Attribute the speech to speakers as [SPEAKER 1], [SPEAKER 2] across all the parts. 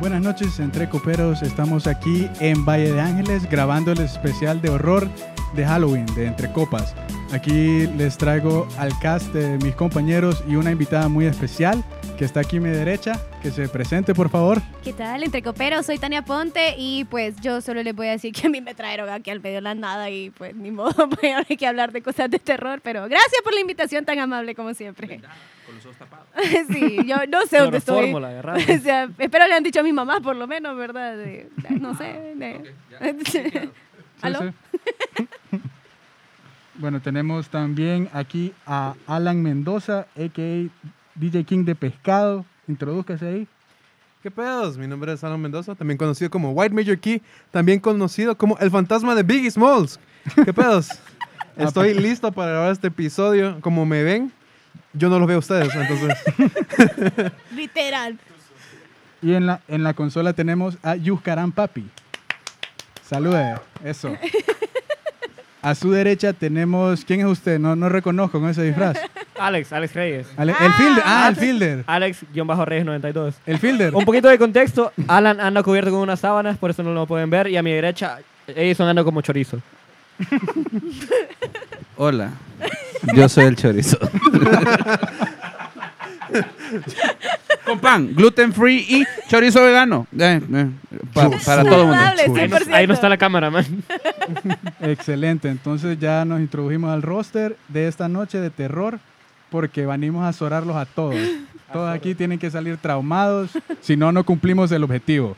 [SPEAKER 1] Buenas noches, entre coperos. Estamos aquí en Valle de Ángeles grabando el especial de horror de Halloween de Entre Copas. Aquí les traigo al cast de mis compañeros y una invitada muy especial que está aquí a mi derecha. Que se presente, por favor.
[SPEAKER 2] ¿Qué tal, entre coperos? Soy Tania Ponte y pues yo solo les voy a decir que a mí me trajeron aquí al medio de la nada y pues ni modo, pues ahora hay que hablar de cosas de terror, pero gracias por la invitación tan amable como siempre.
[SPEAKER 3] Con los ojos tapados.
[SPEAKER 2] Sí, yo no sé dónde estoy.
[SPEAKER 4] Clorofórmula, agarrado.
[SPEAKER 2] O sea, espero le han dicho a mi mamá por lo menos, ¿verdad? De- no sé. de-
[SPEAKER 3] Ok, ya. Sí, claro.
[SPEAKER 2] ¿Aló?
[SPEAKER 1] sí. bueno, tenemos también aquí a Alan Mendoza, a.k.a. DJ King de Pescado. Introdúzcase ahí.
[SPEAKER 5] ¿Qué pedos? Mi nombre es Alan Mendoza, también conocido como White Major Key, también conocido como el fantasma de Biggie Smalls. ¿Qué pedos? Estoy listo para grabar este episodio. Como me ven, yo no los veo a ustedes, entonces.
[SPEAKER 2] Literal.
[SPEAKER 1] Y en la, en la consola tenemos a Yuscarán Papi. Salude, eso. A su derecha tenemos. ¿Quién es usted? No, no reconozco con ese disfraz.
[SPEAKER 4] Alex, Alex Reyes.
[SPEAKER 1] Ale- el fielder. Ah, el fielder.
[SPEAKER 4] Alex-Reyes92.
[SPEAKER 1] El fielder.
[SPEAKER 4] Un poquito de contexto. Alan anda cubierto con unas sábanas, por eso no lo pueden ver. Y a mi derecha, Edison anda como chorizo.
[SPEAKER 6] Hola, yo soy el chorizo. Con pan, gluten free y chorizo vegano. Eh, eh, pa-
[SPEAKER 5] Yo
[SPEAKER 6] para
[SPEAKER 5] soy
[SPEAKER 6] todo el mundo.
[SPEAKER 2] Saludable,
[SPEAKER 4] Ahí no,
[SPEAKER 2] 100%.
[SPEAKER 4] ahí no está la cámara, man.
[SPEAKER 1] Excelente. Entonces ya nos introdujimos al roster de esta noche de terror porque venimos a azorarlos a todos. Todos aquí tienen que salir traumados, si no, no cumplimos el objetivo.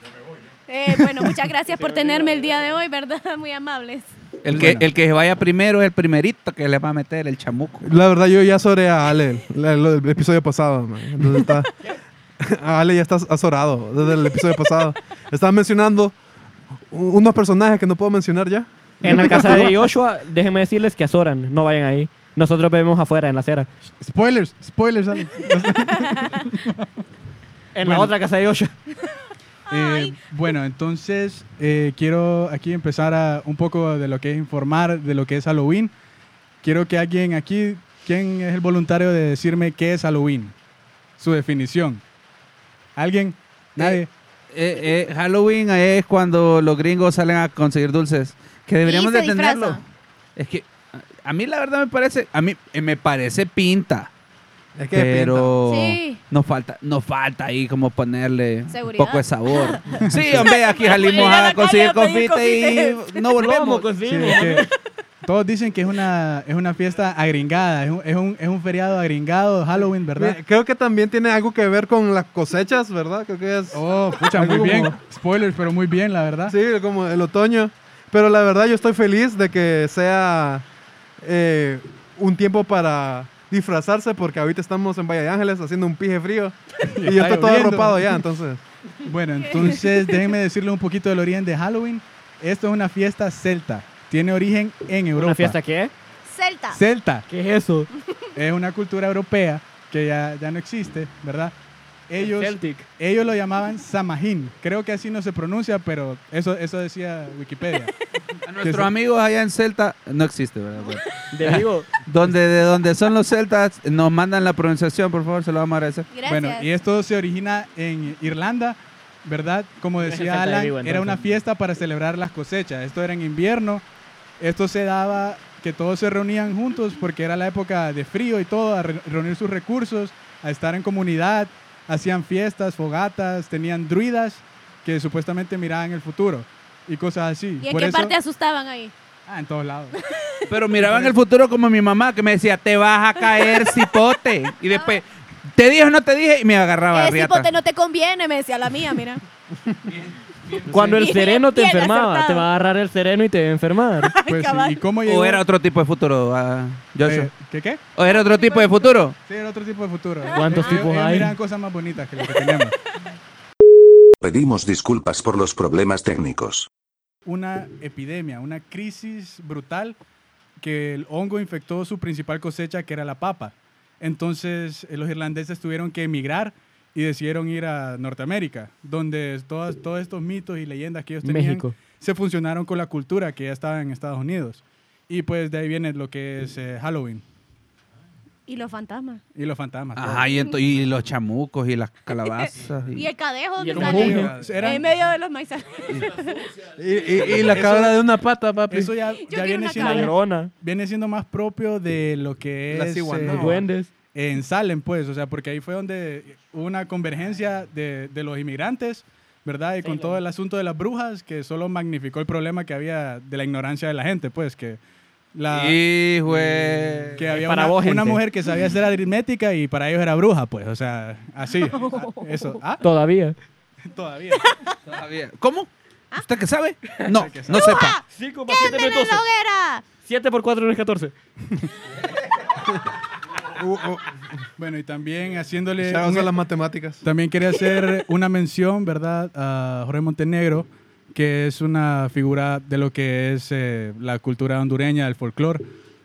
[SPEAKER 2] Eh, bueno, muchas gracias por tenerme el día de hoy, ¿verdad? Muy amables.
[SPEAKER 6] El que, el que vaya primero es el primerito que le va a meter el chamuco.
[SPEAKER 5] La verdad, yo ya soré a Ale, la- lo del episodio pasado. man. Entonces está- a Ale ya está azorado desde el episodio pasado. Estaba mencionando u- unos personajes que no puedo mencionar ya.
[SPEAKER 4] En la casa de Joshua, déjenme decirles que azoran, no vayan ahí. Nosotros bebemos afuera, en la acera.
[SPEAKER 1] Spoilers, spoilers. Ale.
[SPEAKER 4] En la otra casa de Joshua.
[SPEAKER 1] Eh, bueno, entonces eh, quiero aquí empezar a un poco de lo que es informar, de lo que es Halloween. Quiero que alguien aquí, ¿quién es el voluntario de decirme qué es Halloween? Su definición. ¿Alguien? ¿Nadie?
[SPEAKER 6] Eh, eh, Halloween es cuando los gringos salen a conseguir dulces. Que deberíamos
[SPEAKER 2] Y se
[SPEAKER 6] de tenerlo.
[SPEAKER 2] disfrazan.
[SPEAKER 6] Es que a- a mí la verdad me parece, a mí eh, me parece pinta.
[SPEAKER 5] Es de pinta.
[SPEAKER 6] pero
[SPEAKER 2] Sí.
[SPEAKER 6] nos falta nos falta ahí como ponerle un
[SPEAKER 2] Seguridad.
[SPEAKER 6] poco de sabor. sí, hombre, aquí salimos
[SPEAKER 2] Para ir a la
[SPEAKER 6] a conseguir
[SPEAKER 2] calle a pedir
[SPEAKER 6] confite y no volvemos.
[SPEAKER 4] pues,
[SPEAKER 1] Sí, porque todos dicen que es una, es una fiesta agringada, es un, es un- es un feriado agringado, Halloween, ¿verdad?
[SPEAKER 5] Mira, creo que también tiene algo que ver con las cosechas, ¿verdad? Creo que es.
[SPEAKER 1] Oh, pucha, muy
[SPEAKER 5] Algo
[SPEAKER 1] bien.
[SPEAKER 5] como-
[SPEAKER 1] Spoilers, pero muy bien, la verdad.
[SPEAKER 5] Sí, como el otoño. Pero la verdad yo estoy feliz de que sea eh, un tiempo para disfrazarse porque ahorita estamos en Valle de Ángeles haciendo un pije frío y yo
[SPEAKER 1] está
[SPEAKER 5] estoy todo
[SPEAKER 1] lloviendo.
[SPEAKER 5] arropado ya, entonces.
[SPEAKER 1] Bueno, entonces déjenme decirles un poquito del origen de Halloween. Esto es una fiesta celta. Tiene origen en Europa.
[SPEAKER 4] ¿Una fiesta qué?
[SPEAKER 2] Celta.
[SPEAKER 1] Celta
[SPEAKER 4] ¿Qué es eso?
[SPEAKER 1] es una cultura europea que ya, ya no existe, ¿verdad? Ellos,
[SPEAKER 4] Celtic.
[SPEAKER 1] ellos lo llamaban Samhain. Creo que así no se pronuncia, pero eso, eso decía Wikipedia.
[SPEAKER 6] A
[SPEAKER 1] Que
[SPEAKER 6] nuestros
[SPEAKER 1] se-
[SPEAKER 6] amigos allá en Celta no existe, ¿verdad? Bueno,
[SPEAKER 4] De Vigo.
[SPEAKER 6] Donde de donde son los celtas nos mandan la pronunciación, por favor, se lo vamos a agradecer.
[SPEAKER 2] Gracias.
[SPEAKER 1] Bueno, y esto se origina en Irlanda, ¿verdad? Como
[SPEAKER 4] es el
[SPEAKER 1] decía
[SPEAKER 4] Celta de
[SPEAKER 1] Alan,
[SPEAKER 4] Vigo,
[SPEAKER 1] era
[SPEAKER 4] entonces.
[SPEAKER 1] una fiesta para celebrar las cosechas. Esto era en invierno. Esto se daba que todos se reunían juntos porque era la época de frío y todo, a re- reunir sus recursos, a estar en comunidad. Hacían fiestas, fogatas, tenían druidas que supuestamente miraban el futuro y cosas así.
[SPEAKER 2] ¿Y en
[SPEAKER 1] Por
[SPEAKER 2] qué
[SPEAKER 1] eso-
[SPEAKER 2] parte asustaban ahí?
[SPEAKER 1] Ah, en todos lados.
[SPEAKER 6] Pero miraban el futuro como mi mamá que me decía, "Te vas a caer, cipote." Y después te dije o no te dije y me agarraba a
[SPEAKER 2] Ese
[SPEAKER 6] riata.
[SPEAKER 2] hipote no te conviene, me decía la mía, mira.
[SPEAKER 4] Cuando el
[SPEAKER 2] Bien,
[SPEAKER 4] sereno te
[SPEAKER 2] bien
[SPEAKER 4] enfermaba,
[SPEAKER 2] acertado.
[SPEAKER 4] te va a agarrar el sereno y te va a enfermar.
[SPEAKER 1] Pues, sí,
[SPEAKER 2] cabal.
[SPEAKER 1] ¿Y cómo llegó?
[SPEAKER 6] O era otro tipo de futuro, ah, Joshua.
[SPEAKER 1] Eh, ¿Qué qué?
[SPEAKER 6] O era otro tipo de futuro.
[SPEAKER 1] Sí, era otro tipo de futuro.
[SPEAKER 4] ¿Cuántos
[SPEAKER 1] Ellos-
[SPEAKER 4] tipos
[SPEAKER 1] ellos
[SPEAKER 4] hay?
[SPEAKER 1] Miran cosas más bonitas que las que tenemos.
[SPEAKER 7] Pedimos disculpas por los problemas técnicos.
[SPEAKER 1] una epidemia, una crisis brutal que el hongo infectó su principal cosecha, que era la papa. Entonces eh, los irlandeses tuvieron que emigrar y decidieron ir a Norteamérica, donde todas, todos estos mitos y leyendas que ellos tenían
[SPEAKER 4] México.
[SPEAKER 1] se funcionaron con la cultura que ya estaba en Estados Unidos. Y pues de ahí viene lo que es eh, Halloween.
[SPEAKER 2] Y los fantasmas.
[SPEAKER 1] Y los fantasmas. todo.
[SPEAKER 6] Ajá, y, ento- y los chamucos y las calabazas.
[SPEAKER 2] Y el cadejo
[SPEAKER 4] Y
[SPEAKER 2] donde
[SPEAKER 4] el
[SPEAKER 2] sale.
[SPEAKER 1] Conjunto. Eran-
[SPEAKER 2] En medio de los maizales.
[SPEAKER 5] Y, y- y la cabra de una pata, papi.
[SPEAKER 1] Eso ya, ya
[SPEAKER 2] quiero
[SPEAKER 1] viene,
[SPEAKER 2] una
[SPEAKER 4] La
[SPEAKER 2] cabra.
[SPEAKER 1] siendo,
[SPEAKER 4] llorona,
[SPEAKER 1] viene siendo más propio de lo que
[SPEAKER 5] La
[SPEAKER 1] es
[SPEAKER 5] ciguanaba.
[SPEAKER 1] eh,
[SPEAKER 4] los duendes.
[SPEAKER 1] en Salem, pues, o sea, porque ahí fue donde hubo una convergencia de, de los inmigrantes, ¿verdad? Y con todo el asunto de las brujas, que solo magnificó el problema que había de la ignorancia de la gente, pues, que la...
[SPEAKER 6] Y, eh, güey.
[SPEAKER 1] Que había
[SPEAKER 4] Para
[SPEAKER 1] una,
[SPEAKER 4] vos,
[SPEAKER 1] una
[SPEAKER 4] gente.
[SPEAKER 1] mujer que sabía hacer aritmética y para ellos era bruja, pues, o sea, así. Ah, Eso. Ah,
[SPEAKER 4] Todavía.
[SPEAKER 1] todavía.
[SPEAKER 6] Todavía. ¿Cómo?
[SPEAKER 2] ¿Ah?
[SPEAKER 6] ¿Usted qué sabe? No, no sepa.
[SPEAKER 4] 5 más 7
[SPEAKER 2] ¡Quédenme en
[SPEAKER 4] menos 12.
[SPEAKER 2] la hoguera!
[SPEAKER 4] 7 por 4 no es 14.
[SPEAKER 1] Bueno, y también haciéndole.
[SPEAKER 5] Uh, Ya
[SPEAKER 1] un-
[SPEAKER 5] son las matemáticas.
[SPEAKER 1] También quería hacer una mención, ¿verdad?, a Jorge Montenegro, que es una figura de lo que es eh, la cultura hondureña, el folclore.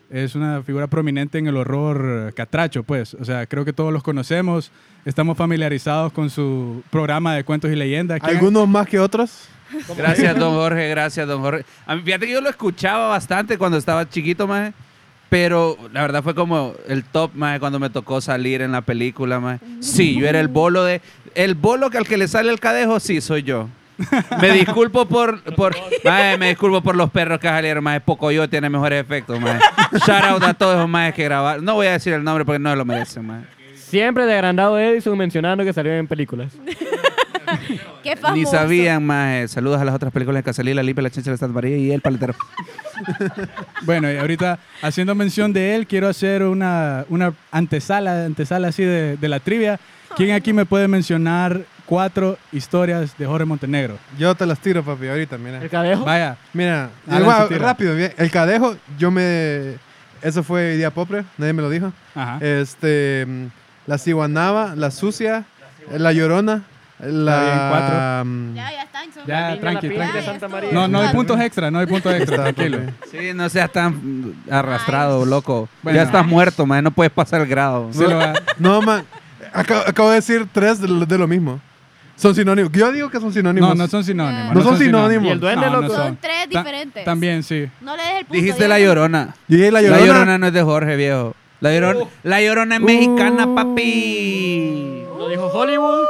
[SPEAKER 1] Es una figura prominente en el horror eh, catracho, pues. O sea, creo que todos los conocemos, estamos familiarizados con su programa de cuentos y leyendas. ¿Quién-
[SPEAKER 5] Algunos más que otros.
[SPEAKER 6] Gracias, don Jorge. Gracias, don Jorge. A mí, fíjate que yo lo escuchaba bastante cuando estaba chiquito, más. Pero la verdad fue como el top, más, cuando me tocó salir en la película, más. Sí, yo era el bolo de. El bolo que al que le sale el cadejo, sí, soy yo. Me disculpo por. por maje, me disculpo por los perros que salieron, más. Pocoyo tiene mejores efectos, más. Shout out a todos los más que grabaron. No voy a decir el nombre porque no lo merecen, más.
[SPEAKER 4] Siempre de agrandado Edison mencionando que salió en películas.
[SPEAKER 2] ¡Qué famoso!
[SPEAKER 6] Ni sabían, más. Saludos a las otras películas de Casalí, La Lipa, La Chincha, La Santa María y El Paletero.
[SPEAKER 1] Bueno, y ahorita haciendo mención de él, quiero hacer una, una antesala, antesala así de, de la trivia. ¿Quién aquí me puede mencionar cuatro historias de Jorge Montenegro?
[SPEAKER 5] Yo te las tiro, papi, ahorita, mira.
[SPEAKER 4] El cadejo.
[SPEAKER 1] Vaya,
[SPEAKER 5] Mira,
[SPEAKER 1] Alan
[SPEAKER 5] igual,
[SPEAKER 1] se tira.
[SPEAKER 5] rápido, bien. el cadejo, yo me... Eso fue idea pobre, nadie me lo dijo.
[SPEAKER 1] ajá.
[SPEAKER 5] Este, mm, la ciguanaba, la sucia, eh, la llorona,
[SPEAKER 1] Está
[SPEAKER 5] la... mm,
[SPEAKER 2] Ya, ya están. son-
[SPEAKER 1] Ya,
[SPEAKER 2] Ay,
[SPEAKER 1] tranqui,
[SPEAKER 2] ya
[SPEAKER 1] tranqui.
[SPEAKER 2] estuvo.
[SPEAKER 1] No, no hay puntos extra, no hay puntos extra,
[SPEAKER 5] está,
[SPEAKER 1] tranquilo.
[SPEAKER 5] papi.
[SPEAKER 6] Sí, no seas tan arrastrado, loco.
[SPEAKER 1] Bueno.
[SPEAKER 6] ya estás muerto, man. No puedes pasar el grado.
[SPEAKER 1] Se lo va-
[SPEAKER 5] No, man, acabo, acabo de decir tres de lo, de lo mismo. Son sinónimos. Yo digo que son sinónimos.
[SPEAKER 1] No, no son sinónimos.
[SPEAKER 2] No
[SPEAKER 5] son sinónimos.
[SPEAKER 4] Y el duende,
[SPEAKER 1] No, no
[SPEAKER 4] loco.
[SPEAKER 2] Son tres
[SPEAKER 1] Ta-
[SPEAKER 2] diferentes.
[SPEAKER 1] También, sí.
[SPEAKER 2] No le des el punto.
[SPEAKER 6] Dijiste
[SPEAKER 2] ya.
[SPEAKER 6] la llorona.
[SPEAKER 5] Yo dije la
[SPEAKER 6] La
[SPEAKER 5] llorona.
[SPEAKER 6] llorona. no es de Jorge, viejo. La llorona, la llorona es mexicana, papi.
[SPEAKER 4] Lo dijo Hollywood.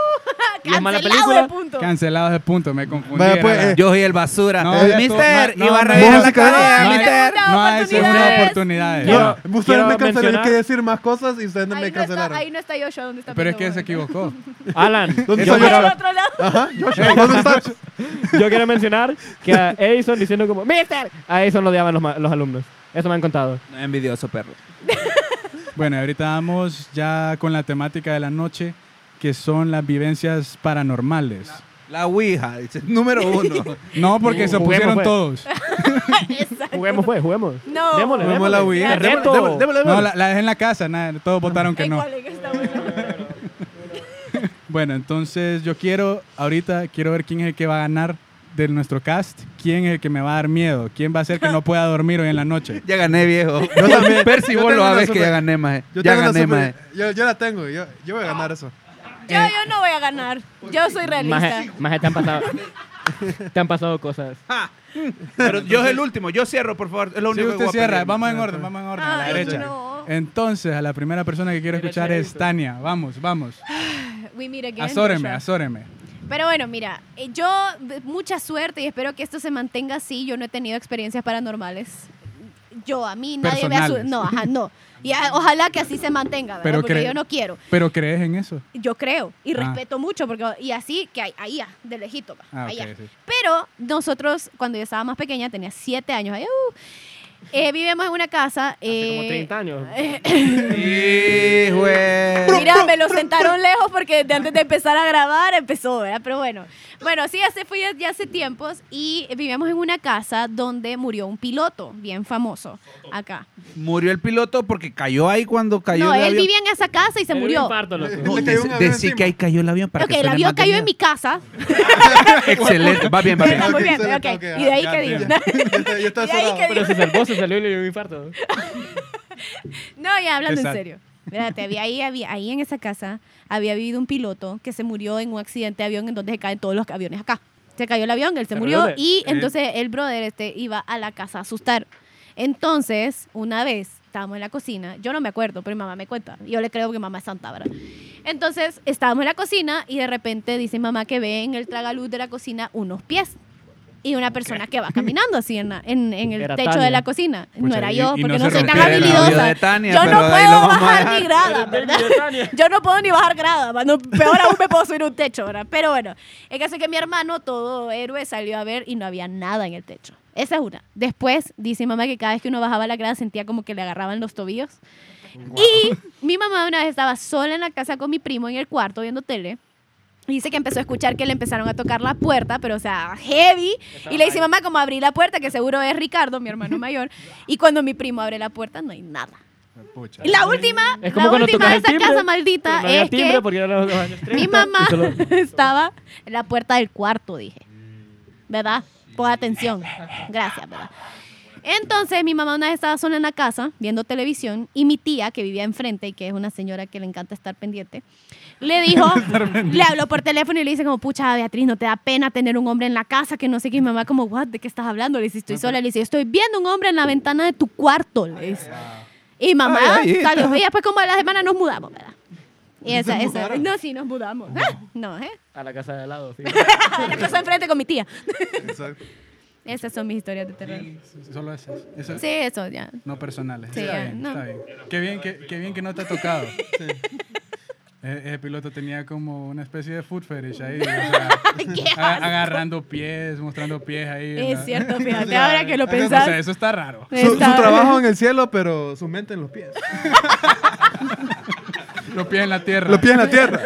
[SPEAKER 4] Y es mala
[SPEAKER 2] Cancelado
[SPEAKER 4] película.
[SPEAKER 2] el punto.
[SPEAKER 1] Cancelados de punto, me confundí.
[SPEAKER 5] Vaya, pues,
[SPEAKER 1] era-
[SPEAKER 5] eh,
[SPEAKER 6] Yo soy el basura.
[SPEAKER 1] No, ya
[SPEAKER 6] mister,
[SPEAKER 1] tú- no,
[SPEAKER 6] iba a
[SPEAKER 1] no,
[SPEAKER 6] revisar la
[SPEAKER 5] música.
[SPEAKER 1] No,
[SPEAKER 6] tarea,
[SPEAKER 1] ya-
[SPEAKER 6] mister.
[SPEAKER 1] no hay segunda
[SPEAKER 2] oportunidades.
[SPEAKER 1] oportunidad.
[SPEAKER 4] Quiero-
[SPEAKER 5] No, ustedes
[SPEAKER 4] quiero
[SPEAKER 5] me cancelaron. Yo
[SPEAKER 4] mencionar-
[SPEAKER 5] quería decir más cosas y ustedes no
[SPEAKER 2] Ahí no,
[SPEAKER 5] me
[SPEAKER 2] está,
[SPEAKER 5] cancelaron.
[SPEAKER 2] ahí no está Joshua donde está
[SPEAKER 1] Pero es que
[SPEAKER 2] Pedro
[SPEAKER 1] se
[SPEAKER 2] Moreno.
[SPEAKER 1] equivocó.
[SPEAKER 4] Alan,
[SPEAKER 5] ¿Dónde
[SPEAKER 4] yo
[SPEAKER 5] está
[SPEAKER 2] Por
[SPEAKER 4] quiero-
[SPEAKER 2] el
[SPEAKER 5] Joshua?
[SPEAKER 2] otro lado.
[SPEAKER 5] Ajá, Joshua, ¿dónde estás?
[SPEAKER 4] Yo quiero mencionar que a Edison diciendo como ¡Mister! A Edison lo odiaban los, ma- los alumnos. Eso me han contado.
[SPEAKER 6] No, Envidioso, perro.
[SPEAKER 1] Bueno, ahorita vamos ya con la temática de la noche, que son las vivencias paranormales.
[SPEAKER 6] La Ouija, dice, número uno.
[SPEAKER 1] No,
[SPEAKER 5] Uh,
[SPEAKER 1] porque se
[SPEAKER 4] Juguemos,
[SPEAKER 1] pusieron
[SPEAKER 4] pues.
[SPEAKER 1] todos.
[SPEAKER 2] Exacto.
[SPEAKER 4] Juguemos, pues, juguemos.
[SPEAKER 2] No.
[SPEAKER 4] Démosle,
[SPEAKER 5] Juguemos la
[SPEAKER 4] démosle.
[SPEAKER 5] Ouija.
[SPEAKER 4] Te reto.
[SPEAKER 5] Démosle, démosle,
[SPEAKER 1] No, la, la dejé en la casa, nada, todos votaron que
[SPEAKER 2] Ay,
[SPEAKER 1] no.
[SPEAKER 2] ¿cuál es que está bueno?
[SPEAKER 1] Bueno, entonces yo quiero, ahorita quiero ver quién es el que va a ganar de nuestro cast, quién es el que me va a dar miedo, quién va a hacer que no pueda dormir hoy en la noche.
[SPEAKER 6] Ya gané, viejo.
[SPEAKER 5] Yo también.
[SPEAKER 6] Percy,
[SPEAKER 5] Yo
[SPEAKER 6] vos
[SPEAKER 5] tengo
[SPEAKER 6] lo
[SPEAKER 5] una
[SPEAKER 6] sabes que
[SPEAKER 5] super-
[SPEAKER 6] ya gané, maje.
[SPEAKER 5] Yo
[SPEAKER 6] Ya
[SPEAKER 5] tengo una
[SPEAKER 6] gané,
[SPEAKER 5] super-
[SPEAKER 6] maje.
[SPEAKER 5] Yo, yo la tengo, yo, yo voy a ganar eso.
[SPEAKER 2] Yo, yo no voy a ganar. Yo soy realista.
[SPEAKER 4] Maje, maje, te han pasado. Te han pasado cosas.
[SPEAKER 6] Ja. Pero yo soy el último. Yo cierro, por favor. Es lo
[SPEAKER 1] Sí,
[SPEAKER 6] único que
[SPEAKER 1] usted
[SPEAKER 6] voy a
[SPEAKER 1] cierra,
[SPEAKER 6] pedir.
[SPEAKER 1] vamos en orden, vamos en orden, a la
[SPEAKER 2] Ay,
[SPEAKER 1] derecha.
[SPEAKER 2] no.
[SPEAKER 1] Entonces, a la primera persona que quiero escuchar es Tania. Vamos, vamos.
[SPEAKER 2] We meet again,
[SPEAKER 1] Azóreme,
[SPEAKER 2] Joshua.
[SPEAKER 1] azóreme.
[SPEAKER 2] Pero bueno, mira, eh, yo de- mucha suerte y espero que esto se mantenga así. Yo no he tenido experiencias paranormales. Yo, a mí, nadie me
[SPEAKER 1] Personales.
[SPEAKER 2] asusta. No, ajá, no. Y ah, ojalá que así se mantenga, ¿verdad?
[SPEAKER 1] Pero
[SPEAKER 2] porque
[SPEAKER 1] cre-
[SPEAKER 2] yo no quiero.
[SPEAKER 1] ¿Pero crees en eso?
[SPEAKER 2] Yo creo y
[SPEAKER 1] Ah.
[SPEAKER 2] respeto mucho porque y así que ahí, ahí, ah, de lejito, va,
[SPEAKER 1] Ah, ok,
[SPEAKER 2] allá.
[SPEAKER 1] sí.
[SPEAKER 2] Pero nosotros cuando yo estaba más pequeña, tenía siete años, ahí, uh, eh, vivíamos en una casa.
[SPEAKER 4] Hace como
[SPEAKER 2] eh,
[SPEAKER 4] 30 años.
[SPEAKER 6] Sí, güey.
[SPEAKER 2] Mira, me lo sentaron lejos porque desde antes de empezar a grabar empezó, ¿verdad? Pero bueno. Bueno, sí, hace, fue ya, ya hace tiempos y vivíamos en una casa donde murió un piloto bien famoso acá.
[SPEAKER 6] Murió el piloto porque cayó ahí cuando cayó
[SPEAKER 2] no,
[SPEAKER 6] el
[SPEAKER 2] él
[SPEAKER 6] avión.
[SPEAKER 2] vivía en esa casa y se
[SPEAKER 4] Le dio
[SPEAKER 2] murió.
[SPEAKER 4] un infarto, loco.
[SPEAKER 6] No,
[SPEAKER 5] Le cayó un
[SPEAKER 6] dec-
[SPEAKER 5] avión
[SPEAKER 6] decí
[SPEAKER 5] encima.
[SPEAKER 6] que ahí cayó el avión para
[SPEAKER 2] Ok,
[SPEAKER 6] que
[SPEAKER 2] el
[SPEAKER 6] suene
[SPEAKER 2] avión
[SPEAKER 6] más de
[SPEAKER 2] cayó en mi
[SPEAKER 6] miedo.
[SPEAKER 2] casa.
[SPEAKER 6] Excelente, va bien, va bien.
[SPEAKER 2] Está muy
[SPEAKER 5] ok,
[SPEAKER 2] bien,
[SPEAKER 5] excelente,
[SPEAKER 2] ok.
[SPEAKER 5] ok,
[SPEAKER 2] Y de ahí
[SPEAKER 1] ya,
[SPEAKER 2] que
[SPEAKER 1] bien.
[SPEAKER 2] digo.
[SPEAKER 5] Yo, yo estaba
[SPEAKER 2] Y ahí
[SPEAKER 5] cerrado.
[SPEAKER 2] que
[SPEAKER 4] Pero se salvó, se salió y le dio un infarto.
[SPEAKER 2] No, ya hablando en
[SPEAKER 1] Exacto.
[SPEAKER 2] serio. Espérate, había ahí, había, ahí en esa casa había vivido un piloto que se murió en un accidente de avión en donde se caen todos los aviones acá. Se cayó el avión, él se
[SPEAKER 4] ¿Pero
[SPEAKER 2] murió
[SPEAKER 4] dónde?
[SPEAKER 2] y entonces el brother este iba a la casa a asustar. Entonces, una vez estábamos en la cocina, yo no me acuerdo, pero mi mamá me cuenta. Yo le creo que mamá es santa, ¿verdad? Entonces, estábamos en la cocina y de repente dice mamá que ve en el tragaluz de la cocina unos pies. Y una persona que va caminando así en, la- en- en el
[SPEAKER 4] Era
[SPEAKER 2] techo de
[SPEAKER 4] Tania.
[SPEAKER 2] la cocina. no
[SPEAKER 1] Pucha,
[SPEAKER 2] era
[SPEAKER 1] y-
[SPEAKER 2] yo,
[SPEAKER 1] y no
[SPEAKER 2] porque no,
[SPEAKER 1] se
[SPEAKER 2] soy tan
[SPEAKER 1] rompiera el audio
[SPEAKER 2] habilidosa.
[SPEAKER 6] de Tania,
[SPEAKER 2] yo
[SPEAKER 6] pero
[SPEAKER 2] no
[SPEAKER 6] ahí
[SPEAKER 2] puedo
[SPEAKER 6] lo vamos a
[SPEAKER 2] bajar
[SPEAKER 6] dejar.
[SPEAKER 2] ni grada, ¿verdad? Yo no puedo ni bajar grada, mano. peor aún me puedo subir a un techo, ¿verdad? Pero bueno, el caso es que mi hermano, todo héroe, salió a ver y no había nada en el techo. Esa es una. Después, dice mi mamá que cada vez que uno bajaba la grada sentía como que le agarraban los tobillos. Y mi mamá una vez estaba sola en la casa con mi primo en el cuarto viendo tele. Y dice que empezó a escuchar que le empezaron a tocar la puerta, pero o sea, heavy. Y le dice, mamá, como abrí la puerta, que seguro es Ricardo, mi hermano mayor. Y cuando mi primo abre la puerta, no hay nada.
[SPEAKER 1] Pucha.
[SPEAKER 2] Y la última,
[SPEAKER 4] Es como
[SPEAKER 2] la
[SPEAKER 4] cuando
[SPEAKER 2] última
[SPEAKER 4] tocas
[SPEAKER 2] de
[SPEAKER 4] el
[SPEAKER 2] esa
[SPEAKER 4] timbre,
[SPEAKER 2] casa
[SPEAKER 4] pero
[SPEAKER 2] maldita
[SPEAKER 4] no había
[SPEAKER 2] es
[SPEAKER 4] timbre
[SPEAKER 2] que
[SPEAKER 4] porque eran los años 30
[SPEAKER 2] mi
[SPEAKER 4] y
[SPEAKER 2] mamá
[SPEAKER 4] solo-
[SPEAKER 2] estaba en la puerta del cuarto, dije. ¿Verdad? Pon atención. Gracias, ¿verdad? Entonces, mi mamá una vez estaba sola en la casa, viendo televisión, y mi tía, que vivía enfrente y que es una señora que le encanta estar pendiente, le dijo, le habló por teléfono y le dice como, pucha, Beatriz, ¿no te da pena tener un hombre en la casa? Que no sé qué. Y mi mamá como, what, ¿de qué estás hablando? Le dice, estoy sola. Le dice, estoy viendo un hombre en la ventana de tu cuarto, le dice. Y mamá
[SPEAKER 5] Ay, ay,
[SPEAKER 2] salió. Y después como a la semana nos mudamos, ¿verdad? Y esa,
[SPEAKER 5] ¿Se
[SPEAKER 2] esa.
[SPEAKER 5] mudaron?
[SPEAKER 2] No, sí, nos mudamos. Ah, No, ¿eh?
[SPEAKER 4] A la casa de al lado, sí.
[SPEAKER 2] la cosa enfrente con mi tía.
[SPEAKER 5] Exacto.
[SPEAKER 2] Esas son mis historias de terror.
[SPEAKER 1] Solo esas. Esas
[SPEAKER 2] Sí, eso ya.
[SPEAKER 1] No personales.
[SPEAKER 2] Sí,
[SPEAKER 1] está
[SPEAKER 2] ya,
[SPEAKER 1] bien,
[SPEAKER 2] no.
[SPEAKER 1] está bien. Qué bien que, qué bien que no te ha tocado. E- Ese piloto tenía como una especie de food fetish ahí. o sea,
[SPEAKER 2] ¿Qué
[SPEAKER 1] a- agarrando pies, mostrando pies ahí.
[SPEAKER 2] Ah, Es
[SPEAKER 1] ¿no?
[SPEAKER 2] cierto, fíjate, ahora que lo
[SPEAKER 1] O sea,
[SPEAKER 2] pensás.
[SPEAKER 1] eso está raro.
[SPEAKER 5] Su, su
[SPEAKER 2] está-
[SPEAKER 5] trabajo en el cielo, pero su mente en los pies.
[SPEAKER 1] Los pies en la tierra.
[SPEAKER 5] Los pies en la tierra.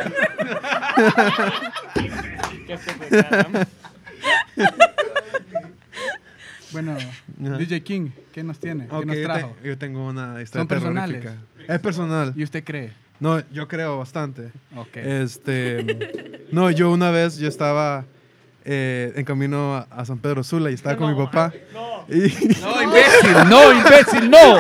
[SPEAKER 1] Bueno, DJ King, ¿qué nos tiene? ¿Qué
[SPEAKER 5] Ok,
[SPEAKER 1] nos
[SPEAKER 5] yo,
[SPEAKER 1] trajo?
[SPEAKER 5] te- yo tengo una historia
[SPEAKER 1] Son personales.
[SPEAKER 5] terrorífica. Es personal.
[SPEAKER 1] ¿Y usted cree?
[SPEAKER 5] No, yo creo bastante.
[SPEAKER 1] Ok.
[SPEAKER 5] Este, no, yo una vez yo estaba eh, en camino a, a San Pedro Sula y estaba con mi papá. Y,
[SPEAKER 6] No, imbécil, no, imbécil, no.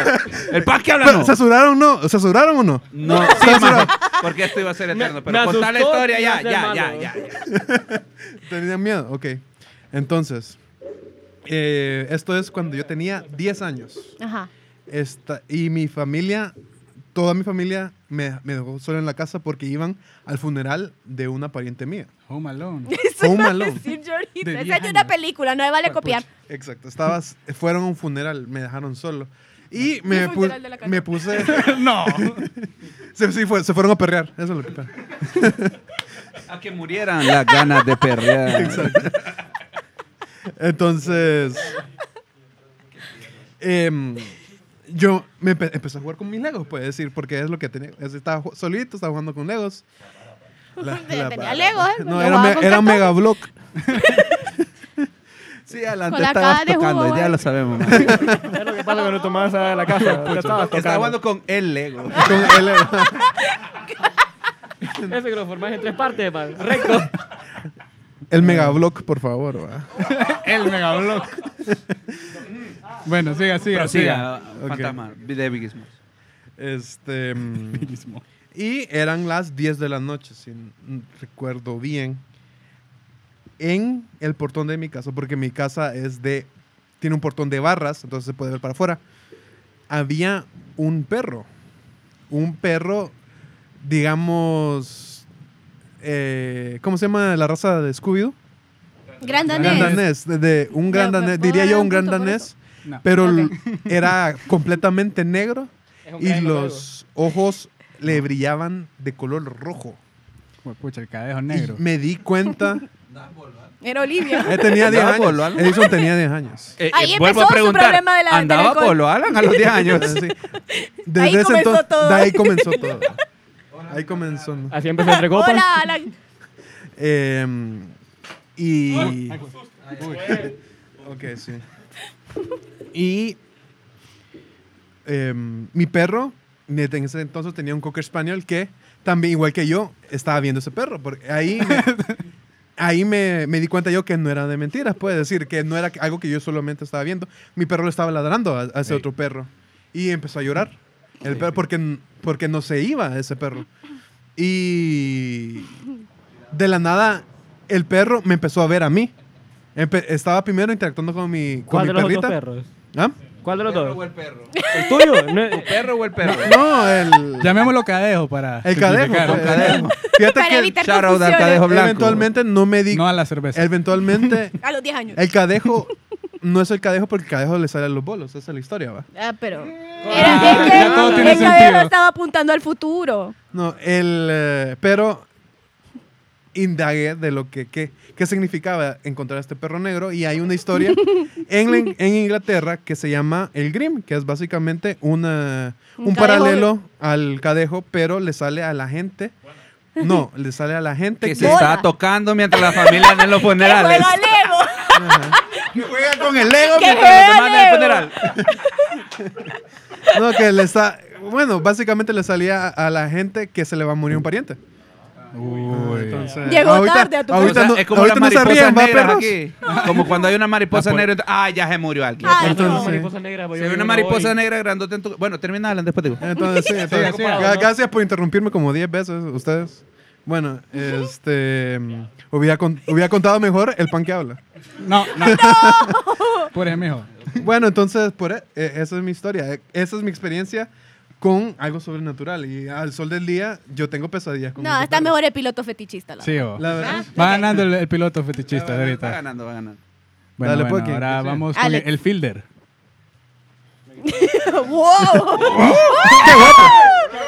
[SPEAKER 6] El paz que habla no.
[SPEAKER 5] ¿Censuraron o no? ¿Censuraron o no?
[SPEAKER 6] No, sí, maje, porque esto iba a ser eterno. Pero
[SPEAKER 4] me
[SPEAKER 6] contar la
[SPEAKER 4] asustó
[SPEAKER 6] historia
[SPEAKER 4] y iba a
[SPEAKER 6] ya,
[SPEAKER 4] ser
[SPEAKER 6] ya,
[SPEAKER 4] malo.
[SPEAKER 6] ya, ya, ya.
[SPEAKER 5] ¿Tenían miedo? Ok. Entonces, eh, esto es cuando yo tenía 10 años.
[SPEAKER 2] Ajá.
[SPEAKER 5] Esta, y mi familia, toda mi familia me, me dejó solo en la casa porque iban al funeral de una pariente mía.
[SPEAKER 1] Home Alone.
[SPEAKER 5] Home Alone.
[SPEAKER 2] Sí, yo ahorita.
[SPEAKER 1] De
[SPEAKER 2] Esa
[SPEAKER 1] diez
[SPEAKER 2] es de una
[SPEAKER 1] años.
[SPEAKER 2] película, no me vale copiar.
[SPEAKER 5] Exacto. Estabas, fueron a un funeral, me dejaron solo. Y me,
[SPEAKER 2] funeral
[SPEAKER 5] pu-
[SPEAKER 2] de la
[SPEAKER 5] me puse...
[SPEAKER 1] no.
[SPEAKER 5] se, sí, fue- se fueron a perrear. Eso es lo que pasa.
[SPEAKER 6] A que murieran las ganas de perrear.
[SPEAKER 5] Entonces, em, yo me empe- empecé a jugar con mis Legos, puede decir, porque es lo que tenía. es- Estaba ju- solito, estaba jugando con Legos. La- la-
[SPEAKER 2] Tenía Legos, ¿eh?
[SPEAKER 5] No,
[SPEAKER 2] Yo
[SPEAKER 5] era,
[SPEAKER 2] jugaba
[SPEAKER 5] me-
[SPEAKER 2] con
[SPEAKER 5] era
[SPEAKER 2] cartón.
[SPEAKER 5] Mega Block. sí, adelante.
[SPEAKER 2] Con la
[SPEAKER 6] Estabas
[SPEAKER 2] cara de
[SPEAKER 6] tocando,
[SPEAKER 2] jugo,
[SPEAKER 6] ya
[SPEAKER 2] güey.
[SPEAKER 6] lo sabemos. maje.
[SPEAKER 4] Es lo que pasa cuando tu mamá sale de la casa. Te estabas
[SPEAKER 6] Estaba
[SPEAKER 4] tocando.
[SPEAKER 6] jugando con el Lego.
[SPEAKER 5] Con el-
[SPEAKER 4] Eso que lo formás en tres partes, man. Recto.
[SPEAKER 5] el Mega Block, por favor. va.
[SPEAKER 1] El megablock. bueno, siga, siga, siga.
[SPEAKER 6] Pero siga, fantasma, de Biggie Smalls.
[SPEAKER 5] Este, em,
[SPEAKER 1] Mismo.
[SPEAKER 5] y eran las 10 de la noche, si n- n- recuerdo bien. En el portón de mi casa, porque mi casa es de. Tiene un portón de barras, entonces se puede ver para afuera. Había un perro. Un perro, digamos. eh, ¿Cómo se llama la raza de Scooby-Doo?
[SPEAKER 2] Gran
[SPEAKER 5] Gran
[SPEAKER 2] Danés.
[SPEAKER 5] danés. De, de- un gran
[SPEAKER 2] Ya, ¿me
[SPEAKER 5] danés,
[SPEAKER 2] puedo
[SPEAKER 5] diría
[SPEAKER 2] dar
[SPEAKER 5] yo
[SPEAKER 2] un
[SPEAKER 5] un gran
[SPEAKER 2] punto por
[SPEAKER 5] danés.
[SPEAKER 2] eso?
[SPEAKER 1] No.
[SPEAKER 5] Pero
[SPEAKER 2] Ok.
[SPEAKER 5] l- era completamente negro y los ojos le brillaban de color rojo.
[SPEAKER 1] Jue- Pucha, el cadejo
[SPEAKER 5] Y
[SPEAKER 1] negro.
[SPEAKER 5] me di cuenta.
[SPEAKER 2] Era Olivia.
[SPEAKER 5] eh, tenía 10
[SPEAKER 6] Andaba
[SPEAKER 5] años.
[SPEAKER 6] polo, Alan.
[SPEAKER 5] Edison tenía 10 años.
[SPEAKER 6] Eh,
[SPEAKER 2] Ahí
[SPEAKER 6] eh,
[SPEAKER 2] empezó su problema de la- del
[SPEAKER 6] andaba
[SPEAKER 2] alcohol.
[SPEAKER 6] Polo Alan a los 10 años.
[SPEAKER 5] Sí.
[SPEAKER 2] Ahí comenzó
[SPEAKER 5] entonces-
[SPEAKER 2] todo.
[SPEAKER 5] de ahí comenzó todo. Ahí comenzó. ¿no?
[SPEAKER 4] Así empezó entre copas.
[SPEAKER 2] Hola, Alan.
[SPEAKER 5] Em, y. ok, sí. Y. em, mi perro, ne- en ese entonces tenía un cocker spaniel que también, igual que yo, estaba viendo ese perro. Porque ahí. me- Ahí me, me di cuenta yo que no era de mentiras, puede decir, que no era algo que yo solamente estaba viendo. Mi perro le estaba ladrando a, a ese otro perro y empezó a llorar. El perro, porque, porque no se iba ese perro. Y de la nada, el perro me empezó a ver a mí. Empe- estaba primero interactuando con mi,
[SPEAKER 4] ¿Cuál
[SPEAKER 5] con mi
[SPEAKER 4] de los dos
[SPEAKER 5] perrita.
[SPEAKER 4] perros?
[SPEAKER 5] ¿Ah?
[SPEAKER 4] ¿Cuál de los
[SPEAKER 6] perro
[SPEAKER 4] dos?
[SPEAKER 6] o el perro?
[SPEAKER 4] ¿El tuyo? No,
[SPEAKER 6] ¿Tu perro o el perro?
[SPEAKER 5] No, el.
[SPEAKER 1] Llamémoslo cadejo para.
[SPEAKER 5] El cadejo. pues,
[SPEAKER 1] simplificar.
[SPEAKER 5] el cadejo. Fíjate
[SPEAKER 2] Para
[SPEAKER 5] que
[SPEAKER 2] evitar
[SPEAKER 6] shout out al
[SPEAKER 2] confusiones.
[SPEAKER 6] cadejo blanco.
[SPEAKER 5] eventualmente no me di.
[SPEAKER 1] No a la cerveza.
[SPEAKER 5] Eventualmente,
[SPEAKER 2] A los 10 años.
[SPEAKER 5] el cadejo no es el cadejo porque el cadejo le salen los bolos. Esa es la historia, va.
[SPEAKER 2] Ah, pero.
[SPEAKER 1] Ah,
[SPEAKER 2] Era,
[SPEAKER 1] ya todo
[SPEAKER 2] es que
[SPEAKER 1] tiene
[SPEAKER 2] el cabello
[SPEAKER 1] sentido.
[SPEAKER 2] estaba apuntando al futuro.
[SPEAKER 5] No, el. eh, pero indagué de lo que, qué, qué significaba encontrar a este perro negro y hay una historia en, la In- en Inglaterra que se llama el Grim, que es básicamente una,
[SPEAKER 2] Un
[SPEAKER 5] un,
[SPEAKER 2] cadejo.
[SPEAKER 5] paralelo al cadejo, pero le sale a la gente. No, le sale a la gente
[SPEAKER 6] Que se
[SPEAKER 2] Bola.
[SPEAKER 6] está tocando mientras la familia anda en los
[SPEAKER 2] ¡Que juega
[SPEAKER 6] funerales.
[SPEAKER 2] Lego!
[SPEAKER 6] Que juega con el Lego
[SPEAKER 2] Que
[SPEAKER 6] mientras los
[SPEAKER 2] juega
[SPEAKER 6] demás andan en el
[SPEAKER 2] Lego.
[SPEAKER 6] funeral.
[SPEAKER 5] No, que le sa- Bueno, básicamente le salía a la gente que se le va a morir un pariente.
[SPEAKER 1] Uy.
[SPEAKER 5] Entonces,
[SPEAKER 2] Llegó tarde a tu
[SPEAKER 5] ahorita
[SPEAKER 6] O sea,
[SPEAKER 5] no,
[SPEAKER 6] es como
[SPEAKER 5] ahorita
[SPEAKER 6] las
[SPEAKER 5] no se
[SPEAKER 6] mariposas
[SPEAKER 5] ríen, va,
[SPEAKER 6] negras
[SPEAKER 5] perros.
[SPEAKER 6] aquí. Como cuando hay una mariposa
[SPEAKER 4] La pol-
[SPEAKER 6] negra. entonces, Ah, ya se murió alguien.
[SPEAKER 2] Ay,
[SPEAKER 4] Ahorita
[SPEAKER 2] no.
[SPEAKER 4] una mariposa negra, voy
[SPEAKER 6] Si
[SPEAKER 4] a
[SPEAKER 6] hay
[SPEAKER 4] ver
[SPEAKER 6] una
[SPEAKER 4] una
[SPEAKER 6] mariposa
[SPEAKER 4] hoy.
[SPEAKER 6] negra grandota en tu... Bueno, termina, Alan, después te digo.
[SPEAKER 5] Entonces, sí, entonces,
[SPEAKER 1] sí,
[SPEAKER 5] gra-
[SPEAKER 4] sí.
[SPEAKER 5] gracias por interrumpirme como 10 veces ustedes. Bueno, este mm, hubiera, con- hubiera contado mejor el pan que habla.
[SPEAKER 1] No, no. Por ejemplo.
[SPEAKER 5] Bueno, entonces por e- eh, esa es mi historia, eh, esa es mi experiencia con algo sobrenatural y al sol del día yo tengo pesadillas con
[SPEAKER 2] No,
[SPEAKER 5] ese
[SPEAKER 2] está
[SPEAKER 5] perro.
[SPEAKER 2] mejor el piloto fetichista. la
[SPEAKER 1] Sí, o-
[SPEAKER 5] La verdad.
[SPEAKER 1] Va ganando el, el piloto fetichista de
[SPEAKER 6] Va
[SPEAKER 1] ahorita.
[SPEAKER 6] ganando, va ganando.
[SPEAKER 1] Bueno,
[SPEAKER 5] Dale,
[SPEAKER 1] bueno,
[SPEAKER 5] Pocky,
[SPEAKER 1] ahora
[SPEAKER 5] que sí.
[SPEAKER 1] vamos con el,
[SPEAKER 2] Alex.
[SPEAKER 1] el fielder.
[SPEAKER 2] verdad. ¡Wow!
[SPEAKER 6] Ah,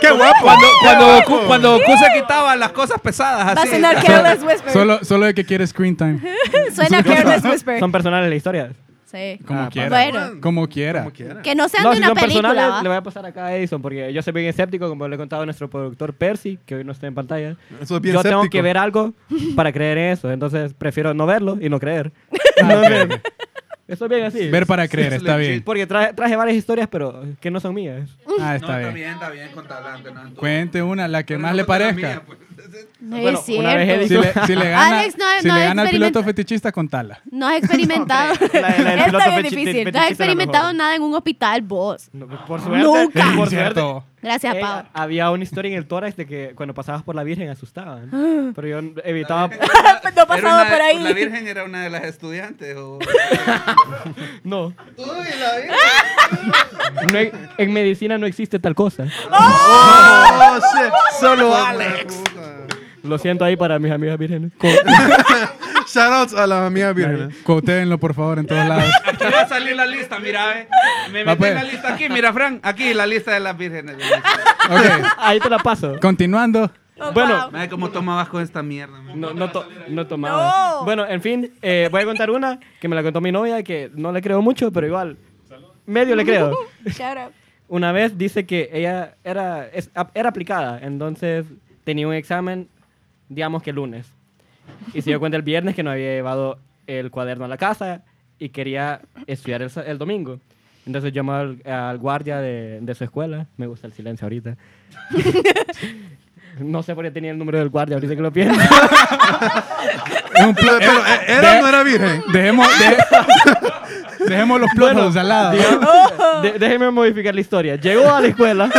[SPEAKER 5] Qué guapo.
[SPEAKER 6] Cuando, cuando, Goku, cuando Goku se quitaba las cosas pesadas
[SPEAKER 2] Va a
[SPEAKER 6] así.
[SPEAKER 2] sonar Careless Whisper.
[SPEAKER 1] Solo, solo el que quiere screen time.
[SPEAKER 2] Suena Careless Whisper.
[SPEAKER 4] Son personales las historias.
[SPEAKER 2] Sí.
[SPEAKER 1] Como
[SPEAKER 6] Ah,
[SPEAKER 1] quiera.
[SPEAKER 2] Bueno.
[SPEAKER 1] Como quiera.
[SPEAKER 5] Como quiera.
[SPEAKER 2] Que no sean
[SPEAKER 4] No,
[SPEAKER 2] de
[SPEAKER 4] si
[SPEAKER 2] una
[SPEAKER 4] son
[SPEAKER 2] película.
[SPEAKER 4] personales,
[SPEAKER 2] ¿va?
[SPEAKER 4] le voy a pasar acá a Edison, porque yo soy bien escéptico, como le he contado a nuestro productor Percy, que hoy no está en pantalla.
[SPEAKER 5] Eso es bien
[SPEAKER 4] yo tengo
[SPEAKER 5] escéptico.
[SPEAKER 4] que ver algo para creer en eso, entonces prefiero no verlo y no creer.
[SPEAKER 1] Ah, ok, ok.
[SPEAKER 4] Eso es bien así.
[SPEAKER 1] Ver para creer, está bien.
[SPEAKER 4] Porque traje, traje varias historias, pero que no son mías.
[SPEAKER 1] Ah, está
[SPEAKER 6] no, está
[SPEAKER 1] bien.
[SPEAKER 6] bien, está bien, contala, aunque no en todo.
[SPEAKER 1] Cuente una, la que
[SPEAKER 6] Pero
[SPEAKER 1] más
[SPEAKER 6] no
[SPEAKER 1] le
[SPEAKER 6] cuenta la
[SPEAKER 1] parezca.
[SPEAKER 6] mía, pues.
[SPEAKER 2] No
[SPEAKER 4] Bueno,
[SPEAKER 2] es
[SPEAKER 4] una vez
[SPEAKER 2] cierto.
[SPEAKER 1] Si le, si le gana,
[SPEAKER 2] Alex, no,
[SPEAKER 1] si
[SPEAKER 2] no,
[SPEAKER 1] le gana el
[SPEAKER 2] experimenta-
[SPEAKER 1] piloto fetichista, contala.
[SPEAKER 2] No has experimentado.
[SPEAKER 4] La- la del piloto
[SPEAKER 2] Está bien
[SPEAKER 4] fechi-
[SPEAKER 2] difícil. No
[SPEAKER 4] fetichista
[SPEAKER 2] has
[SPEAKER 4] era
[SPEAKER 2] experimentado
[SPEAKER 4] mejor.
[SPEAKER 2] nada en un hospital, vos.
[SPEAKER 4] No, por suerte.
[SPEAKER 2] Nunca.
[SPEAKER 4] Por suerte.
[SPEAKER 1] Cierto.
[SPEAKER 2] Gracias,
[SPEAKER 4] Eh,
[SPEAKER 2] Pau.
[SPEAKER 4] había una historia en el Tórax de que cuando pasabas por la Virgen asustaban. pero yo evitaba.
[SPEAKER 2] No pasaba
[SPEAKER 6] Era una-
[SPEAKER 2] por ahí.
[SPEAKER 6] La Virgen era una de las estudiantes. O...
[SPEAKER 4] No.
[SPEAKER 6] Uy, la Virgen.
[SPEAKER 4] no en, en medicina no existe tal cosa.
[SPEAKER 5] Oh, shit. Solo Alex.
[SPEAKER 4] Lo siento ahí para mis amigas vírgenes.
[SPEAKER 5] Shoutouts a la amiga Virgen.
[SPEAKER 1] Cotéenlo, por favor, en todos lados.
[SPEAKER 6] Aquí va a salir la lista, mira, eh. Me
[SPEAKER 1] Va,
[SPEAKER 6] metí en
[SPEAKER 1] pues.
[SPEAKER 6] la lista aquí, mira, Fran. Aquí la lista de las vírgenes.
[SPEAKER 1] Ok,
[SPEAKER 4] Ahí te la paso.
[SPEAKER 1] continuando.
[SPEAKER 2] Oh,
[SPEAKER 4] Bueno,
[SPEAKER 6] Madre, ¿cómo tomabas con esta mierda? man?
[SPEAKER 4] No, no, to- no tomaba.
[SPEAKER 2] No.
[SPEAKER 4] Bueno, en fin, eh, voy a contar una que me la contó mi novia, que no le creo mucho, pero igual, medio le creo.
[SPEAKER 2] Shout out.
[SPEAKER 4] Una vez dice que ella era, es- ap- era aplicada, entonces tenía un examen, digamos que el lunes. Y se dio cuenta el viernes que no había llevado el cuaderno a la casa y quería estudiar el, sa- el domingo. Entonces llamó al, al guardia de, de su escuela. Me gusta el silencio ahorita. no sé por qué tenía el número del guardia, ahorita que lo pienso.
[SPEAKER 1] Es un plo-
[SPEAKER 5] Pero,
[SPEAKER 1] eh,
[SPEAKER 5] ¿eh, ¿era
[SPEAKER 1] de-
[SPEAKER 5] o no era virgen?
[SPEAKER 1] Dejemos, de- dejemos los plot holes al lado.
[SPEAKER 4] Digamos, de- déjeme modificar la historia. Llegó a la escuela.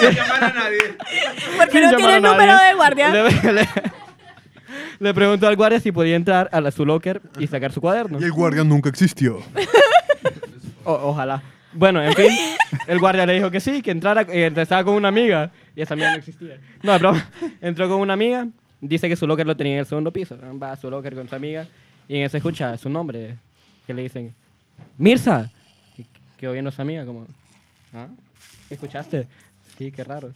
[SPEAKER 6] Sin llamar a nadie.
[SPEAKER 2] Porque no tiene el número de guardia.
[SPEAKER 4] Le, le- le preguntó al guardia si podía entrar a la, su locker y sacar su cuaderno.
[SPEAKER 5] Y el guardia nunca existió.
[SPEAKER 4] O- ojalá. Bueno, en fin, el guardia le dijo que sí, que entrara, eh, estaba con una amiga y esa amiga no existía. No, pero entró con una amiga, dice que su locker lo tenía en el segundo piso. Va a su locker con su amiga y en eso escucha su nombre, que le dicen, Mirza, que, que oyendo a su amiga como, ¿Ah? ¿escuchaste? Sí, qué raro.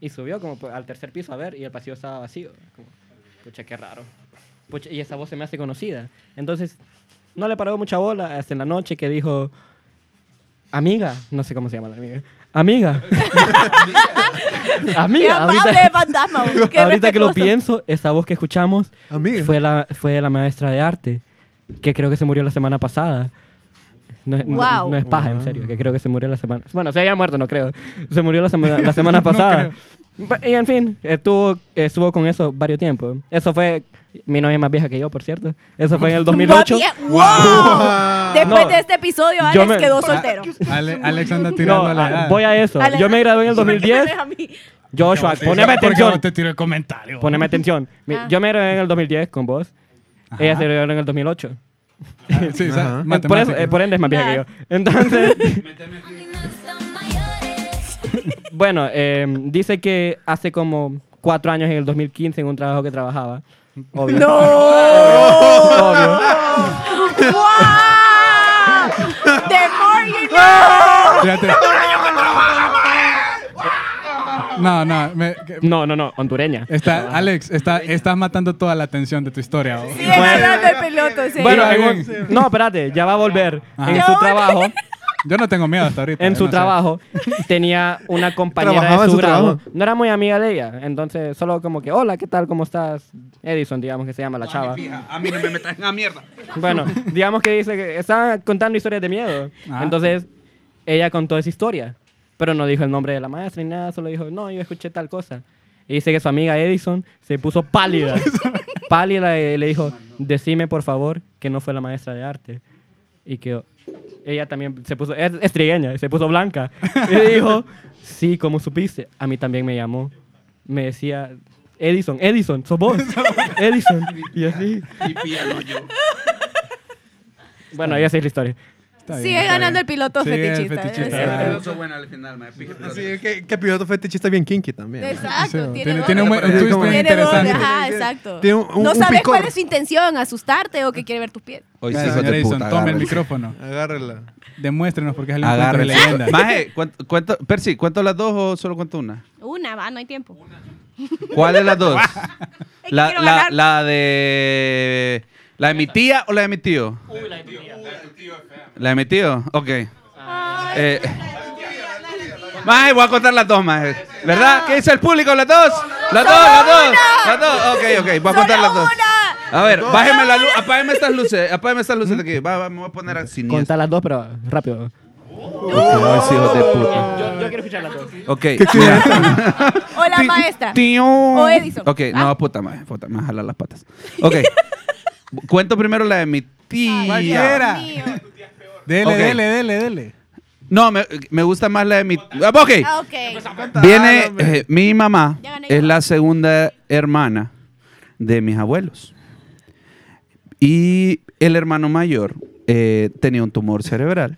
[SPEAKER 4] Y subió como por- al tercer piso a ver y el pasillo estaba vacío. Como, pucha, qué raro. Pucha, y esa voz se me hace conocida. Entonces, no le paró mucha bola hasta en la noche que dijo, amiga, no sé cómo se llama la amiga. Amiga.
[SPEAKER 2] Qué
[SPEAKER 4] amiga,
[SPEAKER 2] amable
[SPEAKER 4] ahorita,
[SPEAKER 2] fantasma. vos. Qué
[SPEAKER 4] ahorita que lo
[SPEAKER 2] respetuoso.
[SPEAKER 4] pienso, esa voz que escuchamos
[SPEAKER 5] Amiga.
[SPEAKER 4] fue la, fue de la maestra de arte, que creo que se murió la semana pasada. No, es- no-
[SPEAKER 2] Wow.
[SPEAKER 4] no es paja, en serio, que creo que se murió la semana. Bueno, se había muerto, no creo. Se murió la semana, la semana pasada. Ba- y en fin, estuvo, estuvo con eso varios tiempos. Eso fue, mi novia es más vieja que yo, por cierto. Eso fue en el 2008.
[SPEAKER 2] Guapie- ¡Wow!
[SPEAKER 5] Wow.
[SPEAKER 2] Después
[SPEAKER 4] No.
[SPEAKER 2] de este episodio,
[SPEAKER 4] Yo
[SPEAKER 2] Alex
[SPEAKER 4] me- Ah,
[SPEAKER 2] quedó soltero.
[SPEAKER 1] Ah, Ale- Alex anda
[SPEAKER 4] No,
[SPEAKER 1] tirando a la
[SPEAKER 4] ah,
[SPEAKER 1] edad.
[SPEAKER 4] voy a eso.
[SPEAKER 2] Alex-
[SPEAKER 4] Yo me gradué en el
[SPEAKER 2] ¿Por qué me
[SPEAKER 4] 2010.
[SPEAKER 2] ves a mí?
[SPEAKER 4] Joshua, poneme atención.
[SPEAKER 1] te tiro el comentario.
[SPEAKER 4] Poneme atención. Mi-
[SPEAKER 2] Ah.
[SPEAKER 4] Yo me gradué en el 2010 con vos. Ella se graduó en el 2008.
[SPEAKER 1] Ah, Sí, o sea,
[SPEAKER 4] Eh, Por,
[SPEAKER 5] Ajá.
[SPEAKER 4] eso-
[SPEAKER 1] matemáticas.
[SPEAKER 4] eh, por ende es más vieja que yo. Entonces, bueno, eh, dice que hace como cuatro años, en el 2015, en un trabajo que trabajaba. Obvio. Obvio.
[SPEAKER 2] ¡Wow! ¡The more you know!
[SPEAKER 1] Fíjate. No, no. me- que-
[SPEAKER 4] No, no, no, hondureña.
[SPEAKER 1] está, Alex, está, estás matando toda la atención de tu historia. vos.
[SPEAKER 2] Sí, era hablando del piloto, sí.
[SPEAKER 4] Bueno,
[SPEAKER 1] Iba
[SPEAKER 4] en
[SPEAKER 1] bien.
[SPEAKER 4] un- no, espérate, ya va a volver.
[SPEAKER 1] Ajá.
[SPEAKER 4] En
[SPEAKER 1] Ya
[SPEAKER 4] su
[SPEAKER 2] va a
[SPEAKER 4] trabajo,
[SPEAKER 1] Yo no tengo miedo hasta ahorita.
[SPEAKER 4] en
[SPEAKER 1] eh,
[SPEAKER 4] su
[SPEAKER 1] no sé.
[SPEAKER 4] trabajo, tenía una compañera
[SPEAKER 5] ¿Trabajaba
[SPEAKER 4] de
[SPEAKER 5] en
[SPEAKER 4] su
[SPEAKER 5] su
[SPEAKER 4] grado.
[SPEAKER 5] trabajo?
[SPEAKER 4] No era muy amiga de ella, entonces solo como que, hola, ¿qué tal? ¿Cómo estás? Edison, digamos que se llama la chava.
[SPEAKER 6] A mí no me metas en la mierda.
[SPEAKER 4] Bueno, digamos que dice que estaba contando historias de miedo.
[SPEAKER 1] Ah.
[SPEAKER 4] Entonces, ella contó esa historia, pero no dijo el nombre de la maestra ni nada, solo dijo, no, yo escuché tal cosa. Y dice que su amiga Edison se puso pálida. pálida y le dijo, decime por favor que no fue la maestra de arte. Y que ella también se puso, es es trigueña, se puso blanca. Y dijo, sí, como supiste, a mí también me llamó. Me decía, Edison, Edison, sos vos. Edison. Y así.
[SPEAKER 6] Y píalo yo.
[SPEAKER 4] Bueno, ella sí es la historia.
[SPEAKER 1] Está bien,
[SPEAKER 2] Sigue
[SPEAKER 1] está
[SPEAKER 2] ganando
[SPEAKER 1] bien.
[SPEAKER 2] el piloto
[SPEAKER 1] Sigue el
[SPEAKER 2] fetichista.
[SPEAKER 1] fetichista.
[SPEAKER 2] Exacto.
[SPEAKER 1] Pero-
[SPEAKER 6] Pero soy buena al final, mae, pije, pero-
[SPEAKER 5] Sí, que, que piloto fetichista bien kinky también. ¿no?
[SPEAKER 1] Sí,
[SPEAKER 2] Exacto, tiene,
[SPEAKER 1] tiene,
[SPEAKER 2] dos.
[SPEAKER 1] tiene un buen- un
[SPEAKER 5] Tiene
[SPEAKER 1] twist
[SPEAKER 5] como-
[SPEAKER 1] bien
[SPEAKER 2] Tiene dos,
[SPEAKER 1] interesante.
[SPEAKER 2] Ajá, exacto.
[SPEAKER 5] Tiene un-
[SPEAKER 2] no
[SPEAKER 5] un
[SPEAKER 2] sabes
[SPEAKER 5] picor.
[SPEAKER 2] cuál es su intención, asustarte o que quiere ver tus pies.
[SPEAKER 6] Hoy sí,
[SPEAKER 1] Vaya,
[SPEAKER 6] hijos
[SPEAKER 1] señor
[SPEAKER 6] de
[SPEAKER 1] Edison, tome
[SPEAKER 6] puta.
[SPEAKER 1] el
[SPEAKER 6] agárrense.
[SPEAKER 1] micrófono.
[SPEAKER 5] Agárrela.
[SPEAKER 1] Demuéstrenos porque es el encuentro de
[SPEAKER 6] Agárrense.
[SPEAKER 1] leyenda.
[SPEAKER 6] Maje, ¿cuánto, cuánto- Percy, ¿cuento las dos o solo cuento una?
[SPEAKER 2] Una, va, no hay tiempo.
[SPEAKER 6] ¿Cuál de las dos?
[SPEAKER 2] Es que
[SPEAKER 6] La,
[SPEAKER 2] quiero
[SPEAKER 6] la,
[SPEAKER 2] ganar.
[SPEAKER 6] la de. ¿La de mi tía o la de mi tío? Uy, la de mi tío. La de mi tío, ok. Eh, maje, voy a contar las dos, maje. ¿Verdad? ¿Qué dice el público? ¿Las dos? ¿Las dos? ¿Las dos? ¿Las dos? Ok, ok, voy a contar
[SPEAKER 2] ¡Solo
[SPEAKER 6] las dos.
[SPEAKER 2] una!
[SPEAKER 6] A ver, bájeme la luz, apágame estas luces, apágame estas luces de aquí. Va, va, me voy a poner así.
[SPEAKER 4] Conta las dos, pero rápido.
[SPEAKER 6] No, es hijo de puta.
[SPEAKER 4] Yo, quiero escuchar las dos.
[SPEAKER 6] Ok, mira.
[SPEAKER 2] O la
[SPEAKER 6] Ti-
[SPEAKER 2] maestra.
[SPEAKER 6] Tío.
[SPEAKER 2] O Edison.
[SPEAKER 6] Ok,
[SPEAKER 2] Ah.
[SPEAKER 6] no, puta madre, puta, me jala las patas. Ok. Cuento primero la de mi
[SPEAKER 2] Ah,
[SPEAKER 6] tía.
[SPEAKER 1] Cualquiera.
[SPEAKER 2] Mío.
[SPEAKER 1] Dele,
[SPEAKER 6] Ok.
[SPEAKER 1] dele, dele, dele.
[SPEAKER 6] No, me, me gusta más la de mi ah, Ok.
[SPEAKER 2] Ah, ok.
[SPEAKER 6] Viene eh, mi mamá,
[SPEAKER 2] Ya gané.
[SPEAKER 6] es la segunda hermana de mis abuelos. Y el hermano mayor eh, tenía un tumor cerebral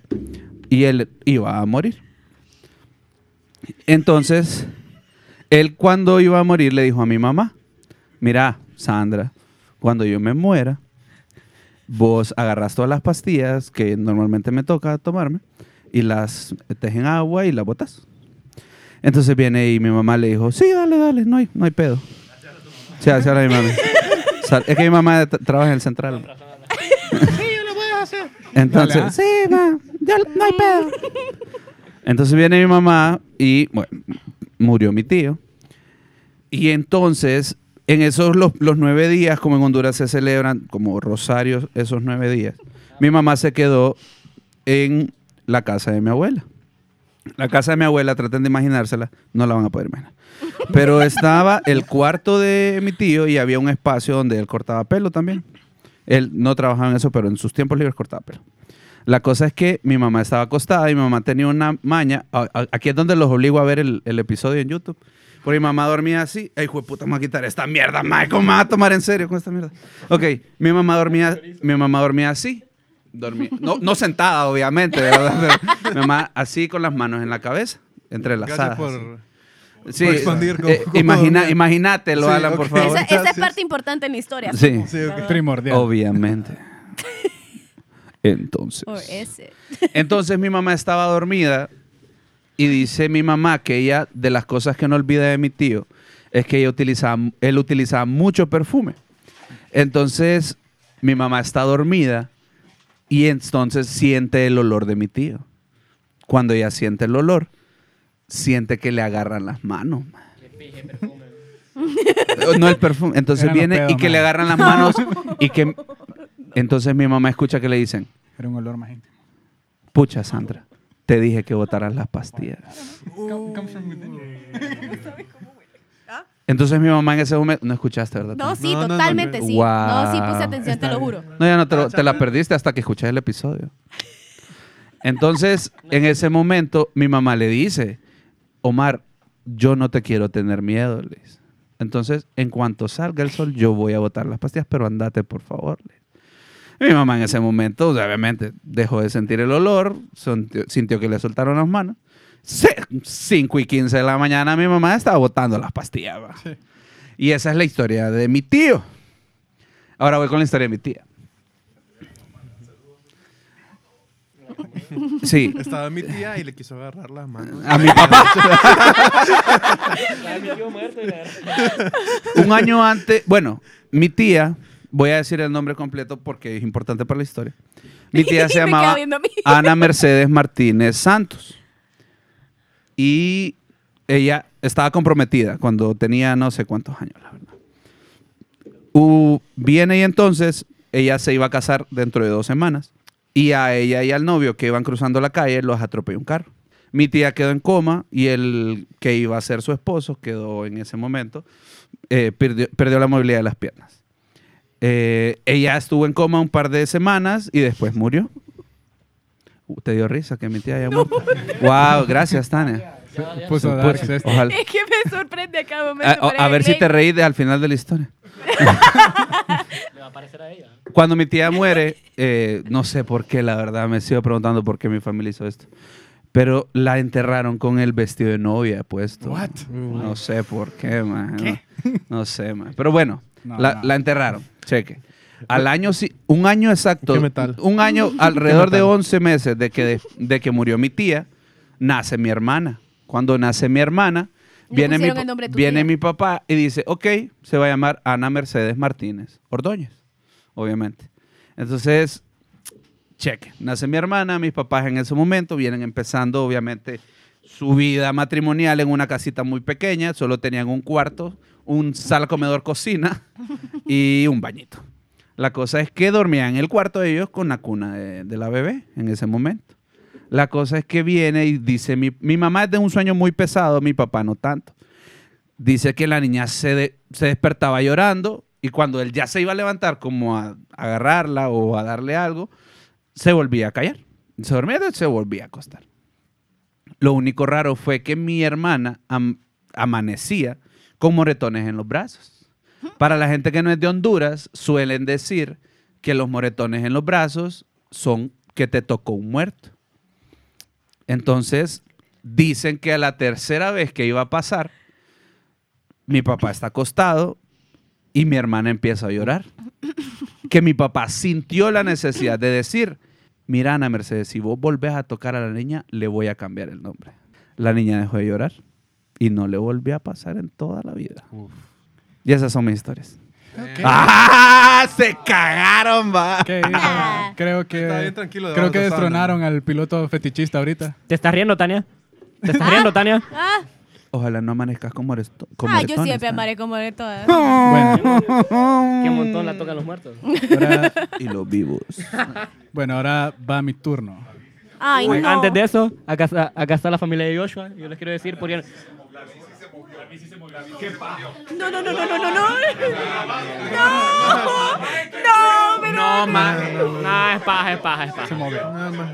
[SPEAKER 6] y él iba a morir. Entonces, él cuando iba a morir le dijo a mi mamá, mira, Sandra, cuando yo me muera, vos agarras todas las pastillas que normalmente me toca tomarme y las metes en agua y las botas. Entonces viene y mi mamá le dijo, sí, dale, dale, no hay, no hay pedo. Sí, así habla mi mami. O sea, es que mi mamá tra- trabaja en el central. sí, yo lo puedo hacer. Entonces,
[SPEAKER 1] Dale, ¿ah?
[SPEAKER 6] sí, ma, yo- no hay pedo. Entonces viene mi mamá y bueno, murió mi tío. Y entonces, en esos los, los nueve días, como en Honduras se celebran como rosarios esos nueve días, mi mamá se quedó en la casa de mi abuela. La casa de mi abuela, traten de imaginársela, no la van a poder imaginar. Pero estaba el cuarto de mi tío y había un espacio donde él cortaba pelo también. Él no trabajaba en eso, pero en sus tiempos libres cortaba pelo. La cosa es que mi mamá estaba acostada y mi mamá tenía una maña. A- a- Aquí es donde los obligo a ver el, el episodio en YouTube. Porque mi mamá dormía así. Ey, hijo de puta, me voy a quitar esta mierda, Mike. ¿Cómo me vas a tomar en serio con esta mierda? Ok, mi mamá dormía, mi mamá dormía así. Dormía. No, no sentada, obviamente. ¿verdad? Pero mi mamá así con las manos en la cabeza, entrelazadas.
[SPEAKER 5] Gracias por...
[SPEAKER 6] sí,
[SPEAKER 5] por expandir cómo-
[SPEAKER 6] eh,
[SPEAKER 5] cómo
[SPEAKER 6] imagina,
[SPEAKER 5] dormía.
[SPEAKER 6] imagínatelo,
[SPEAKER 5] Sí,
[SPEAKER 6] Alan, por
[SPEAKER 5] ok.
[SPEAKER 6] favor.
[SPEAKER 2] Esa,
[SPEAKER 5] Ahorita
[SPEAKER 2] esa es
[SPEAKER 5] sí.
[SPEAKER 2] parte importante en la historia.
[SPEAKER 6] Sí.
[SPEAKER 5] Sí, ok.
[SPEAKER 1] Primordial.
[SPEAKER 6] Obviamente. Entonces.
[SPEAKER 2] O ese.
[SPEAKER 6] Entonces mi mamá estaba dormida y dice mi mamá que ella, de las cosas que no olvida de mi tío, es que ella utilizaba, él utilizaba mucho perfume. Entonces mi mamá está dormida y entonces siente el olor de mi tío. Cuando ella siente el olor, siente que le agarran las manos. ma. No el perfume. Entonces
[SPEAKER 1] Eran los
[SPEAKER 6] viene y
[SPEAKER 1] pedos,
[SPEAKER 6] que le
[SPEAKER 1] ma.
[SPEAKER 6] agarran las manos y que... Entonces mi mamá escucha que le dicen,
[SPEAKER 1] Era un olor más íntimo.
[SPEAKER 6] Pucha, Sandra, te dije que botaras las pastillas.
[SPEAKER 2] Uh.
[SPEAKER 6] Entonces mi mamá en ese momento... No escuchaste, ¿verdad?
[SPEAKER 2] No, sí,
[SPEAKER 5] No, no, no,
[SPEAKER 2] totalmente
[SPEAKER 6] no.
[SPEAKER 2] sí. No, sí, puse atención, te lo juro.
[SPEAKER 6] No, ya no, te, lo- te la perdiste hasta que escuché el episodio. Entonces, en ese momento, mi mamá le dice, Omar, yo no te quiero tener miedo, le dice. Entonces, en cuanto salga el sol, yo voy a botar las pastillas, pero andate, por favor. le dice. Mi mamá en ese momento, o sea, obviamente, dejó de sentir el olor, sontió- sintió que le soltaron las manos. Se- 5 y 15 de la mañana mi mamá estaba botando las pastillas. va. Y esa es la historia de mi tío. Ahora voy con la historia de mi tía. Sí,
[SPEAKER 5] Estaba mi tía y le quiso agarrar la mano.
[SPEAKER 6] a mi papá. Un año antes, bueno, mi tía, voy a decir el nombre completo porque es importante para la historia. Mi tía se
[SPEAKER 2] Me queda
[SPEAKER 6] llamaba
[SPEAKER 2] viendo a mí.
[SPEAKER 6] Ana Mercedes Martínez Santos. Y ella estaba comprometida cuando tenía no sé cuántos años, la verdad. U- viene y entonces ella se iba a casar dentro de dos semanas. Y a ella y al novio que iban cruzando la calle los atropelló un carro. Mi tía quedó en coma y el que iba a ser su esposo quedó en ese momento, eh, perdió, perdió la movilidad de las piernas. Eh, ella estuvo en coma un par de semanas y después murió. Uh, te dio risa que mi tía haya muerto. Wow, gracias, Tania. Pues,
[SPEAKER 1] Puso Dark este. Sexta.
[SPEAKER 6] Ojalá.
[SPEAKER 2] Es que me sorprende a cada momento.
[SPEAKER 6] A, Ah, Eh, o-
[SPEAKER 2] parece
[SPEAKER 6] a ver si
[SPEAKER 2] Blake.
[SPEAKER 6] te reí de- al final de la historia. Cuando mi tía muere, eh, no sé por qué, la verdad, me sigo preguntando por qué mi familia hizo esto. Pero la enterraron con el vestido de novia puesto.
[SPEAKER 1] What?
[SPEAKER 6] No sé por qué, man. No, no sé, man. Pero bueno,
[SPEAKER 1] No,
[SPEAKER 6] la,
[SPEAKER 1] no.
[SPEAKER 6] la enterraron. Cheque. Al año, sí- un año exacto,
[SPEAKER 5] ¿Qué metal?
[SPEAKER 6] un año alrededor de
[SPEAKER 5] metal?
[SPEAKER 6] 11 meses de que, de, de que murió mi tía, nace mi hermana. Cuando nace mi hermana,
[SPEAKER 2] Le
[SPEAKER 6] viene, mi,
[SPEAKER 2] pusieron el
[SPEAKER 6] pa-
[SPEAKER 2] nombre de tu
[SPEAKER 6] viene
[SPEAKER 2] tía.
[SPEAKER 6] mi papá y dice, ok, se va a llamar Ana Mercedes Martínez Ordóñez, obviamente. Entonces, cheque, nace mi hermana, mis papás en ese momento vienen empezando, obviamente, su vida matrimonial en una casita muy pequeña, solo tenían un cuarto, un sala comedor cocina y un bañito. La cosa es que dormían en el cuarto de ellos con la cuna de, de la bebé en ese momento. La cosa es que viene y dice, mi, mi mamá es de un sueño muy pesado, mi papá no tanto. Dice que la niña se, de- se despertaba llorando y cuando él ya se iba a levantar como a agarrarla o a darle algo, se volvía a callar. Se dormía y se volvía a acostar. Lo único raro fue que mi hermana am- amanecía con moretones en los brazos. Para la gente que no es de Honduras, suelen decir que los moretones en los brazos son que te tocó un muerto. Entonces, dicen que a la tercera vez que iba a pasar, mi papá está acostado y mi hermana empieza a llorar. Que mi papá sintió la necesidad de decir, mira Ana Mercedes, si vos volvés a tocar a la niña, le voy a cambiar el nombre. La niña dejó de llorar y no le volvió a pasar en toda la vida. Y esas son mis historias. ¡Ah! Se cagaron, va.
[SPEAKER 1] Ok,
[SPEAKER 2] Ah.
[SPEAKER 1] creo
[SPEAKER 5] Está bien
[SPEAKER 1] que
[SPEAKER 5] tranquilo.
[SPEAKER 1] creo
[SPEAKER 5] debajo
[SPEAKER 1] que
[SPEAKER 5] de la sábana.
[SPEAKER 1] destronaron al piloto fetichista ahorita.
[SPEAKER 4] ¿Te estás riendo, Tania? ¿Te estás riendo, Tania?
[SPEAKER 2] Ah,
[SPEAKER 6] Ojalá no amanezcas como eres. to- como
[SPEAKER 2] ah
[SPEAKER 6] eres
[SPEAKER 2] yo
[SPEAKER 6] tona,
[SPEAKER 2] siempre
[SPEAKER 6] Stan.
[SPEAKER 2] amaré como de todas. Ah.
[SPEAKER 1] Bueno,
[SPEAKER 4] Qué montón la tocan los muertos.
[SPEAKER 1] ahora,
[SPEAKER 6] Y los vivos.
[SPEAKER 1] bueno, ahora va mi turno.
[SPEAKER 2] Ay,
[SPEAKER 4] Uy,
[SPEAKER 2] no.
[SPEAKER 4] Antes de eso, acá, está- acá está la familia de Joshua. Yo les quiero decir, podrían...
[SPEAKER 2] No, no, no, no, no, no, no. No. No, pero
[SPEAKER 6] No, man.
[SPEAKER 4] No, es paja, es paja, es paja.
[SPEAKER 5] Nada más.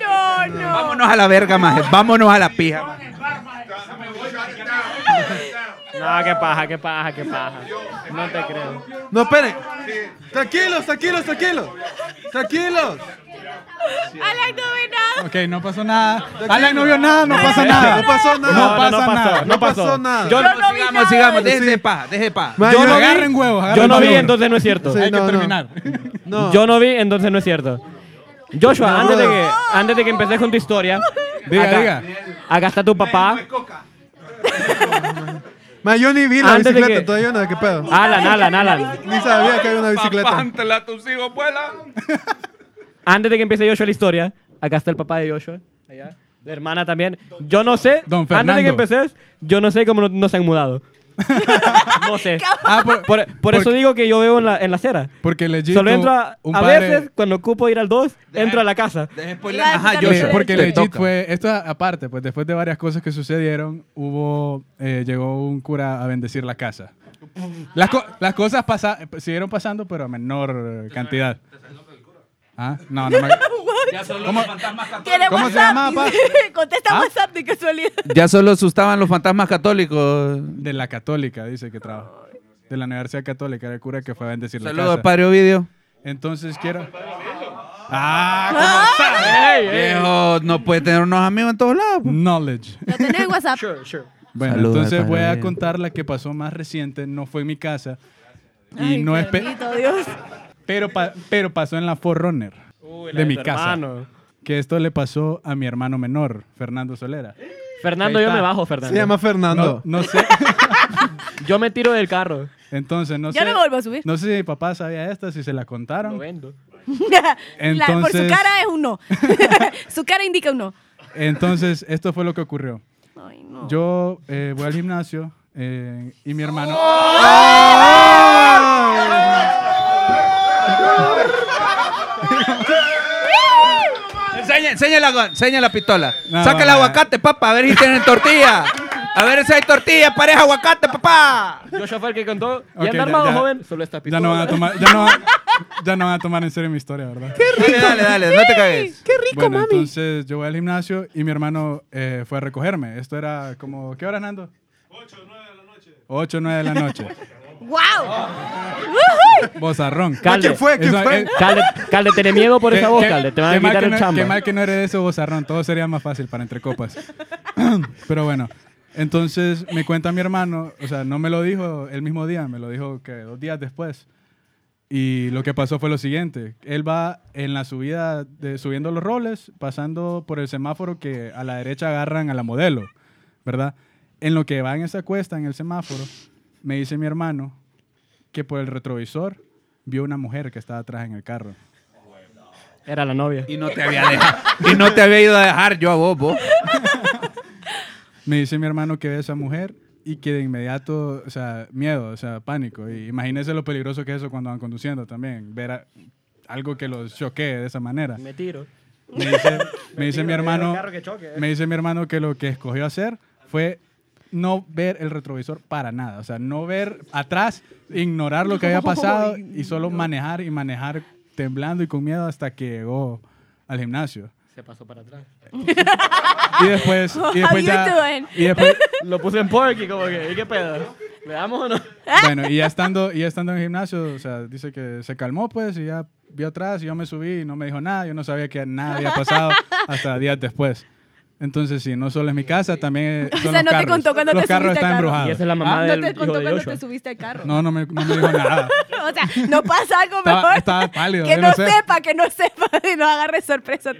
[SPEAKER 2] no, no.
[SPEAKER 6] Vámonos a la verga, maje. Vámonos a la pija. maje.
[SPEAKER 4] No, qué paja, qué paja, qué paja. No te creo.
[SPEAKER 5] No, esperen. Tranquilos, tranquilos, tranquilos. Tranquilos.
[SPEAKER 2] Alan, no ve nada.
[SPEAKER 1] Ok, no pasó nada. Alan no vio nada, no pasa
[SPEAKER 5] No
[SPEAKER 1] nada.
[SPEAKER 5] pasó
[SPEAKER 1] No
[SPEAKER 5] nada.
[SPEAKER 1] pasa nada.
[SPEAKER 5] No pasó nada.
[SPEAKER 4] Yo,
[SPEAKER 2] Yo no vi
[SPEAKER 6] Sigamos,
[SPEAKER 2] nada.
[SPEAKER 6] sigamos. Deje de paja, deje de paja.
[SPEAKER 5] Ma,
[SPEAKER 1] Yo no
[SPEAKER 5] vi-
[SPEAKER 1] agarren huevos.
[SPEAKER 4] yo
[SPEAKER 1] agarren
[SPEAKER 4] no vi,
[SPEAKER 1] huevos.
[SPEAKER 4] entonces no es cierto.
[SPEAKER 5] Sí,
[SPEAKER 1] Hay que
[SPEAKER 5] no, no.
[SPEAKER 1] terminar.
[SPEAKER 5] No.
[SPEAKER 4] Yo no vi, entonces no es cierto. Joshua, antes, de que, antes de que empeces con tu historia,
[SPEAKER 1] Diga,
[SPEAKER 4] acá,
[SPEAKER 1] diga.
[SPEAKER 4] acá está tu papá.
[SPEAKER 5] Ma, yo ni vi la
[SPEAKER 4] Antes de
[SPEAKER 5] bicicleta
[SPEAKER 4] que-
[SPEAKER 5] todavía, no, qué pedo.
[SPEAKER 4] Alan, Alan, Alan.
[SPEAKER 5] Ni sabía que había una bicicleta.
[SPEAKER 6] Papántela, tus hijos vuelan.
[SPEAKER 4] Antes de que empiece Joshua la historia, acá está el papá de Joshua. Allá. La hermana también. Yo no sé.
[SPEAKER 1] Don
[SPEAKER 4] antes de que
[SPEAKER 1] Fernando.
[SPEAKER 4] empeces, yo no sé cómo no, no se han mudado. no sé.
[SPEAKER 1] Ah, por-
[SPEAKER 4] Por, por eso digo que yo veo en la, en la acera.
[SPEAKER 1] porque legit
[SPEAKER 4] Solo
[SPEAKER 1] un-
[SPEAKER 4] entro a,
[SPEAKER 1] un
[SPEAKER 4] a
[SPEAKER 1] padre-
[SPEAKER 4] veces, cuando ocupo ir al 2, entro a la casa.
[SPEAKER 6] Deje
[SPEAKER 2] spoiler. Ajá,
[SPEAKER 1] Le-
[SPEAKER 2] Joshua,
[SPEAKER 1] porque
[SPEAKER 6] te
[SPEAKER 1] legit
[SPEAKER 6] toca.
[SPEAKER 1] fue esto aparte pues después de varias cosas que sucedieron hubo eh, llegó un cura a bendecir la casa las, co- las cosas pasa- siguieron pasando pero a menor eh, cantidad ah no no me-
[SPEAKER 2] ¿Quiere
[SPEAKER 1] ¿Cómo se
[SPEAKER 2] WhatsApp?
[SPEAKER 1] llama, papá? ¿Ah?
[SPEAKER 2] Contesta WhatsApp de casualidad.
[SPEAKER 6] Ya solo asustaban los fantasmas católicos.
[SPEAKER 1] de la católica dice que trabaja de la universidad católica era el cura que fue a bendecir la
[SPEAKER 6] Saludos al
[SPEAKER 1] casa
[SPEAKER 6] padre Ovidio.
[SPEAKER 1] Entonces quiero...
[SPEAKER 6] Ah, ¿cómo está? Viejo, no puede tener unos amigos en todos lados. pues.
[SPEAKER 1] Knowledge.
[SPEAKER 2] Lo tenés en WhatsApp.
[SPEAKER 4] Sure, sure.
[SPEAKER 1] Bueno,
[SPEAKER 6] Saludos,
[SPEAKER 1] entonces
[SPEAKER 6] padre.
[SPEAKER 1] voy a contar la que pasó más reciente. No fue en mi casa. Y
[SPEAKER 2] Ay,
[SPEAKER 1] no es... pe-
[SPEAKER 2] bendito Dios.
[SPEAKER 1] Pero, pa- pero pasó en la Forerunner
[SPEAKER 4] Uy, la
[SPEAKER 1] de mi
[SPEAKER 4] tu
[SPEAKER 1] casa.
[SPEAKER 4] hermano.
[SPEAKER 1] Que esto le pasó a mi hermano menor, Fernando Solera.
[SPEAKER 4] Fernando,
[SPEAKER 1] Ahí
[SPEAKER 4] yo
[SPEAKER 1] está.
[SPEAKER 4] me bajo, Fernando.
[SPEAKER 5] Se llama Fernando.
[SPEAKER 1] No, no sé.
[SPEAKER 4] Yo me tiro del carro.
[SPEAKER 1] Entonces, no sé.
[SPEAKER 2] Yo no me vuelvo a subir.
[SPEAKER 1] No sé si mi papá sabía esta, si se la
[SPEAKER 4] Lo
[SPEAKER 1] contaron.
[SPEAKER 4] vendo.
[SPEAKER 2] La- por su
[SPEAKER 1] Entonces-
[SPEAKER 2] cara es un no. su cara indica un no.
[SPEAKER 1] Entonces, esto fue lo que ocurrió.
[SPEAKER 2] Ay, no.
[SPEAKER 1] Yo eh, voy al gimnasio eh, y mi hermano.
[SPEAKER 6] Enseña, enseña la, enseña la pistola.
[SPEAKER 1] No,
[SPEAKER 6] Saca el
[SPEAKER 1] mamá.
[SPEAKER 6] aguacate, papá, a ver si tienen tortilla. A ver si hay tortilla, pareja aguacate, papá.
[SPEAKER 4] Yo fue el que contó. ¿Y
[SPEAKER 1] Ok,
[SPEAKER 4] anda
[SPEAKER 1] ya-
[SPEAKER 4] armado,
[SPEAKER 1] ya.
[SPEAKER 4] joven? Solo esta
[SPEAKER 1] Ya
[SPEAKER 4] pistola.
[SPEAKER 1] no van a tomar, ya no, van- ya no van a tomar en serio mi historia, ¿verdad?
[SPEAKER 6] Dale, dale, dale, no te cagues.
[SPEAKER 1] bueno, Entonces yo voy al gimnasio y mi hermano eh, fue a recogerme. Esto era como, ¿qué hora, Nando? 8 o 9 de la noche. 8 o 9 de la
[SPEAKER 2] ¡Wow!
[SPEAKER 1] noche. Bozarrón.
[SPEAKER 4] Calde.
[SPEAKER 5] ¿Qué fue? ¿Qué
[SPEAKER 1] Eso,
[SPEAKER 5] fue?
[SPEAKER 1] eh,
[SPEAKER 4] Calde, Calde, tenés miedo por esa
[SPEAKER 1] Qué-
[SPEAKER 4] voz,
[SPEAKER 1] qué-
[SPEAKER 4] Calde. Te van a
[SPEAKER 1] qué mal
[SPEAKER 4] quitar
[SPEAKER 1] que
[SPEAKER 4] el
[SPEAKER 1] no-
[SPEAKER 4] chamba.
[SPEAKER 1] Qué mal que no eres de ese bozarrón. Todo sería más fácil para entre copas. Pero bueno. Entonces me cuenta mi hermano, o sea, no me lo dijo el mismo día, me lo dijo que dos días después. Y lo que pasó fue lo siguiente: él va en la subida, de, subiendo los roles, pasando por el semáforo que a la derecha agarran a la modelo, ¿verdad? En lo que va en esa cuesta, en el semáforo, me dice mi hermano que por el retrovisor vio una mujer que estaba atrás en el carro.
[SPEAKER 4] Era la novia.
[SPEAKER 6] Y no te había dejado. Y no te había ido a dejar yo a vos, vos.
[SPEAKER 1] Me dice mi hermano que ve a esa mujer y que de inmediato, o sea, miedo, o sea, pánico. Y imagínese lo peligroso que es eso cuando van conduciendo también, ver a- algo que los choquee de esa manera.
[SPEAKER 4] Me tiro.
[SPEAKER 1] Me dice, me dice mi hermano,
[SPEAKER 4] carro que choque, eh.
[SPEAKER 1] me dice mi hermano que lo que escogió hacer fue no ver el retrovisor para nada, o sea, no ver atrás, ignorar lo que había pasado y solo manejar y manejar temblando y con miedo hasta que llegó al gimnasio.
[SPEAKER 4] Se pasó para atrás.
[SPEAKER 1] Y después, y después
[SPEAKER 2] How you
[SPEAKER 1] ya,
[SPEAKER 2] doing?
[SPEAKER 1] y después,
[SPEAKER 4] Lo puse en pork y como que, ¿y qué pedo? ¿Le damos o no?
[SPEAKER 1] Bueno, y ya estando, y ya estando en el gimnasio, o sea, dice que se calmó, pues, y ya vio atrás, y yo me subí y no me dijo nada, yo no sabía que nada había pasado hasta días después. Entonces, sí, no solo es mi casa, también son
[SPEAKER 2] sea,
[SPEAKER 1] los
[SPEAKER 2] no te
[SPEAKER 1] carros.
[SPEAKER 2] contó cuando
[SPEAKER 1] los
[SPEAKER 2] te
[SPEAKER 1] carros
[SPEAKER 2] subiste
[SPEAKER 1] están
[SPEAKER 2] al carro.
[SPEAKER 1] embrujados.
[SPEAKER 4] Y esa es la mamá
[SPEAKER 2] no
[SPEAKER 4] del
[SPEAKER 2] te
[SPEAKER 4] hijo
[SPEAKER 2] contó
[SPEAKER 4] de
[SPEAKER 2] Ah, cuando te
[SPEAKER 4] Joshua.
[SPEAKER 2] subiste al carro.
[SPEAKER 1] Ah, No, no me, no me dijo nada.
[SPEAKER 2] O sea, no pasa algo
[SPEAKER 1] Estaba-
[SPEAKER 2] mejor.
[SPEAKER 1] estaba pálido,
[SPEAKER 2] que
[SPEAKER 1] yo
[SPEAKER 2] no,
[SPEAKER 1] no sé.
[SPEAKER 2] sepa, que no sepa y no agarre sorpresa.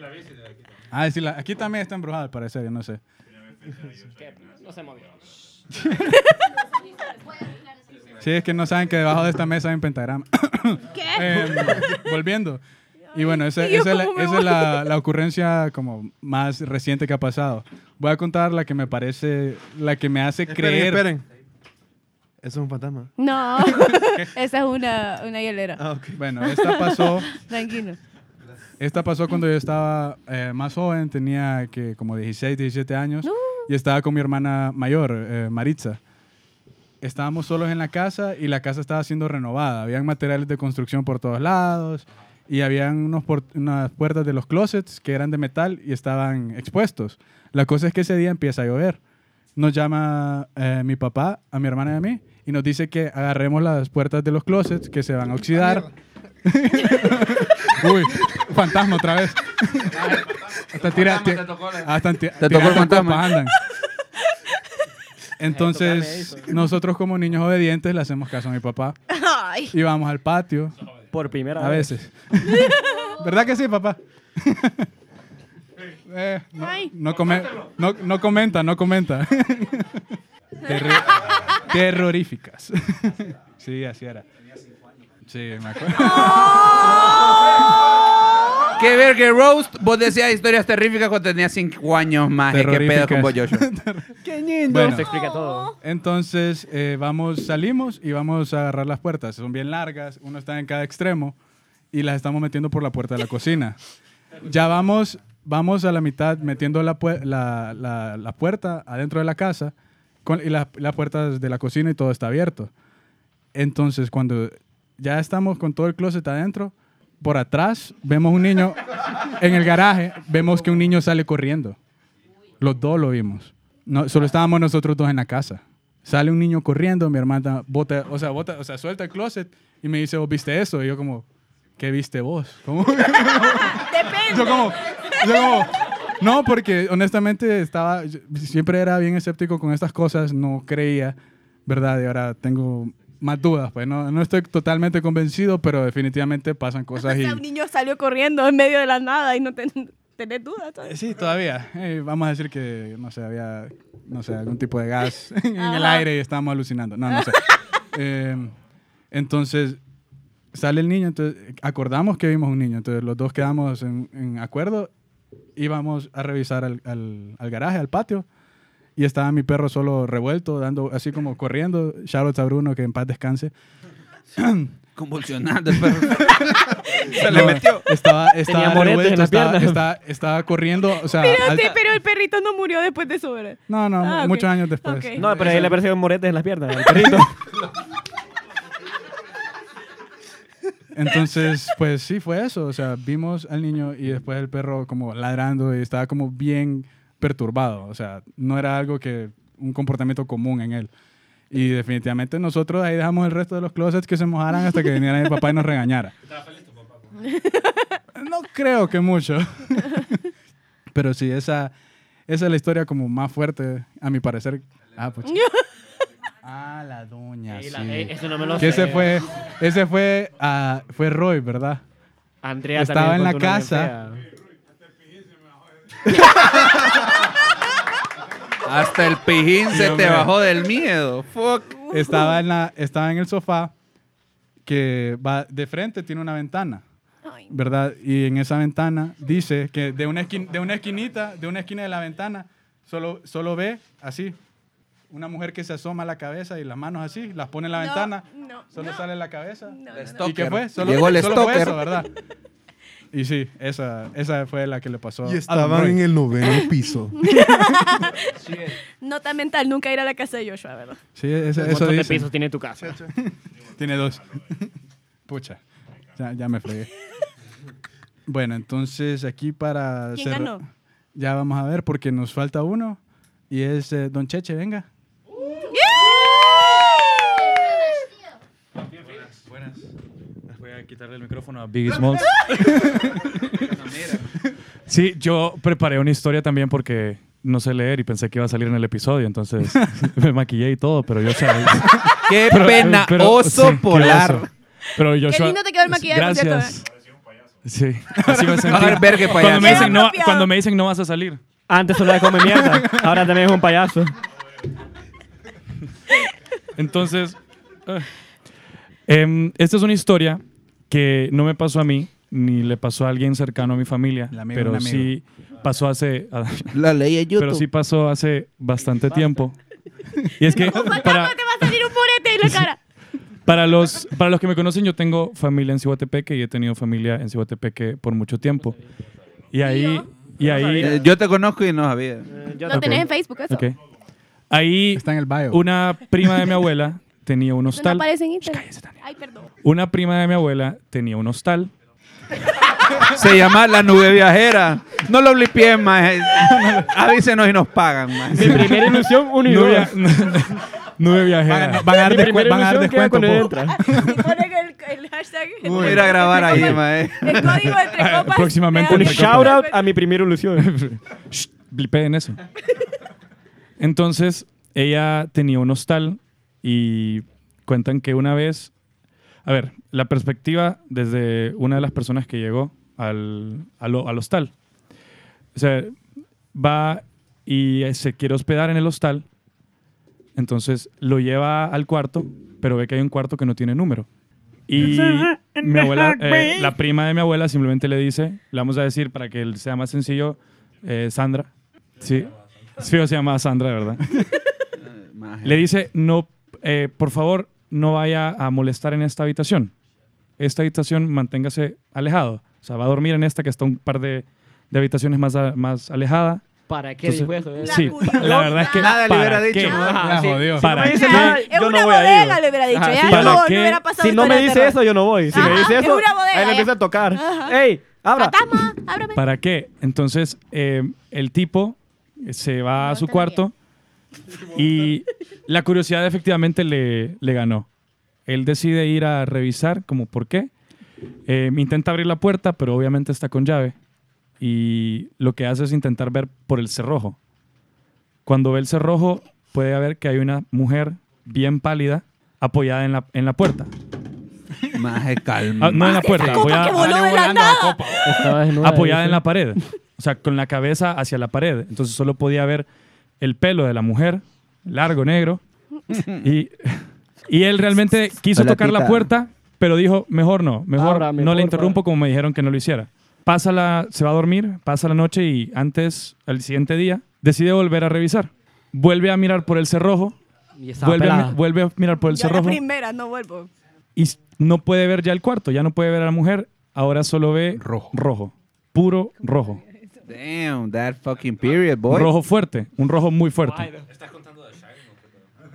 [SPEAKER 1] Ah, sí, la- aquí también está embrujada, al parecer, yo no sé.
[SPEAKER 4] No se movió.
[SPEAKER 1] Sí, es que no saben que debajo de esta mesa hay un pentagrama.
[SPEAKER 2] ¿Qué?
[SPEAKER 1] Em, volviendo. Y bueno, esa,
[SPEAKER 2] Y yo
[SPEAKER 1] esa es, la,
[SPEAKER 2] cómo me
[SPEAKER 1] esa
[SPEAKER 2] voy.
[SPEAKER 1] es la- la ocurrencia como más reciente que ha pasado. Voy a contar la que me parece, la que me hace creer.
[SPEAKER 5] Esperen, esperen. Eso es un fantasma.
[SPEAKER 2] No, esa es una, una hielera.
[SPEAKER 5] Ah, ok.
[SPEAKER 1] Bueno, esta pasó,
[SPEAKER 2] Tranquilo.
[SPEAKER 1] esta pasó cuando yo estaba eh, más joven, tenía que como 16, 17 años,
[SPEAKER 2] No.
[SPEAKER 1] y estaba con mi hermana mayor, eh, Maritza. Estábamos solos en la casa y la casa estaba siendo renovada. Habían materiales de construcción por todos lados y habían unos por- unas puertas de los closets que eran de metal y estaban expuestos. La cosa es que ese día empieza a llover. Nos llama eh, mi papá, a mi hermana y a mí, y nos dice que agarremos las puertas de los closets que se van a oxidar.
[SPEAKER 6] Ah,
[SPEAKER 1] Uy, fantasma otra vez. Hasta tira,
[SPEAKER 6] fantasma te tocó Eh, la-
[SPEAKER 1] hasta ti-
[SPEAKER 6] Te tocó el
[SPEAKER 1] tirando
[SPEAKER 6] fantasma.
[SPEAKER 1] copas andan. Entonces,
[SPEAKER 4] Tocame eso.
[SPEAKER 1] nosotros como niños obedientes le hacemos caso a mi papá
[SPEAKER 2] Ay,
[SPEAKER 1] y vamos al patio
[SPEAKER 4] Por primera
[SPEAKER 1] a
[SPEAKER 4] vez.
[SPEAKER 1] veces. ¿Verdad que sí, papá? Eh, no,
[SPEAKER 2] Ay.
[SPEAKER 1] no, come- no- no comenta, no comenta. Terri- terroríficas. sí, así era. Sí, me acuerdo.
[SPEAKER 6] Que ver que Roast, vos decías historias terríficas cuando tenías 5 años más. ¿Qué pedo con vos, Joshua?
[SPEAKER 1] Bueno,
[SPEAKER 4] Se explica todo.
[SPEAKER 1] Entonces eh, vamos, salimos y vamos a agarrar las puertas. Son bien largas, uno está en cada extremo y las estamos metiendo por la puerta de la cocina. Ya vamos, vamos a la mitad metiendo la, pue- la- la- la puerta adentro de la casa con, y la- las puertas de la cocina y todo está abierto. Entonces cuando ya estamos con todo el closet adentro, por atrás vemos un niño en el garaje, vemos que un niño sale corriendo. Los dos lo vimos. No, solo estábamos nosotros dos en la casa. Sale un niño corriendo, mi hermana bota, o sea, bota, o sea, suelta el closet y me dice, ¿vos viste "Oh, eso? Y yo como, ¿qué viste vos? ¿Cómo?
[SPEAKER 2] Depende.
[SPEAKER 1] Yo como, yo como, no, porque honestamente estaba, yo siempre era bien escéptico con estas cosas, no creía, ¿verdad? Y ahora tengo más dudas, pues no, no estoy totalmente convencido, pero definitivamente pasan
[SPEAKER 2] O
[SPEAKER 1] cosas
[SPEAKER 2] sea, un
[SPEAKER 1] y...
[SPEAKER 2] niño salió corriendo en medio de la nada y no ten- tenés dudas. todavía.
[SPEAKER 1] Sí, todavía. Eh, vamos a decir que, no sé, había, no sé, algún tipo de gas en el
[SPEAKER 2] Ajá.
[SPEAKER 1] aire y estábamos alucinando. No, no sé. Eh, entonces, sale el niño, entonces acordamos que vimos un niño, entonces los dos quedamos en, en acuerdo, íbamos a revisar al, al- al garaje, al patio, y estaba mi perro solo revuelto, dando así como corriendo, shoutouts a Bruno, que en paz descanse.
[SPEAKER 6] Convulsionando el perro. Se le
[SPEAKER 1] No,
[SPEAKER 6] metió.
[SPEAKER 1] Estaba, estaba
[SPEAKER 4] moretes
[SPEAKER 1] revuelto,
[SPEAKER 4] en la
[SPEAKER 1] estaba,
[SPEAKER 4] pierna.
[SPEAKER 1] estaba- estaba corriendo, o sea...
[SPEAKER 2] Pero,
[SPEAKER 1] Ah, alta-
[SPEAKER 2] sí, pero el perrito no murió después de eso, ¿verdad?
[SPEAKER 1] No, no,
[SPEAKER 2] Ah,
[SPEAKER 1] mu-
[SPEAKER 2] ok.
[SPEAKER 1] muchos años después.
[SPEAKER 2] Ok.
[SPEAKER 4] No, pero ahí le aparecieron moretes en las piernas al perrito.
[SPEAKER 1] Entonces, pues sí, fue eso. O sea, vimos al niño y después el perro como ladrando y estaba como bien perturbado. O sea, no era algo que un comportamiento común en él. Y definitivamente nosotros ahí dejamos el resto de los closets que se mojaran hasta que viniera el papá y nos regañara. No creo que mucho. Pero sí, esa, esa es la historia como más fuerte, a mi parecer. Ah, pues. Ah, la doña. sí.
[SPEAKER 4] eh, Eso no me lo
[SPEAKER 1] Que ese fue, ese fue, ah, fue Roy, ¿verdad?
[SPEAKER 4] Andrea
[SPEAKER 1] Estaba
[SPEAKER 4] también
[SPEAKER 1] en la
[SPEAKER 4] contó una bien
[SPEAKER 1] casa.
[SPEAKER 4] fea.
[SPEAKER 6] Hasta el pijín se te
[SPEAKER 1] hombre.
[SPEAKER 6] bajó del miedo. Fuck.
[SPEAKER 1] Estaba en, la, estaba en el sofá que va de frente, tiene una ventana,
[SPEAKER 2] Ay,
[SPEAKER 1] ¿verdad? Y en esa ventana dice que de una, esquin- de una esquinita, de una esquina de la ventana, solo, solo ve así, una mujer que se asoma la cabeza y las manos así, las pone en la
[SPEAKER 2] No,
[SPEAKER 1] ventana,
[SPEAKER 2] no,
[SPEAKER 1] solo
[SPEAKER 2] no.
[SPEAKER 1] sale la cabeza.
[SPEAKER 2] no,
[SPEAKER 6] La
[SPEAKER 2] no, no.
[SPEAKER 1] ¿Y qué
[SPEAKER 6] Stalker.
[SPEAKER 1] fue? Solo,
[SPEAKER 6] Llegó el
[SPEAKER 1] solo fue
[SPEAKER 6] stalker.
[SPEAKER 1] eso, ¿verdad? Y sí, esa, esa fue la que le pasó.
[SPEAKER 5] Y
[SPEAKER 1] a
[SPEAKER 5] estaban
[SPEAKER 1] Roy.
[SPEAKER 5] en el noveno piso.
[SPEAKER 2] Nota mental, nunca ir a la casa de Joshua, ¿verdad?
[SPEAKER 1] Sí, ese- eso
[SPEAKER 4] ¿Cuántos de
[SPEAKER 1] dice.
[SPEAKER 4] pisos tiene tu casa?
[SPEAKER 1] Tiene dos. Pucha. Ya, ya me fregué. Bueno, entonces aquí para...
[SPEAKER 2] ¿Quién
[SPEAKER 1] cerrar-
[SPEAKER 2] ganó?
[SPEAKER 1] Ya vamos a ver porque nos falta uno y es eh, Don Cheche, venga.
[SPEAKER 8] Voy a quitarle el micrófono a Biggie Smalls. sí, yo preparé una historia también porque no sé leer y pensé que iba a salir en el episodio, entonces me maquillé y todo, pero yo sabía.
[SPEAKER 6] Qué
[SPEAKER 8] Pero-
[SPEAKER 6] pena.
[SPEAKER 8] pero-
[SPEAKER 6] oso
[SPEAKER 8] sí, qué
[SPEAKER 6] polar.
[SPEAKER 8] oso. Pero yo
[SPEAKER 2] lindo te quedó el maquillaje, por cierto, ¿eh?
[SPEAKER 8] Gracias. Sí, así me sentí.
[SPEAKER 6] A ver, qué
[SPEAKER 8] Cuando me,
[SPEAKER 2] Era
[SPEAKER 8] dicen, no,
[SPEAKER 2] apropiado.
[SPEAKER 8] cuando me dicen no vas a salir.
[SPEAKER 4] Antes solo de comer mierda, ahora también es un payaso.
[SPEAKER 8] Entonces, eh, em, esta es una historia que no me pasó a mí, ni le pasó a alguien cercano a mi familia,
[SPEAKER 1] El amigo de un
[SPEAKER 8] pero
[SPEAKER 1] amigo.
[SPEAKER 8] sí pasó hace...
[SPEAKER 6] La ley es
[SPEAKER 8] Pero sí pasó hace bastante tiempo. Y es que para,
[SPEAKER 2] Fantasma, te va a salir un purete en la cara.
[SPEAKER 8] para, los, para los que me conocen, yo tengo familia en Cihuatepeque y he tenido familia en Cihuatepeque por mucho tiempo. Y ahí... Y ahí
[SPEAKER 6] Eh, yo te conozco y no sabía.
[SPEAKER 4] Yo
[SPEAKER 2] Lo tenés
[SPEAKER 8] Ok.
[SPEAKER 2] en Facebook, eso.
[SPEAKER 8] ok. Ahí
[SPEAKER 1] Está en el bio.
[SPEAKER 8] una prima de mi abuela tenía un
[SPEAKER 2] No
[SPEAKER 8] hostal.
[SPEAKER 2] aparece en Instagram. Ay, perdón.
[SPEAKER 8] Una prima de mi abuela tenía un hostal.
[SPEAKER 6] Se llama La Nube Viajera. No lo blipien más. Avísenos y nos pagan más.
[SPEAKER 4] Mi primera ilusión, uno y
[SPEAKER 8] Nube,
[SPEAKER 4] dos.
[SPEAKER 8] nube
[SPEAKER 1] Van
[SPEAKER 8] viajera.
[SPEAKER 1] a, van a dar,
[SPEAKER 4] Mi
[SPEAKER 1] descu-
[SPEAKER 4] primera
[SPEAKER 1] van a dar
[SPEAKER 4] ilusión queda
[SPEAKER 1] descuento.
[SPEAKER 4] cuando
[SPEAKER 1] po.
[SPEAKER 4] entra.
[SPEAKER 2] Ponen el, el hashtag.
[SPEAKER 6] Voy a ir a grabar ahí, eh. mae.
[SPEAKER 2] El código entre
[SPEAKER 8] Ah,
[SPEAKER 2] copas.
[SPEAKER 8] próximamente
[SPEAKER 2] Te
[SPEAKER 4] Un
[SPEAKER 2] da-
[SPEAKER 8] Entre copas.
[SPEAKER 4] shout out a mi primera ilusión.
[SPEAKER 8] Shh, blipeen eso. Entonces, ella tenía un hostal y cuentan que una vez. A ver, la perspectiva desde una de las personas que llegó al, al, al hostal. O sea, va y se quiere hospedar en el hostal. Entonces lo lleva al cuarto, pero ve que hay un cuarto que no tiene número. Y mi abuela, eh, la prima de mi abuela simplemente le dice, le vamos a decir para que él sea más sencillo, eh, Sandra. Sí, sí, o se llama Sandra, de ¿verdad? Le dice, no, eh, por favor, no vaya a molestar en esta habitación. Esta habitación manténgase alejado. O sea, va a dormir en esta que está un par de, de habitaciones más, a- más alejada.
[SPEAKER 4] ¿Para qué
[SPEAKER 8] Entonces-
[SPEAKER 4] dijo eso? eh?
[SPEAKER 8] Sí,
[SPEAKER 2] curiosa.
[SPEAKER 8] la verdad es que...
[SPEAKER 6] Nada le
[SPEAKER 8] ¿para
[SPEAKER 6] hubiera dicho,
[SPEAKER 8] qué?
[SPEAKER 6] ¿no?
[SPEAKER 4] Ajá,
[SPEAKER 1] Ya
[SPEAKER 4] sí.
[SPEAKER 1] jodió.
[SPEAKER 4] Si no
[SPEAKER 8] ¿Para
[SPEAKER 4] me
[SPEAKER 8] qué?
[SPEAKER 4] dice nada,
[SPEAKER 2] "Ah, Es
[SPEAKER 4] yo
[SPEAKER 2] una
[SPEAKER 4] no voy a ir.
[SPEAKER 2] bodega, le hubiera dicho.
[SPEAKER 4] Ajá,
[SPEAKER 2] ya
[SPEAKER 4] sí.
[SPEAKER 2] no,
[SPEAKER 4] ¿Para
[SPEAKER 2] no
[SPEAKER 8] qué?
[SPEAKER 2] hubiera pasado
[SPEAKER 4] Si no
[SPEAKER 2] historia
[SPEAKER 4] me
[SPEAKER 2] de
[SPEAKER 4] dice
[SPEAKER 2] terror.
[SPEAKER 4] eso, yo no voy. Si
[SPEAKER 2] Ajá,
[SPEAKER 4] me dice
[SPEAKER 2] es
[SPEAKER 4] eso,
[SPEAKER 2] una bodega,
[SPEAKER 4] ahí le
[SPEAKER 2] ya.
[SPEAKER 4] empiezo a tocar.
[SPEAKER 2] Ajá.
[SPEAKER 4] ¡Ey! ¡Abra!
[SPEAKER 2] Fantasma, ábrame.
[SPEAKER 8] ¿Para qué? Entonces, eh, el tipo se va a su cuarto y la curiosidad efectivamente le, le ganó. Él decide ir a revisar, como por qué, Eh, intenta abrir la puerta, pero obviamente está con llave. Y lo que hace es intentar ver por el cerrojo. Cuando ve el cerrojo, puede ver que hay una mujer bien pálida apoyada en la, en la puerta.
[SPEAKER 6] Maje, calma.
[SPEAKER 8] Ah, no en la puerta, Ah,
[SPEAKER 2] Copa que
[SPEAKER 8] apoyada,
[SPEAKER 2] voló de la nada.
[SPEAKER 4] Estaba desnuda.
[SPEAKER 8] apoyada
[SPEAKER 4] dice.
[SPEAKER 8] en la pared. O sea, con la cabeza hacia la pared. Entonces solo podía ver el pelo de la mujer, largo, negro. Y, y él realmente quiso
[SPEAKER 6] Hola,
[SPEAKER 8] tocar la
[SPEAKER 6] tita.
[SPEAKER 8] puerta, pero dijo, mejor no, mejor
[SPEAKER 4] Ábrame,
[SPEAKER 8] no le
[SPEAKER 4] porfa".
[SPEAKER 8] interrumpo como me dijeron que no lo hiciera. Pasa la, se va a dormir, pasa la noche y antes, al siguiente día, decide volver a revisar. Vuelve a mirar por el cerrojo,
[SPEAKER 4] Y estaba
[SPEAKER 8] vuelve a,
[SPEAKER 4] pelada.
[SPEAKER 8] mi- vuelve a mirar por el
[SPEAKER 2] Yo la
[SPEAKER 8] cerrojo
[SPEAKER 2] primera, no vuelvo.
[SPEAKER 8] y s- no puede ver ya el cuarto, ya no puede ver a la mujer, ahora solo ve
[SPEAKER 6] Rojo.
[SPEAKER 8] rojo puro rojo.
[SPEAKER 6] Damn, that fucking period, boy.
[SPEAKER 8] Rojo fuerte, un rojo muy fuerte.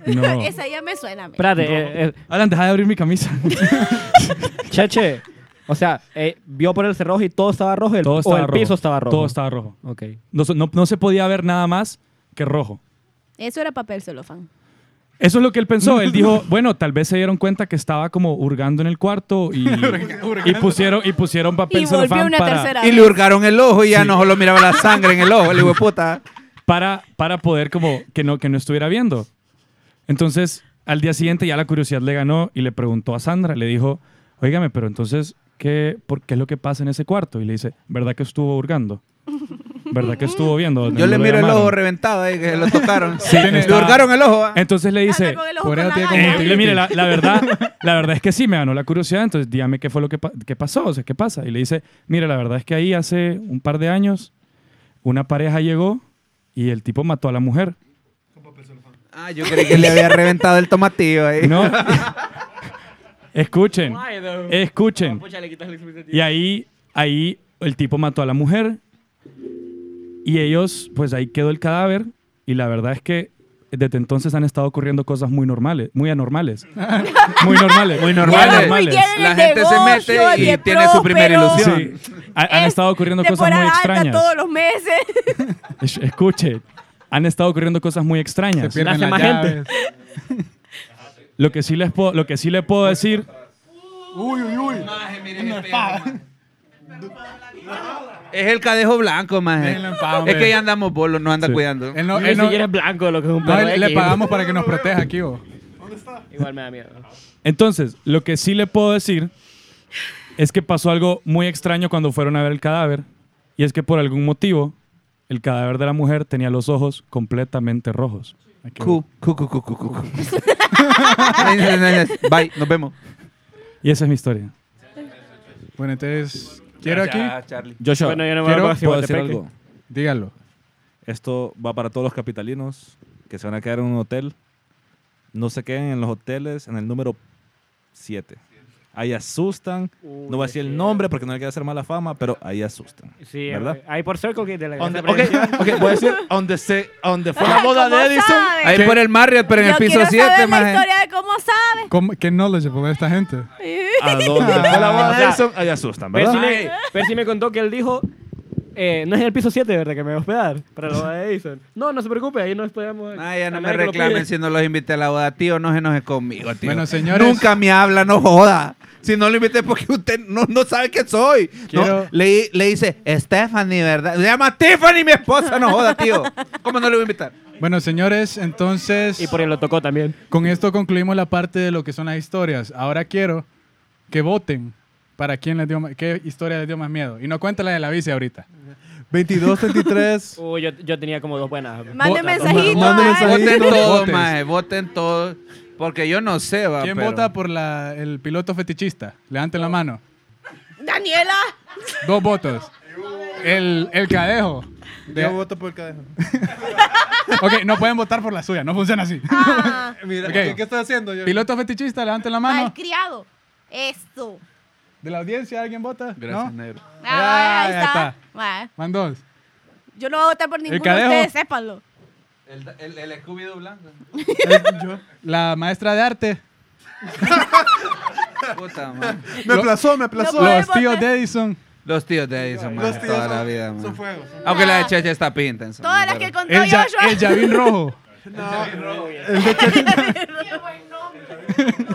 [SPEAKER 8] No.
[SPEAKER 2] Esa ya me suena. a mí.
[SPEAKER 4] Espérate, eh, eh,
[SPEAKER 8] Alan, deja de abrir mi camisa.
[SPEAKER 4] Cheche. O sea, eh, vio por el cerrojo y todo estaba rojo. El,
[SPEAKER 8] Todo
[SPEAKER 4] o
[SPEAKER 8] estaba
[SPEAKER 4] el
[SPEAKER 8] rojo.
[SPEAKER 4] piso estaba rojo.
[SPEAKER 8] Todo estaba rojo.
[SPEAKER 4] Ok.
[SPEAKER 8] No, se- no- no se podía ver nada más que rojo.
[SPEAKER 2] Eso era papel celofán.
[SPEAKER 8] Eso es lo que él pensó. Él dijo, bueno, tal vez se dieron cuenta que estaba como hurgando en el cuarto y, y pusieron, y pusieron papel
[SPEAKER 2] Y volvió
[SPEAKER 8] celofán
[SPEAKER 2] una
[SPEAKER 8] para,
[SPEAKER 2] tercera
[SPEAKER 6] Y
[SPEAKER 2] vez.
[SPEAKER 6] le hurgaron el ojo y ya no solo miraba la sangre en el ojo, el hijo de puta.
[SPEAKER 8] para, para poder como que no, que no estuviera viendo. Entonces, al día siguiente ya la curiosidad le ganó y le preguntó a Sandra, le dijo, oígame, pero entonces, ¿qué, por, qué es lo que pasa en ese cuarto? Y le dice, ¿verdad que estuvo hurgando? ¿Verdad que estuvo viendo? donde
[SPEAKER 6] Yo
[SPEAKER 8] no
[SPEAKER 6] le
[SPEAKER 8] lo
[SPEAKER 6] miro el
[SPEAKER 8] llamaron?"
[SPEAKER 6] ojo reventado ahí, que lo tocaron.
[SPEAKER 8] tiene-
[SPEAKER 6] le hurgaron el ojo. ah.
[SPEAKER 8] Entonces le dice,
[SPEAKER 2] Anda con el ojo
[SPEAKER 1] por eso
[SPEAKER 2] con
[SPEAKER 1] tiene
[SPEAKER 2] la
[SPEAKER 1] como
[SPEAKER 8] eh,
[SPEAKER 2] gana.
[SPEAKER 1] tiene-
[SPEAKER 8] dile, mire, la, la verdad, la verdad es que sí, me ganó la curiosidad, entonces dígame qué fue lo que pa- qué pasó, o sea, qué pasa. Y le dice, mire, la verdad es que ahí hace un par de años una pareja llegó y el tipo mató a la mujer.
[SPEAKER 6] Ah, yo creí que le había reventado el tomatillo ahí.
[SPEAKER 8] No. escuchen, escuchen. Y ahí, ahí el tipo mató a la mujer y ellos, pues ahí quedó el cadáver y la verdad es que desde entonces han estado ocurriendo cosas muy normales, muy anormales. muy normales. Muy
[SPEAKER 6] normales.
[SPEAKER 2] Quieren
[SPEAKER 6] La
[SPEAKER 2] el
[SPEAKER 6] gente se
[SPEAKER 2] negocio,
[SPEAKER 6] mete y
[SPEAKER 2] el de
[SPEAKER 6] tiene su primera
[SPEAKER 2] próspero.
[SPEAKER 6] ilusión.
[SPEAKER 8] Sí. Ha- Han
[SPEAKER 2] Es
[SPEAKER 8] estado ocurriendo cosas
[SPEAKER 2] Temporada
[SPEAKER 8] muy
[SPEAKER 2] alta
[SPEAKER 8] extrañas.
[SPEAKER 2] todos los meses.
[SPEAKER 8] Es- Escuchen, han estado ocurriendo cosas muy extrañas.
[SPEAKER 1] Se pierden
[SPEAKER 4] Nace
[SPEAKER 1] las
[SPEAKER 4] más gente.
[SPEAKER 1] llaves.
[SPEAKER 8] Lo que sí les puedo, lo que sí le puedo decir
[SPEAKER 6] Es el cadejo blanco, maje.
[SPEAKER 1] Miren la empada,
[SPEAKER 6] Es
[SPEAKER 1] hombre.
[SPEAKER 6] que ya andamos bolos, nos anda
[SPEAKER 8] Sí.
[SPEAKER 6] cuidando.
[SPEAKER 1] Él no,
[SPEAKER 4] Ni
[SPEAKER 1] él no-
[SPEAKER 4] siquiera es blanco lo que es un
[SPEAKER 1] no,
[SPEAKER 4] perro.
[SPEAKER 1] le
[SPEAKER 4] X.
[SPEAKER 1] pagamos para que nos proteja aquí, vos.
[SPEAKER 4] Igual me da miedo.
[SPEAKER 8] Entonces, lo que sí le puedo decir es que pasó algo muy extraño cuando fueron a ver el cadáver. Y es que por algún motivo, el cadáver de la mujer tenía los ojos completamente rojos. Aquí
[SPEAKER 6] Cu, cu, cu, cu, cu, cu, cu. Bye, nos vemos.
[SPEAKER 8] voy. Y esa es mi historia.
[SPEAKER 1] Bueno, entonces, quiero aquí,
[SPEAKER 6] Charlie.
[SPEAKER 9] Joshua,
[SPEAKER 4] Bueno, yo no me
[SPEAKER 1] Quiero-
[SPEAKER 4] voy a
[SPEAKER 9] ¿puedo decir
[SPEAKER 4] Guatepeque.
[SPEAKER 9] algo?
[SPEAKER 1] dígalo.
[SPEAKER 9] Esto va para todos los capitalinos que se van a quedar en un hotel. No se queden en los hoteles en el número 7. Ahí asustan.
[SPEAKER 4] Uh,
[SPEAKER 9] No voy a decir el nombre porque no le quiero hacer mala fama, pero ahí asustan.
[SPEAKER 4] Sí,
[SPEAKER 9] ¿Verdad?
[SPEAKER 4] ¿verdad? Ahí por cerco que de la
[SPEAKER 9] Donde-
[SPEAKER 4] Gracia Prevención.
[SPEAKER 9] ok, ok, voy a decir donde, se, donde fue la
[SPEAKER 2] Ay,
[SPEAKER 9] boda
[SPEAKER 2] ¿cómo
[SPEAKER 9] de Edison.
[SPEAKER 2] sabe?
[SPEAKER 6] Ahí por el Marriott, pero en el
[SPEAKER 2] Yo
[SPEAKER 6] piso
[SPEAKER 2] quiero saber
[SPEAKER 6] 7,
[SPEAKER 2] la
[SPEAKER 6] maje.
[SPEAKER 2] historia de cómo sabe.
[SPEAKER 1] ¿Cómo, ¿Qué knowledge por esta gente? Ah.
[SPEAKER 9] A donde fue la boda
[SPEAKER 4] O
[SPEAKER 9] de
[SPEAKER 4] sea,
[SPEAKER 9] Edison, ahí asustan, ¿verdad?
[SPEAKER 4] Percy, le- Percy me contó que él dijo, eh, no es en el piso 7, ¿verdad? Que me voy a hospedar para la boda de Edison. No, no se preocupe, ahí nos podemos...
[SPEAKER 6] Ah, ya no
[SPEAKER 4] a
[SPEAKER 6] me
[SPEAKER 4] nadie que lo pide.
[SPEAKER 6] reclamen si no los invité a la boda, tío. No se enoje conmigo, tío.
[SPEAKER 1] Bueno, señores.
[SPEAKER 6] Nunca me habla, no joda. Si no lo invité porque usted no, no sabe quién soy. No,
[SPEAKER 1] Quiero-
[SPEAKER 6] le, le dice, Stephanie, ¿verdad? Se llama Tiffany, mi esposa, no joda, tío. ¿Cómo no le voy a invitar?
[SPEAKER 1] Bueno, señores, entonces,
[SPEAKER 4] Y porque lo tocó también.
[SPEAKER 1] con esto concluimos la parte de lo que son las historias. Ahora quiero que voten para quién les dio ma- qué historia les dio más miedo. Y no cuenta la de la bici ahorita.
[SPEAKER 5] 22, 33.
[SPEAKER 4] Uy, yo, yo tenía como dos buenas.
[SPEAKER 2] Mande
[SPEAKER 4] Botas.
[SPEAKER 2] mensajito.
[SPEAKER 5] Mande
[SPEAKER 2] ay.
[SPEAKER 5] mensajito.
[SPEAKER 6] Voten
[SPEAKER 1] no
[SPEAKER 6] todos,
[SPEAKER 1] votes.
[SPEAKER 6] maje, voten todos. Porque yo no sé, va.
[SPEAKER 1] ¿Quién
[SPEAKER 6] Ah, pero-
[SPEAKER 1] vota por la, el piloto fetichista? Levanten la mano.
[SPEAKER 2] Daniela.
[SPEAKER 1] Dos votos. El, el cadejo. De-
[SPEAKER 5] Yo voto por el cadejo.
[SPEAKER 1] ok, no pueden votar por la suya, no funciona así.
[SPEAKER 2] Ah,
[SPEAKER 5] Mira,
[SPEAKER 1] Ok.
[SPEAKER 5] ¿qué, qué estoy haciendo yo?
[SPEAKER 1] Piloto fetichista, levanten la mano.
[SPEAKER 2] malcriado. ah, Esto.
[SPEAKER 1] De la audiencia, ¿alguien vota?
[SPEAKER 6] Gracias,
[SPEAKER 1] ¿No?
[SPEAKER 6] negro.
[SPEAKER 2] Ah,
[SPEAKER 1] Ah,
[SPEAKER 2] ahí
[SPEAKER 1] ya
[SPEAKER 2] está.
[SPEAKER 1] está.
[SPEAKER 2] Bueno,
[SPEAKER 1] Van dos.
[SPEAKER 2] yo no voy a votar por ninguno de
[SPEAKER 1] cadejo.
[SPEAKER 2] ustedes, sépanlo.
[SPEAKER 6] El, el, Scooby-Doo blanco.
[SPEAKER 1] La maestra de arte.
[SPEAKER 6] Puta, man.
[SPEAKER 5] Me aplazó, me aplazó.
[SPEAKER 2] No puede
[SPEAKER 1] Los tíos
[SPEAKER 2] votar.
[SPEAKER 1] de Edison.
[SPEAKER 6] Los tíos de Edison, man.
[SPEAKER 5] Los tíos
[SPEAKER 6] pues, toda
[SPEAKER 5] son-
[SPEAKER 6] la vida, man.
[SPEAKER 5] Son fuegos.
[SPEAKER 6] Aunque la de
[SPEAKER 2] Ah.
[SPEAKER 6] Cheche está pinta. en su
[SPEAKER 2] Todas las
[SPEAKER 6] madre.
[SPEAKER 2] que contó
[SPEAKER 1] El, ya-
[SPEAKER 2] Joshua.
[SPEAKER 1] el llavín rojo.
[SPEAKER 5] No,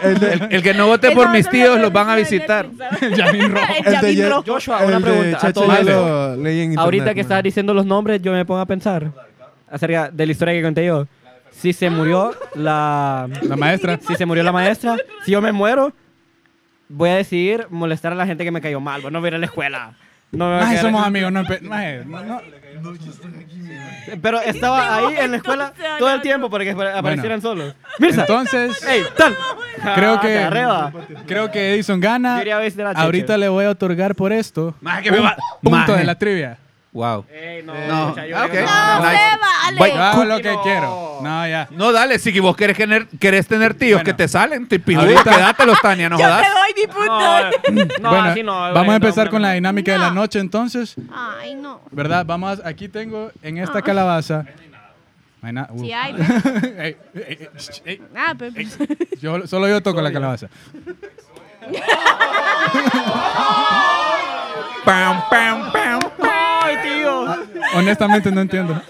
[SPEAKER 5] El de-
[SPEAKER 6] El, el que no vote por mis tíos los van a visitar.
[SPEAKER 2] Jamin Rojo.
[SPEAKER 1] El de Ye-
[SPEAKER 4] Joshua,
[SPEAKER 5] el
[SPEAKER 4] una
[SPEAKER 5] de
[SPEAKER 4] pregunta. a
[SPEAKER 5] Chacho
[SPEAKER 4] todo
[SPEAKER 5] ya
[SPEAKER 4] esto.
[SPEAKER 5] lo leí en
[SPEAKER 4] Ahorita
[SPEAKER 5] internet,
[SPEAKER 4] que
[SPEAKER 5] man.
[SPEAKER 4] estás diciendo los nombres, yo me pongo a pensar acerca de la historia que conté yo. Si se murió la,
[SPEAKER 1] La maestra.
[SPEAKER 4] si se murió la maestra, si yo me muero, voy a decidir molestar a la gente que me cayó mal. Bueno, no voy a ir a la escuela. No me voy a
[SPEAKER 1] Maje,
[SPEAKER 4] quedar-
[SPEAKER 1] somos amigos, no, empe- maje, no, no.
[SPEAKER 4] Pero estaba ahí en la escuela
[SPEAKER 2] Entonces,
[SPEAKER 4] todo el
[SPEAKER 2] no.
[SPEAKER 4] tiempo porque aparecieran solos. ¡Mirza!
[SPEAKER 1] Entonces,
[SPEAKER 4] ¡Ey, tal!
[SPEAKER 1] creo
[SPEAKER 4] Ah, te arreba.
[SPEAKER 1] que creo que Edison gana.
[SPEAKER 4] Yo iría a visitar a Cheche.
[SPEAKER 1] Ahorita le voy a otorgar por esto
[SPEAKER 6] Más que me va.
[SPEAKER 1] punto
[SPEAKER 6] Maje.
[SPEAKER 1] de la trivia.
[SPEAKER 6] Wow.
[SPEAKER 4] ¡Ey, no!
[SPEAKER 6] No.
[SPEAKER 4] mucha, yo
[SPEAKER 6] Ah,
[SPEAKER 4] creo que
[SPEAKER 6] ok.
[SPEAKER 2] No
[SPEAKER 6] Nice.
[SPEAKER 2] se vale.
[SPEAKER 6] Bye.
[SPEAKER 1] Yo hago lo que
[SPEAKER 4] No.
[SPEAKER 1] quiero. No, ya.
[SPEAKER 6] No, dale, si vos querés tener, querés tener tíos
[SPEAKER 1] Bueno.
[SPEAKER 6] que te salen, te pido
[SPEAKER 1] Ahorita-
[SPEAKER 6] quédatelos, Tania, no
[SPEAKER 2] Yo
[SPEAKER 6] jodas.
[SPEAKER 2] te doy mi punto.
[SPEAKER 4] No, eh, no,
[SPEAKER 1] Bueno,
[SPEAKER 4] así no, güey,
[SPEAKER 1] vamos a
[SPEAKER 4] no,
[SPEAKER 1] empezar
[SPEAKER 4] no,
[SPEAKER 1] con
[SPEAKER 4] no.
[SPEAKER 1] la dinámica de la
[SPEAKER 2] No.
[SPEAKER 1] noche entonces,
[SPEAKER 2] Ay, no.
[SPEAKER 1] ¿verdad? Vamos a- aquí tengo en esta
[SPEAKER 2] Ah.
[SPEAKER 1] calabaza. No hay nada. Uh.
[SPEAKER 2] Sí hay,
[SPEAKER 1] Ey, ey, ey, sh, ey.
[SPEAKER 2] Ah, pero...
[SPEAKER 1] Yo, solo yo toco la calabaza.
[SPEAKER 6] Pam, pam, pam, pam.
[SPEAKER 4] ¡Ay, tío!
[SPEAKER 1] Honestamente no entiendo.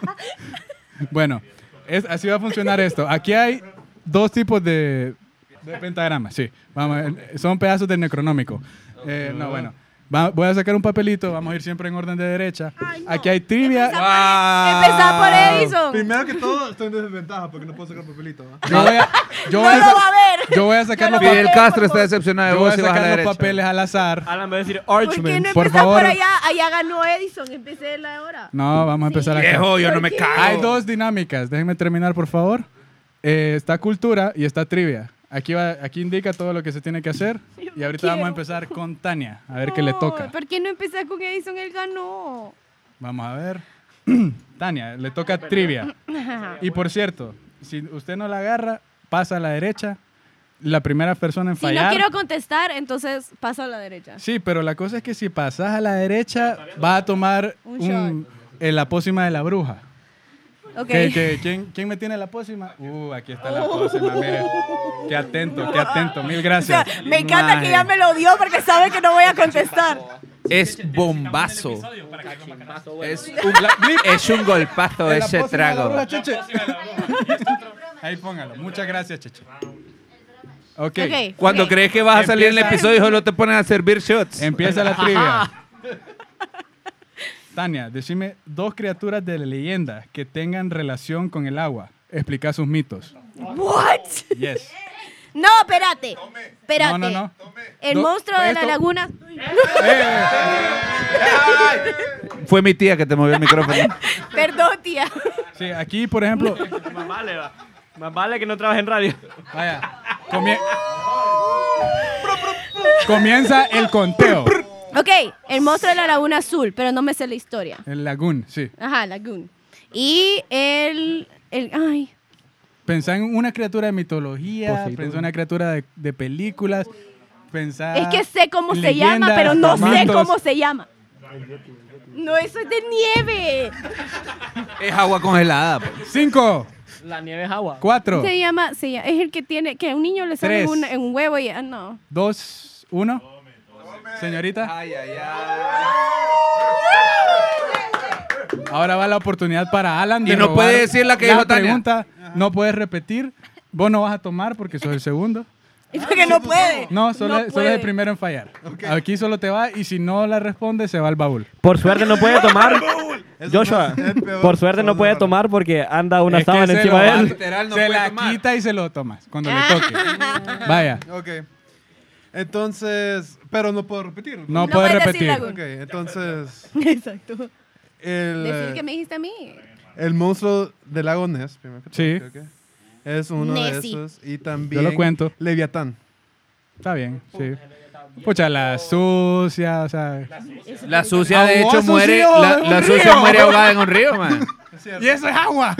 [SPEAKER 1] bueno, es, así va a funcionar esto. Aquí hay dos tipos de, de pentagramas, sí. Vamos, eh, son pedazos del necronómico. Eh, no, bueno. Va- voy a sacar un papelito, vamos a ir siempre en orden de derecha.
[SPEAKER 2] Ay, no.
[SPEAKER 1] Aquí hay trivia.
[SPEAKER 2] Empezá por Edison.
[SPEAKER 5] Primero que todo, estoy en desventaja porque no puedo sacar papelito. ¿va?
[SPEAKER 1] Yo voy a, yo
[SPEAKER 2] No
[SPEAKER 1] voy a
[SPEAKER 2] lo
[SPEAKER 1] sa-
[SPEAKER 2] va a ver.
[SPEAKER 1] yo voy a sacar los,
[SPEAKER 2] No lo va a
[SPEAKER 1] papeles-
[SPEAKER 6] Fidel
[SPEAKER 2] ver,
[SPEAKER 6] Castro
[SPEAKER 2] por
[SPEAKER 6] está
[SPEAKER 2] favor.
[SPEAKER 6] decepcionado de
[SPEAKER 1] yo voy
[SPEAKER 6] vos
[SPEAKER 1] a
[SPEAKER 6] si vas a la
[SPEAKER 1] sacar los
[SPEAKER 6] derecha.
[SPEAKER 1] papeles al azar.
[SPEAKER 4] Alan va a decir "Oh,
[SPEAKER 2] ¿Por qué
[SPEAKER 4] Archman.
[SPEAKER 2] no
[SPEAKER 1] Por
[SPEAKER 2] empezás por
[SPEAKER 1] favor.
[SPEAKER 2] allá? Allá ganó Edison. Empecé él ahora.
[SPEAKER 1] No, vamos a empezar acá.
[SPEAKER 6] Viejo, yo no me cago.
[SPEAKER 1] Hay dos dinámicas, déjenme terminar por favor. Eh, está cultura y está trivia. Aquí, va, aquí indica todo lo que se tiene que hacer. Y ahorita
[SPEAKER 2] Quiero.
[SPEAKER 1] vamos a empezar con Tania, a ver qué le
[SPEAKER 2] No,
[SPEAKER 1] toca.
[SPEAKER 2] ¿Por qué no empezás con Edison? Él ganó.
[SPEAKER 1] Vamos a ver. Tania, le toca trivia.
[SPEAKER 2] Ajá.
[SPEAKER 1] Y por cierto, si usted no la agarra, pasa a la derecha. La primera persona en
[SPEAKER 2] Si no
[SPEAKER 1] fallar.
[SPEAKER 2] quiero contestar, entonces paso a la derecha.
[SPEAKER 1] Sí, pero la cosa es que si pasas a la derecha, vas a tomar
[SPEAKER 2] Un
[SPEAKER 1] un- eh, la pócima de la bruja.
[SPEAKER 2] Ok.
[SPEAKER 1] ¿Qué- qué- quién, quién me tiene la pócima? Uh, aquí está la pócima, mire. Qué atento, qué atento. Mil gracias.
[SPEAKER 2] Me encanta que ya me lo dio porque sabe que no voy a contestar.
[SPEAKER 6] Es bombazo. Es un, es un golpazo
[SPEAKER 1] La
[SPEAKER 6] ese
[SPEAKER 1] pócima de la
[SPEAKER 6] trago.
[SPEAKER 1] bruja, Cheche. Ahí póngalo. Muchas gracias, Cheche. Ok.
[SPEAKER 2] Ok.
[SPEAKER 6] Cuando
[SPEAKER 2] Ok.
[SPEAKER 6] crees que vas a salir en el
[SPEAKER 1] Empieza-
[SPEAKER 6] episodio, solo te ponen a servir shots.
[SPEAKER 1] Empieza la trivia. Tania, decime dos criaturas de la leyenda que tengan relación con el agua. Explica sus mitos.
[SPEAKER 2] What?
[SPEAKER 1] Yes.
[SPEAKER 2] No, espérate. Espérate.
[SPEAKER 1] No, no, no.
[SPEAKER 2] El
[SPEAKER 1] Do-
[SPEAKER 2] monstruo de la
[SPEAKER 1] esto-
[SPEAKER 2] laguna. ¡Eh!
[SPEAKER 6] Fue mi tía que te movió el micrófono.
[SPEAKER 2] Perdón, tía.
[SPEAKER 1] Sí, aquí, por ejemplo,
[SPEAKER 4] Más vale, va. Más vale que no trabaje en radio.
[SPEAKER 1] vaya, comie- comienza el conteo.
[SPEAKER 2] Ok, el monstruo de la laguna azul, pero no me sé la historia.
[SPEAKER 1] El lagún, sí.
[SPEAKER 2] Ajá, laguna. Y el, el. Ay.
[SPEAKER 1] Pensá en una criatura de mitología, pensá en una criatura de, de películas, pensá...
[SPEAKER 2] Es que sé cómo
[SPEAKER 1] en
[SPEAKER 2] se llama,
[SPEAKER 1] leyendas,
[SPEAKER 2] pero no sé
[SPEAKER 1] mitos.
[SPEAKER 2] cómo se llama. No, eso es de nieve.
[SPEAKER 6] es agua congelada. pues.
[SPEAKER 1] Cinco,
[SPEAKER 4] La nieve es agua.
[SPEAKER 1] cuatro,
[SPEAKER 2] Se llama, se llama- es el que tiene, que a un niño le sale en
[SPEAKER 1] Tres.
[SPEAKER 2] un, en un huevo y ah, no.
[SPEAKER 1] dos, uno. Señorita, ahora va la oportunidad para Alan de
[SPEAKER 6] Y no
[SPEAKER 1] robar
[SPEAKER 6] puede decir la que dijo Tania.
[SPEAKER 1] pregunta, no puedes repetir, vos no vas a tomar porque sos el segundo.
[SPEAKER 2] Es porque no puede.
[SPEAKER 1] No, solo,
[SPEAKER 2] No
[SPEAKER 1] solo es
[SPEAKER 2] puede.
[SPEAKER 1] el primero en fallar. Aquí solo te va y si no la responde se va al baúl.
[SPEAKER 4] Por suerte no puede tomar.
[SPEAKER 5] Eso
[SPEAKER 4] Joshua,
[SPEAKER 5] es el peor
[SPEAKER 4] por suerte no
[SPEAKER 5] sabor
[SPEAKER 4] puede
[SPEAKER 5] de
[SPEAKER 4] tomar porque anda una
[SPEAKER 1] Es que
[SPEAKER 4] sábana
[SPEAKER 1] se
[SPEAKER 4] encima
[SPEAKER 1] lo
[SPEAKER 4] de
[SPEAKER 1] va-
[SPEAKER 4] él.
[SPEAKER 6] Literal, no
[SPEAKER 1] se
[SPEAKER 6] puede
[SPEAKER 1] la
[SPEAKER 6] tomar.
[SPEAKER 1] quita y se lo tomas cuando le toque. Vaya,
[SPEAKER 5] Ok. Entonces, pero no puedo repetir.
[SPEAKER 1] no,
[SPEAKER 2] No
[SPEAKER 1] puedes
[SPEAKER 2] puedes decir
[SPEAKER 1] repetir.
[SPEAKER 2] la-
[SPEAKER 5] Ok, entonces
[SPEAKER 2] Exacto.
[SPEAKER 5] el,
[SPEAKER 2] Decir que
[SPEAKER 5] eh,
[SPEAKER 2] me dijiste a mí.
[SPEAKER 5] el monstruo del lago Ness, primero que todo,
[SPEAKER 1] Sí.
[SPEAKER 5] creo que es uno de
[SPEAKER 2] Nessie.
[SPEAKER 5] esos y también
[SPEAKER 1] Yo lo cuento.
[SPEAKER 5] Leviatán.
[SPEAKER 1] Está bien, sí. Pucha, la sucia, o sea.
[SPEAKER 6] La sucia, de
[SPEAKER 1] Ahogoso,
[SPEAKER 6] hecho,
[SPEAKER 1] sí,
[SPEAKER 6] muere.
[SPEAKER 1] o
[SPEAKER 6] La,
[SPEAKER 1] en un
[SPEAKER 6] la sucia
[SPEAKER 1] río.
[SPEAKER 6] muere ahogada en un río, man.
[SPEAKER 1] ¡Y eso es agua!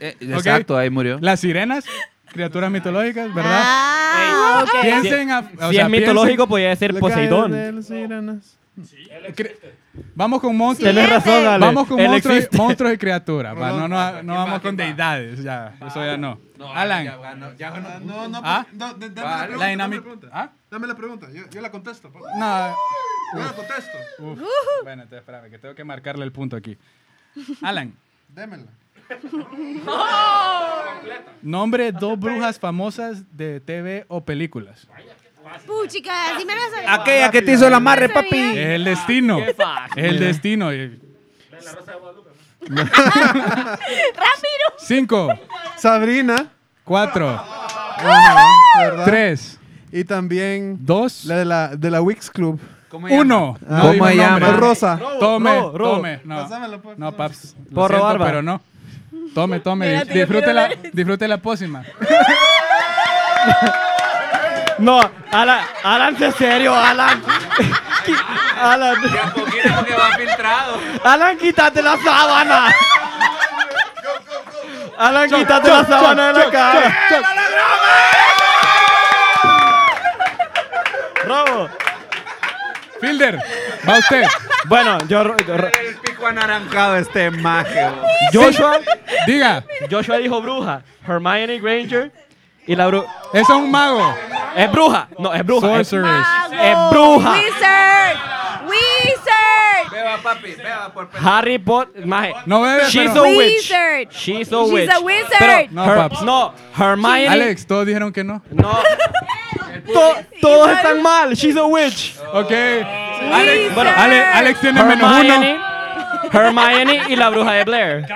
[SPEAKER 6] Eh, Exacto, ahí murió.
[SPEAKER 1] Las sirenas, criaturas mitológicas, ¿verdad?
[SPEAKER 2] Ah, ok.
[SPEAKER 1] Piensen a. o
[SPEAKER 4] Si
[SPEAKER 1] sea,
[SPEAKER 4] es
[SPEAKER 1] piensen-
[SPEAKER 4] mitológico, podría ser
[SPEAKER 5] Le cae de
[SPEAKER 4] Poseidón.
[SPEAKER 5] las sirenas.
[SPEAKER 1] Vamos con monstruos.
[SPEAKER 4] Tienes razón, Ale.
[SPEAKER 1] Vamos con
[SPEAKER 4] Él
[SPEAKER 1] monstruos y,
[SPEAKER 4] existe.
[SPEAKER 1] monstruos y criaturas. va, No, no, no
[SPEAKER 6] va?
[SPEAKER 1] vamos con
[SPEAKER 6] ¿Quién va?
[SPEAKER 1] deidades, ya. Eso ya Ah, no. Alan,
[SPEAKER 5] Ah, No, no,
[SPEAKER 1] ¿Ah?
[SPEAKER 5] no, de- dame
[SPEAKER 6] Vale.
[SPEAKER 1] la dinámica.
[SPEAKER 5] pregunta.
[SPEAKER 1] ¿Ah? Uh.
[SPEAKER 5] Dame la pregunta, yo, yo la contesto. pa.
[SPEAKER 1] No.
[SPEAKER 5] Yo la contesto.
[SPEAKER 1] Uf.
[SPEAKER 2] Uh-huh.
[SPEAKER 1] Bueno, entonces espérame, que tengo que marcarle el punto aquí. Alan,
[SPEAKER 5] Démela.
[SPEAKER 1] Nombre dos brujas famosas de TV o películas.
[SPEAKER 2] Puchica, así me lo sabía.
[SPEAKER 6] Aquella que te hizo el amarre,
[SPEAKER 1] Es
[SPEAKER 6] papi.
[SPEAKER 1] el destino. Es el destino.
[SPEAKER 2] Rápido.
[SPEAKER 1] Cinco,
[SPEAKER 5] Sabrina,
[SPEAKER 1] cuatro,
[SPEAKER 5] Ah.
[SPEAKER 1] Ah,
[SPEAKER 5] ¿verdad?
[SPEAKER 1] tres,
[SPEAKER 5] Y también
[SPEAKER 1] dos,
[SPEAKER 5] la de la, de la Wix Club.
[SPEAKER 1] uno.
[SPEAKER 5] Ah,
[SPEAKER 1] No
[SPEAKER 6] ¿Cómo
[SPEAKER 1] digo
[SPEAKER 6] se llama?
[SPEAKER 1] nombre.
[SPEAKER 5] Rosa.
[SPEAKER 1] Tome,
[SPEAKER 4] Ro, Ro.
[SPEAKER 1] tome. No,
[SPEAKER 5] Pásamelo, pues. por
[SPEAKER 1] no
[SPEAKER 5] favor.
[SPEAKER 1] paps. lo
[SPEAKER 4] Porro
[SPEAKER 1] siento,
[SPEAKER 4] barba.
[SPEAKER 1] Pero no. Tome, tome.
[SPEAKER 2] Espérate, yo
[SPEAKER 1] Disfrute
[SPEAKER 2] quiero
[SPEAKER 1] la,
[SPEAKER 2] ver.
[SPEAKER 1] disfrute la pócima.
[SPEAKER 4] No, Alan, Alan, en serio, Alan. Alan,
[SPEAKER 6] Porque va filtrado.
[SPEAKER 4] Alan, quítate la sábana. Alan, quítate la sábana de la cara. Robo.
[SPEAKER 1] Fielder, va usted.
[SPEAKER 4] Bueno, yo, yo-
[SPEAKER 6] El pico anaranjado este maje. bo.
[SPEAKER 4] Joshua,
[SPEAKER 1] Diga,
[SPEAKER 4] Joshua dijo bruja. Hermione Granger y la bruja.
[SPEAKER 1] eso es un mago.
[SPEAKER 4] Es bruja. No, es bruja. Es,
[SPEAKER 1] Sorceress.
[SPEAKER 4] es bruja.
[SPEAKER 2] Ah, Wizard. Wizard.
[SPEAKER 6] Beba, papi, beba por pe-
[SPEAKER 4] Harry Potter. Maje.
[SPEAKER 1] No bebe,
[SPEAKER 4] She's
[SPEAKER 1] pero-
[SPEAKER 4] a witch.
[SPEAKER 2] Wizard.
[SPEAKER 4] She's a
[SPEAKER 2] She's
[SPEAKER 4] witch.
[SPEAKER 2] a wizard.
[SPEAKER 4] Pero,
[SPEAKER 1] No,
[SPEAKER 4] no, her,
[SPEAKER 1] paps.
[SPEAKER 4] no, Hermione.
[SPEAKER 1] Alex, todos dijeron que no.
[SPEAKER 4] No. To- todos están mal. She's a witch.
[SPEAKER 1] Ok.
[SPEAKER 2] Alex,
[SPEAKER 4] bueno,
[SPEAKER 1] Ale- Alex tiene menos
[SPEAKER 4] Hermione.
[SPEAKER 1] uno.
[SPEAKER 4] Hermione y la bruja de Blair.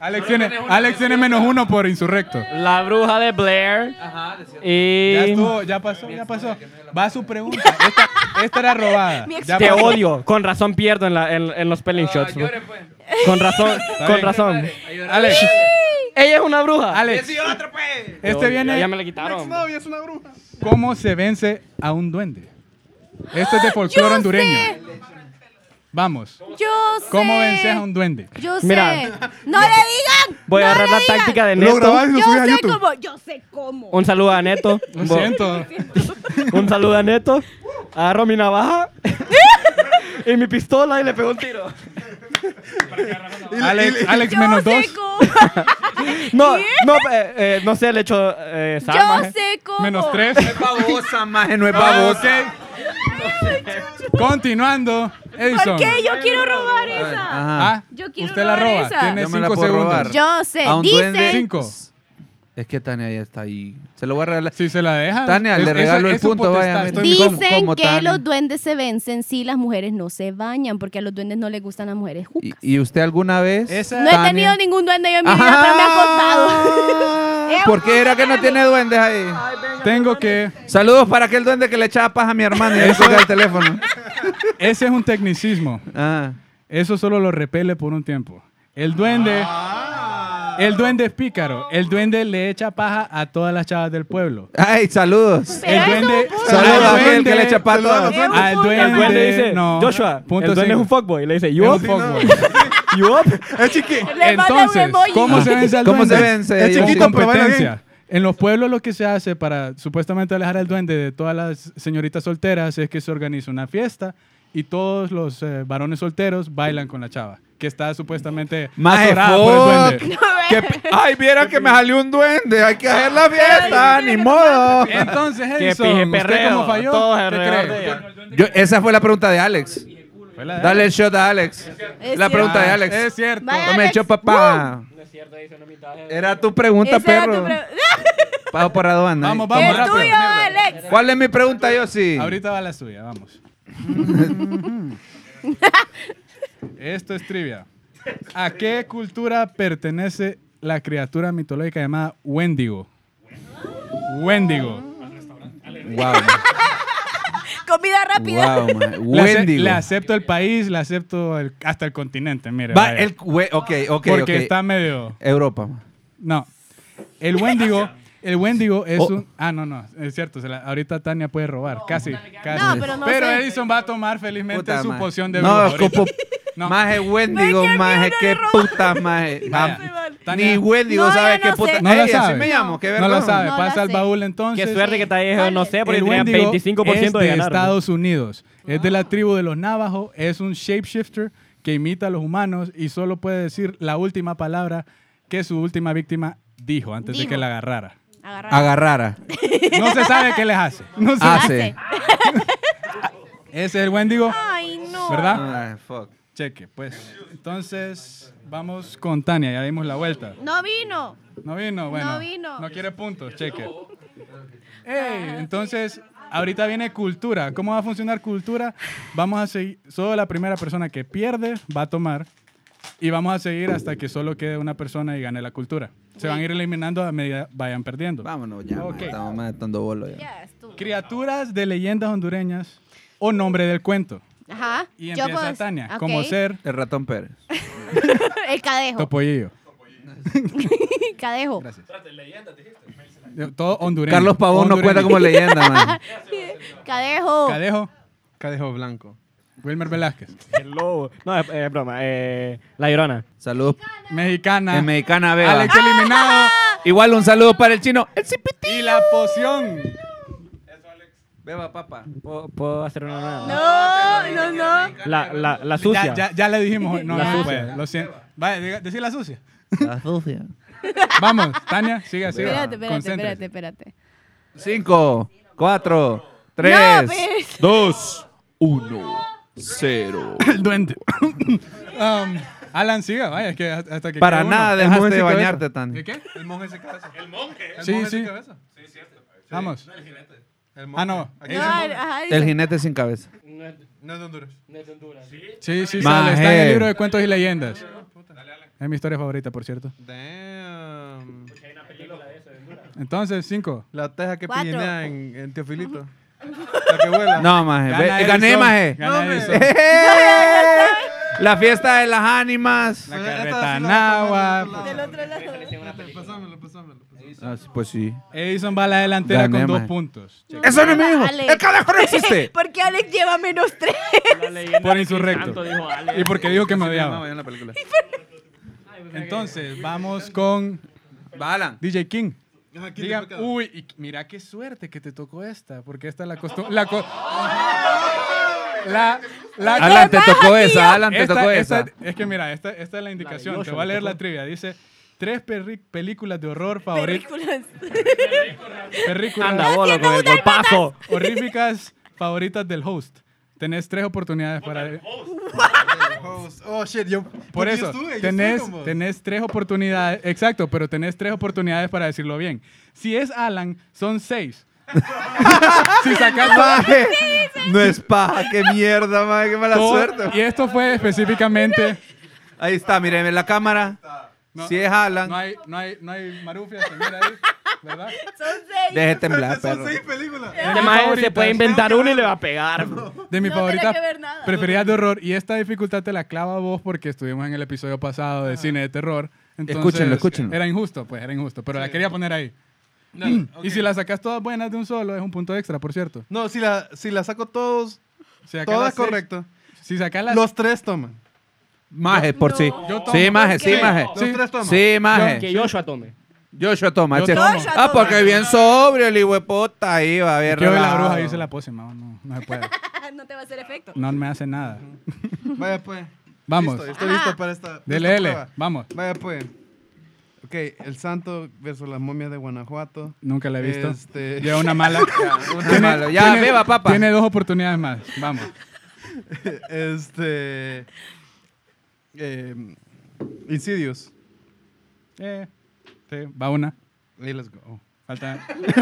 [SPEAKER 1] Alex tiene, Alex tiene menos uno por insurrecto.
[SPEAKER 6] Eh,
[SPEAKER 4] La bruja de Blair.
[SPEAKER 1] Ya
[SPEAKER 4] Y
[SPEAKER 1] estuvo, ya pasó, ya pasó. Va su pregunta. Esta, esta era robada.
[SPEAKER 2] Mi
[SPEAKER 1] Ya
[SPEAKER 4] te
[SPEAKER 1] pasó.
[SPEAKER 4] odio. Con razón pierdo en, la- en- en los
[SPEAKER 1] Ah,
[SPEAKER 4] spelling shots.
[SPEAKER 6] Llore, pues.
[SPEAKER 4] Con razón, con
[SPEAKER 1] bien.
[SPEAKER 4] razón.
[SPEAKER 6] Ay, llore.
[SPEAKER 1] Alex,
[SPEAKER 4] Ella es una bruja.
[SPEAKER 1] Alex.
[SPEAKER 6] Sí, otro, pues.
[SPEAKER 1] Este
[SPEAKER 4] Ya, ya
[SPEAKER 1] viene.
[SPEAKER 4] me la quitaron.
[SPEAKER 1] ¿Cómo se vence a un duende? Esto es de folclore
[SPEAKER 2] Yo
[SPEAKER 1] hondureño. Vamos.
[SPEAKER 2] Yo sé.
[SPEAKER 1] ¿Cómo vences a un duende?
[SPEAKER 2] Yo sé.
[SPEAKER 4] Mira.
[SPEAKER 2] No le digan.
[SPEAKER 4] Voy a
[SPEAKER 2] no
[SPEAKER 4] agarrar
[SPEAKER 2] le
[SPEAKER 4] la
[SPEAKER 2] digan.
[SPEAKER 4] táctica de
[SPEAKER 5] Lo
[SPEAKER 4] Neto.
[SPEAKER 5] grabás y lo
[SPEAKER 2] Yo
[SPEAKER 5] subís a
[SPEAKER 2] sé
[SPEAKER 5] YouTube.
[SPEAKER 2] cómo. Yo sé cómo.
[SPEAKER 4] Un saludo a Neto.
[SPEAKER 1] Lo
[SPEAKER 4] Bo-
[SPEAKER 1] siento.
[SPEAKER 4] Un saludo a Neto. Agarro mi navaja y mi pistola y le pego un tiro.
[SPEAKER 1] Alex, Alex
[SPEAKER 2] Yo
[SPEAKER 1] menos dos.
[SPEAKER 2] sé cómo.
[SPEAKER 4] No, no, eh, eh, no sé, le echo eh, sal, maje.
[SPEAKER 2] Yo sé cómo.
[SPEAKER 1] Menos tres.
[SPEAKER 6] No es babosa, maje, no es
[SPEAKER 1] Ah,
[SPEAKER 6] babosa.
[SPEAKER 1] ok. Continuando. Edison.
[SPEAKER 2] ¿Por qué? Yo quiero robar esa.
[SPEAKER 6] Ajá.
[SPEAKER 1] Ah,
[SPEAKER 2] Yo quiero
[SPEAKER 1] usted la
[SPEAKER 2] robar
[SPEAKER 1] roba.
[SPEAKER 2] esa.
[SPEAKER 1] Tiene
[SPEAKER 6] Yo me la
[SPEAKER 1] cinco
[SPEAKER 6] puedo
[SPEAKER 1] segundos.
[SPEAKER 6] robar.
[SPEAKER 2] Yo sé.
[SPEAKER 6] A un duende.
[SPEAKER 2] Dice.
[SPEAKER 1] Cinco.
[SPEAKER 6] Es que Tania ya está ahí. Se lo voy a regalar.
[SPEAKER 1] Si se la deja.
[SPEAKER 6] Tania, le
[SPEAKER 1] es- esa-
[SPEAKER 6] regalo el
[SPEAKER 1] es su
[SPEAKER 6] punto, vaya,
[SPEAKER 1] potestad.
[SPEAKER 6] mira. ¿Cómo-
[SPEAKER 2] Dicen
[SPEAKER 6] cómo
[SPEAKER 2] que
[SPEAKER 6] tan?
[SPEAKER 2] los duendes se vencen si las mujeres no se bañan, porque a los duendes no les gustan las mujeres
[SPEAKER 6] ¿Y,
[SPEAKER 2] jucas.
[SPEAKER 6] y usted alguna vez?
[SPEAKER 1] Esa-
[SPEAKER 2] No he tenido ningún duende yo en mi vida, pero me ha contado.
[SPEAKER 6] Ah, ¿Por qué era que no tiene duendes ahí?
[SPEAKER 1] Tengo que.
[SPEAKER 6] Saludos para aquel duende que le echaba paja a mi hermano y ahí colgaba el teléfono.
[SPEAKER 1] Ese es un tecnicismo.
[SPEAKER 6] Ah.
[SPEAKER 1] Eso solo lo repele por un tiempo. El duende.
[SPEAKER 4] Ah.
[SPEAKER 1] El duende es pícaro. El duende le echa paja a todas las chavas del pueblo.
[SPEAKER 6] Ay, saludos.
[SPEAKER 2] Pero
[SPEAKER 1] el
[SPEAKER 2] eso es un
[SPEAKER 1] duende.
[SPEAKER 2] punto.
[SPEAKER 6] Saludos a
[SPEAKER 1] al
[SPEAKER 6] aquel
[SPEAKER 1] duende-
[SPEAKER 6] que le echa paja a
[SPEAKER 5] Saludos a
[SPEAKER 6] todas.
[SPEAKER 5] los duendes.
[SPEAKER 1] Al duende.
[SPEAKER 4] El duende dice,
[SPEAKER 1] no.
[SPEAKER 4] Joshua,
[SPEAKER 1] Punto
[SPEAKER 4] el duende es
[SPEAKER 1] cinco.
[SPEAKER 4] un fuckboy. Le dice, you
[SPEAKER 1] Es un
[SPEAKER 4] up,
[SPEAKER 1] fuckboy.
[SPEAKER 4] you up.
[SPEAKER 5] Es chiqui.
[SPEAKER 2] Le manda un
[SPEAKER 1] Entonces,
[SPEAKER 2] emoji.
[SPEAKER 1] ¿cómo se vence al
[SPEAKER 6] ¿Cómo se
[SPEAKER 1] duende?
[SPEAKER 6] vence?
[SPEAKER 5] Es
[SPEAKER 1] Con
[SPEAKER 5] chiquito, pero baila
[SPEAKER 1] competencia. En los pueblos lo que se hace para supuestamente alejar al duende de todas las señoritas solteras es que se organiza una fiesta y todos los eh, varones solteros bailan con la chava, que está supuestamente
[SPEAKER 6] Maje,
[SPEAKER 1] azorada por el
[SPEAKER 6] fuck.
[SPEAKER 1] duende.
[SPEAKER 6] Que pe- Ay, vieran que me salió un duende. Hay que hacer la fiesta, ni modo.
[SPEAKER 1] Entonces,
[SPEAKER 4] Que
[SPEAKER 1] Edison,
[SPEAKER 4] pije
[SPEAKER 1] ¿usted
[SPEAKER 4] perreo.
[SPEAKER 1] cómo falló?
[SPEAKER 4] todos
[SPEAKER 1] ¿Qué
[SPEAKER 4] alrededor
[SPEAKER 1] cree?
[SPEAKER 4] de ella.
[SPEAKER 6] Yo- esa fue la pregunta de Alex.
[SPEAKER 1] Fue la de- Ah,
[SPEAKER 6] Dale el shot a Alex.
[SPEAKER 2] Es
[SPEAKER 6] La
[SPEAKER 2] cierto.
[SPEAKER 6] pregunta de Alex.
[SPEAKER 1] Es cierto.
[SPEAKER 2] Vaya.
[SPEAKER 6] No me
[SPEAKER 2] Alex.
[SPEAKER 6] echó papá. Era tu pregunta,
[SPEAKER 2] Esa era tu
[SPEAKER 6] perro.
[SPEAKER 2] pre-
[SPEAKER 6] Pago por aduana. eh.
[SPEAKER 1] Vamos,
[SPEAKER 2] ¡Ah!
[SPEAKER 1] vamos,
[SPEAKER 2] Es
[SPEAKER 1] rápido.
[SPEAKER 2] tuyo, Alex.
[SPEAKER 6] ¿Cuál es mi pregunta, yo sí?
[SPEAKER 1] Ahorita va la suya, vamos. Esto es trivia. ¿A qué cultura pertenece la criatura mitológica llamada Wendigo? Wendigo.
[SPEAKER 6] Wow,
[SPEAKER 2] Comida rápida.
[SPEAKER 6] wow, man.
[SPEAKER 1] Le ace-
[SPEAKER 6] Wendigo.
[SPEAKER 1] Le acepto el país, le acepto el- hasta el continente, mire.
[SPEAKER 6] Va,
[SPEAKER 1] vaya.
[SPEAKER 6] el, we- ok, ok,
[SPEAKER 1] porque
[SPEAKER 6] ok.
[SPEAKER 1] está medio...
[SPEAKER 6] Europa. man.
[SPEAKER 1] No. El Wendigo... El Wendigo es
[SPEAKER 6] Oh.
[SPEAKER 1] un... Ah, no, no, es cierto. se la- ahorita Tania puede robar, casi, casi.
[SPEAKER 2] No, pero no sé.
[SPEAKER 1] Edison va a tomar felizmente
[SPEAKER 6] Puta,
[SPEAKER 1] su
[SPEAKER 6] man.
[SPEAKER 1] poción de brujo
[SPEAKER 6] No,
[SPEAKER 1] ahorita.
[SPEAKER 6] cupo-
[SPEAKER 1] No.
[SPEAKER 6] Maje Wendigo,
[SPEAKER 2] Ve que
[SPEAKER 6] maje,
[SPEAKER 2] mierda
[SPEAKER 6] qué
[SPEAKER 2] le robó.
[SPEAKER 6] puta, maje.
[SPEAKER 1] Vaya.
[SPEAKER 6] Jam-
[SPEAKER 1] Tania,
[SPEAKER 6] Ni Wendigo
[SPEAKER 2] No,
[SPEAKER 6] sabe
[SPEAKER 2] yo
[SPEAKER 6] qué
[SPEAKER 2] no
[SPEAKER 6] puta.
[SPEAKER 2] sé.
[SPEAKER 1] No la
[SPEAKER 6] Ey, así
[SPEAKER 1] sabe.
[SPEAKER 6] me llamo, qué
[SPEAKER 1] no
[SPEAKER 6] vergón.
[SPEAKER 1] la sabe.
[SPEAKER 2] No la
[SPEAKER 1] Pasa al
[SPEAKER 2] sé.
[SPEAKER 1] baúl entonces.
[SPEAKER 4] Qué suerte que te dije, no sé, porque
[SPEAKER 1] el
[SPEAKER 4] tenían
[SPEAKER 1] Wendigo
[SPEAKER 4] 25%
[SPEAKER 1] es
[SPEAKER 4] de ganar.
[SPEAKER 1] Estados Unidos. Es de
[SPEAKER 2] Ah.
[SPEAKER 1] la tribu de los navajos. Es un shapeshifter que imita a los humanos y solo puede decir la última palabra que su última víctima dijo antes de
[SPEAKER 2] Dijo.
[SPEAKER 1] que la agarrara.
[SPEAKER 2] Agarra.
[SPEAKER 6] Agarrara.
[SPEAKER 1] No se sabe qué les hace. No
[SPEAKER 2] Ah,
[SPEAKER 1] se
[SPEAKER 6] Hace.
[SPEAKER 1] Ese es el Wendigo,
[SPEAKER 2] Ay, Ah, no.
[SPEAKER 1] ¿verdad?
[SPEAKER 6] Ay, fuck.
[SPEAKER 1] Cheque, pues. Entonces, vamos con Tania. Ya dimos la vuelta.
[SPEAKER 2] No vino.
[SPEAKER 1] No vino, bueno.
[SPEAKER 2] No vino. Ah,
[SPEAKER 1] No quiere puntos, cheque. Ey, entonces, ahorita viene cultura. ¿Cómo va a funcionar cultura? Vamos a seguir, solo la primera persona que pierde va a tomar y vamos a seguir hasta que solo quede una persona y gane la cultura. Se van a ir eliminando a medida vayan perdiendo.
[SPEAKER 6] Vámonos ya,
[SPEAKER 1] Ok.
[SPEAKER 6] ma, estamos matando bolo ya.
[SPEAKER 2] Ya, estuvo.
[SPEAKER 1] Criaturas de leyendas hondureñas o nombre del cuento.
[SPEAKER 2] Ajá.
[SPEAKER 1] Y
[SPEAKER 2] Yo
[SPEAKER 1] empieza
[SPEAKER 2] puedo-
[SPEAKER 1] Tania,
[SPEAKER 2] Ok.
[SPEAKER 1] como ser
[SPEAKER 6] El ratón Pérez.
[SPEAKER 2] El cadejo.
[SPEAKER 1] Topollillo.
[SPEAKER 2] cadejo.
[SPEAKER 1] Gracias. Todo hondureño.
[SPEAKER 6] Carlos Pavón no
[SPEAKER 1] Hondureño.
[SPEAKER 6] cuenta como leyenda, man.
[SPEAKER 2] Cadejo.
[SPEAKER 1] Cadejo,
[SPEAKER 5] Cadejo Blanco.
[SPEAKER 1] Wilmer Velázquez.
[SPEAKER 4] El lobo. No, es, es broma. eh, la llorona.
[SPEAKER 6] Saludos.
[SPEAKER 1] Mexicana.
[SPEAKER 6] En Mexicana Beba.
[SPEAKER 1] Alex eliminado.
[SPEAKER 6] Igual un saludo para el chino. El
[SPEAKER 1] Y la poción.
[SPEAKER 6] Beba, papa.
[SPEAKER 4] ¿Puedo, puedo hacer una nueva?
[SPEAKER 2] No, no, no.
[SPEAKER 4] La, la, la
[SPEAKER 1] Ya,
[SPEAKER 4] sucia.
[SPEAKER 1] ya, ya le dijimos. hoy. No,
[SPEAKER 4] La
[SPEAKER 1] no se
[SPEAKER 4] sucia.
[SPEAKER 1] puede. Lo siento. Vaya, diga- decí la sucia.
[SPEAKER 6] La sucia.
[SPEAKER 1] Vamos, Tania, sigue así.
[SPEAKER 2] Espérate, espérate, espérate, espérate.
[SPEAKER 6] Cinco, cuatro,
[SPEAKER 2] No,
[SPEAKER 6] tres,
[SPEAKER 2] pero-
[SPEAKER 6] dos, uno, cero.
[SPEAKER 1] El duende. Um, Alan, siga, vaya, es que hasta hasta que.
[SPEAKER 6] Para
[SPEAKER 1] quede uno.
[SPEAKER 6] nada
[SPEAKER 5] monje
[SPEAKER 6] dejaste de
[SPEAKER 5] sin cabeza.
[SPEAKER 6] bañarte, Tania.
[SPEAKER 1] ¿De qué?
[SPEAKER 5] El monje se cabeza. El monje.
[SPEAKER 1] Sí, sí.
[SPEAKER 5] cabeza.
[SPEAKER 1] Vamos.
[SPEAKER 5] El
[SPEAKER 1] Ah, no.
[SPEAKER 5] Aquí
[SPEAKER 2] No,
[SPEAKER 5] dice monje.
[SPEAKER 2] ajá, dice-
[SPEAKER 6] El jinete sin cabeza.
[SPEAKER 5] No es de Honduras.
[SPEAKER 1] Sí, sí,
[SPEAKER 6] Maje.
[SPEAKER 1] sale. Está en el libro de cuentos y leyendas. Es mi historia favorita, por cierto.
[SPEAKER 5] Damn.
[SPEAKER 1] Entonces, cinco.
[SPEAKER 5] La teja que
[SPEAKER 2] Cuatro.
[SPEAKER 5] pillinea en, en Teofilito. La que vuela.
[SPEAKER 6] No, maje.
[SPEAKER 1] Gana
[SPEAKER 6] Ve-
[SPEAKER 1] Edison,
[SPEAKER 6] Gané, maje.
[SPEAKER 1] gana
[SPEAKER 5] No,
[SPEAKER 1] Edison.
[SPEAKER 5] hombre. Pues
[SPEAKER 6] ¡Eh! La fiesta de las ánimas.
[SPEAKER 1] La
[SPEAKER 5] Esta
[SPEAKER 1] carreta
[SPEAKER 5] sí la voy a tomar
[SPEAKER 1] Nahua.
[SPEAKER 5] del otro
[SPEAKER 2] Del
[SPEAKER 5] lado.
[SPEAKER 2] otro lado.
[SPEAKER 5] Pásamelo, pásamelo, pásamelo.
[SPEAKER 6] Ah, sí, pues sí.
[SPEAKER 1] Edison va a la delantera
[SPEAKER 6] Gané,
[SPEAKER 1] con dos
[SPEAKER 6] maje.
[SPEAKER 1] puntos.
[SPEAKER 6] Eso no es mío.
[SPEAKER 2] Alex.
[SPEAKER 6] El cadejo no existe.
[SPEAKER 2] ¿Por qué Alex lleva menos tres?
[SPEAKER 4] La leyenda
[SPEAKER 1] Por
[SPEAKER 4] de
[SPEAKER 1] insurrecto.
[SPEAKER 4] Crisanto, dijo Ale.
[SPEAKER 1] Y porque dijo que me odiaba.
[SPEAKER 6] en la película.
[SPEAKER 1] Entonces, vamos con
[SPEAKER 6] Balan.
[SPEAKER 1] DJ King.
[SPEAKER 5] Ajá, ¿quién
[SPEAKER 1] Digan,
[SPEAKER 5] te toca?
[SPEAKER 1] uy, y mira qué suerte que te tocó esta, porque esta la costó. La, co- la, la-
[SPEAKER 6] Alan, te tocó
[SPEAKER 2] Aquí,
[SPEAKER 6] esa. Alan, te
[SPEAKER 1] Esta-
[SPEAKER 6] tocó
[SPEAKER 1] esta-
[SPEAKER 6] esa.
[SPEAKER 1] Es que mira, esta, esta es la indicación.
[SPEAKER 4] Yoshi
[SPEAKER 1] te voy a
[SPEAKER 4] me
[SPEAKER 1] leer la
[SPEAKER 4] tocó.
[SPEAKER 1] trivia. Dice: Tres perri- películas de horror favoritas.
[SPEAKER 2] Películas.
[SPEAKER 4] Anda,
[SPEAKER 1] Películas
[SPEAKER 4] bola con el golpazo.
[SPEAKER 1] horríficas favoritas del host. Tenés tres oportunidades para.
[SPEAKER 5] Oh, oh, shit, yo.
[SPEAKER 1] Por
[SPEAKER 5] yo
[SPEAKER 1] eso,
[SPEAKER 5] estuve, yo
[SPEAKER 1] tenés,
[SPEAKER 5] estuve con vos.
[SPEAKER 1] tenés tres oportunidades, exacto, pero tenés tres oportunidades para decirlo bien. Si es Alan, son seis. si sacas
[SPEAKER 6] Maje, No es paja, qué mierda, maje, qué mala
[SPEAKER 1] todo-
[SPEAKER 6] suerte.
[SPEAKER 1] y esto fue específicamente...
[SPEAKER 6] Ahí está, miren, en la cámara.
[SPEAKER 1] No,
[SPEAKER 6] Si es Alan,
[SPEAKER 1] No hay, no hay, no hay marufias, se mira ahí, ¿verdad?
[SPEAKER 2] Son seis.
[SPEAKER 6] deje temblar,
[SPEAKER 5] Son
[SPEAKER 6] perro.
[SPEAKER 5] seis películas.
[SPEAKER 1] De
[SPEAKER 4] Este
[SPEAKER 1] mis
[SPEAKER 4] maje se
[SPEAKER 1] favoritas-
[SPEAKER 4] puede inventar una y le va a pegar.
[SPEAKER 1] De mi
[SPEAKER 2] No
[SPEAKER 1] favorita
[SPEAKER 2] tenía que ver nada.
[SPEAKER 1] preferida de horror. Y esta dificultad te la clava vos porque estuvimos en el episodio pasado de cine de terror. Entonces,
[SPEAKER 6] Escúchenlo, escúchenlo.
[SPEAKER 1] Era injusto, pues era injusto, pero la quería poner ahí. Y si la sacas todas buenas de un solo, es un punto extra, por cierto.
[SPEAKER 5] No, si la, si la saco todos,
[SPEAKER 1] Si sacas
[SPEAKER 5] todas
[SPEAKER 1] las seis-
[SPEAKER 5] correcto.
[SPEAKER 1] Si sacas las
[SPEAKER 5] Los tres toman.
[SPEAKER 6] Maje, por sí.
[SPEAKER 2] No.
[SPEAKER 1] Yo tomo.
[SPEAKER 6] Sí, maje,
[SPEAKER 2] Sí.
[SPEAKER 6] sí, maje.
[SPEAKER 5] Los
[SPEAKER 1] Sí.
[SPEAKER 5] tres toman.
[SPEAKER 6] Sí,
[SPEAKER 4] Que
[SPEAKER 6] maje.
[SPEAKER 4] Joshua tome.
[SPEAKER 6] Joshua toma.
[SPEAKER 1] Yo
[SPEAKER 6] este-
[SPEAKER 1] tomo.
[SPEAKER 6] Ah, porque bien sobrio el hijuepota ahí va a ver.
[SPEAKER 1] Yo de la
[SPEAKER 6] relajado.
[SPEAKER 1] bruja hice la pose, mao, no, no se puede.
[SPEAKER 2] No te va a hacer efecto.
[SPEAKER 1] No me hace nada.
[SPEAKER 5] Vaya, pues.
[SPEAKER 1] Vamos.
[SPEAKER 5] Listo, estoy
[SPEAKER 2] Ajá.
[SPEAKER 5] listo para esta. esta
[SPEAKER 1] Dele, dele,
[SPEAKER 5] prueba.
[SPEAKER 1] vamos.
[SPEAKER 5] Vaya, pues. Ok, el santo versus las momias de Guanajuato.
[SPEAKER 1] Nunca la he visto.
[SPEAKER 5] Este-
[SPEAKER 1] Lleva una mala.
[SPEAKER 6] una
[SPEAKER 1] Tiene-
[SPEAKER 6] mala. Ya,
[SPEAKER 1] tiene-
[SPEAKER 6] beba, papa.
[SPEAKER 1] Tiene dos oportunidades más. Vamos.
[SPEAKER 5] Este. Eh, Insidious.
[SPEAKER 1] Eh, sí, va una.
[SPEAKER 5] Ahí let's go.
[SPEAKER 1] Faltan,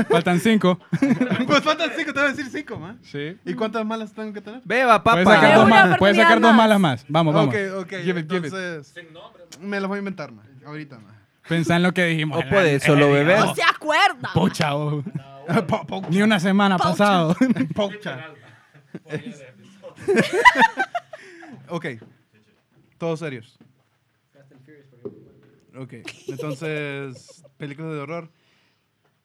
[SPEAKER 1] faltan cinco.
[SPEAKER 5] pues faltan cinco, te voy a decir cinco, man.
[SPEAKER 1] Sí.
[SPEAKER 5] ¿Y cuántas malas tengo que tener?
[SPEAKER 6] Beba,
[SPEAKER 1] Puedes
[SPEAKER 6] papa.
[SPEAKER 1] sacar,
[SPEAKER 2] Lleva
[SPEAKER 1] dos,
[SPEAKER 2] una
[SPEAKER 1] más, puedes sacar
[SPEAKER 2] oportunidad
[SPEAKER 1] dos
[SPEAKER 2] más.
[SPEAKER 1] malas más. Vamos, vamos.
[SPEAKER 5] Ok, ok.
[SPEAKER 1] Give it, give it.
[SPEAKER 5] Entonces, me las voy a inventar, man. Ahorita, man.
[SPEAKER 1] Pensá en lo que dijimos.
[SPEAKER 6] No puede solo beber.
[SPEAKER 2] No se acuerda.
[SPEAKER 1] Pocha, oh. Ni una semana pasado.
[SPEAKER 5] Pocha. ok. Todos serios. Ok. Entonces, películas de horror.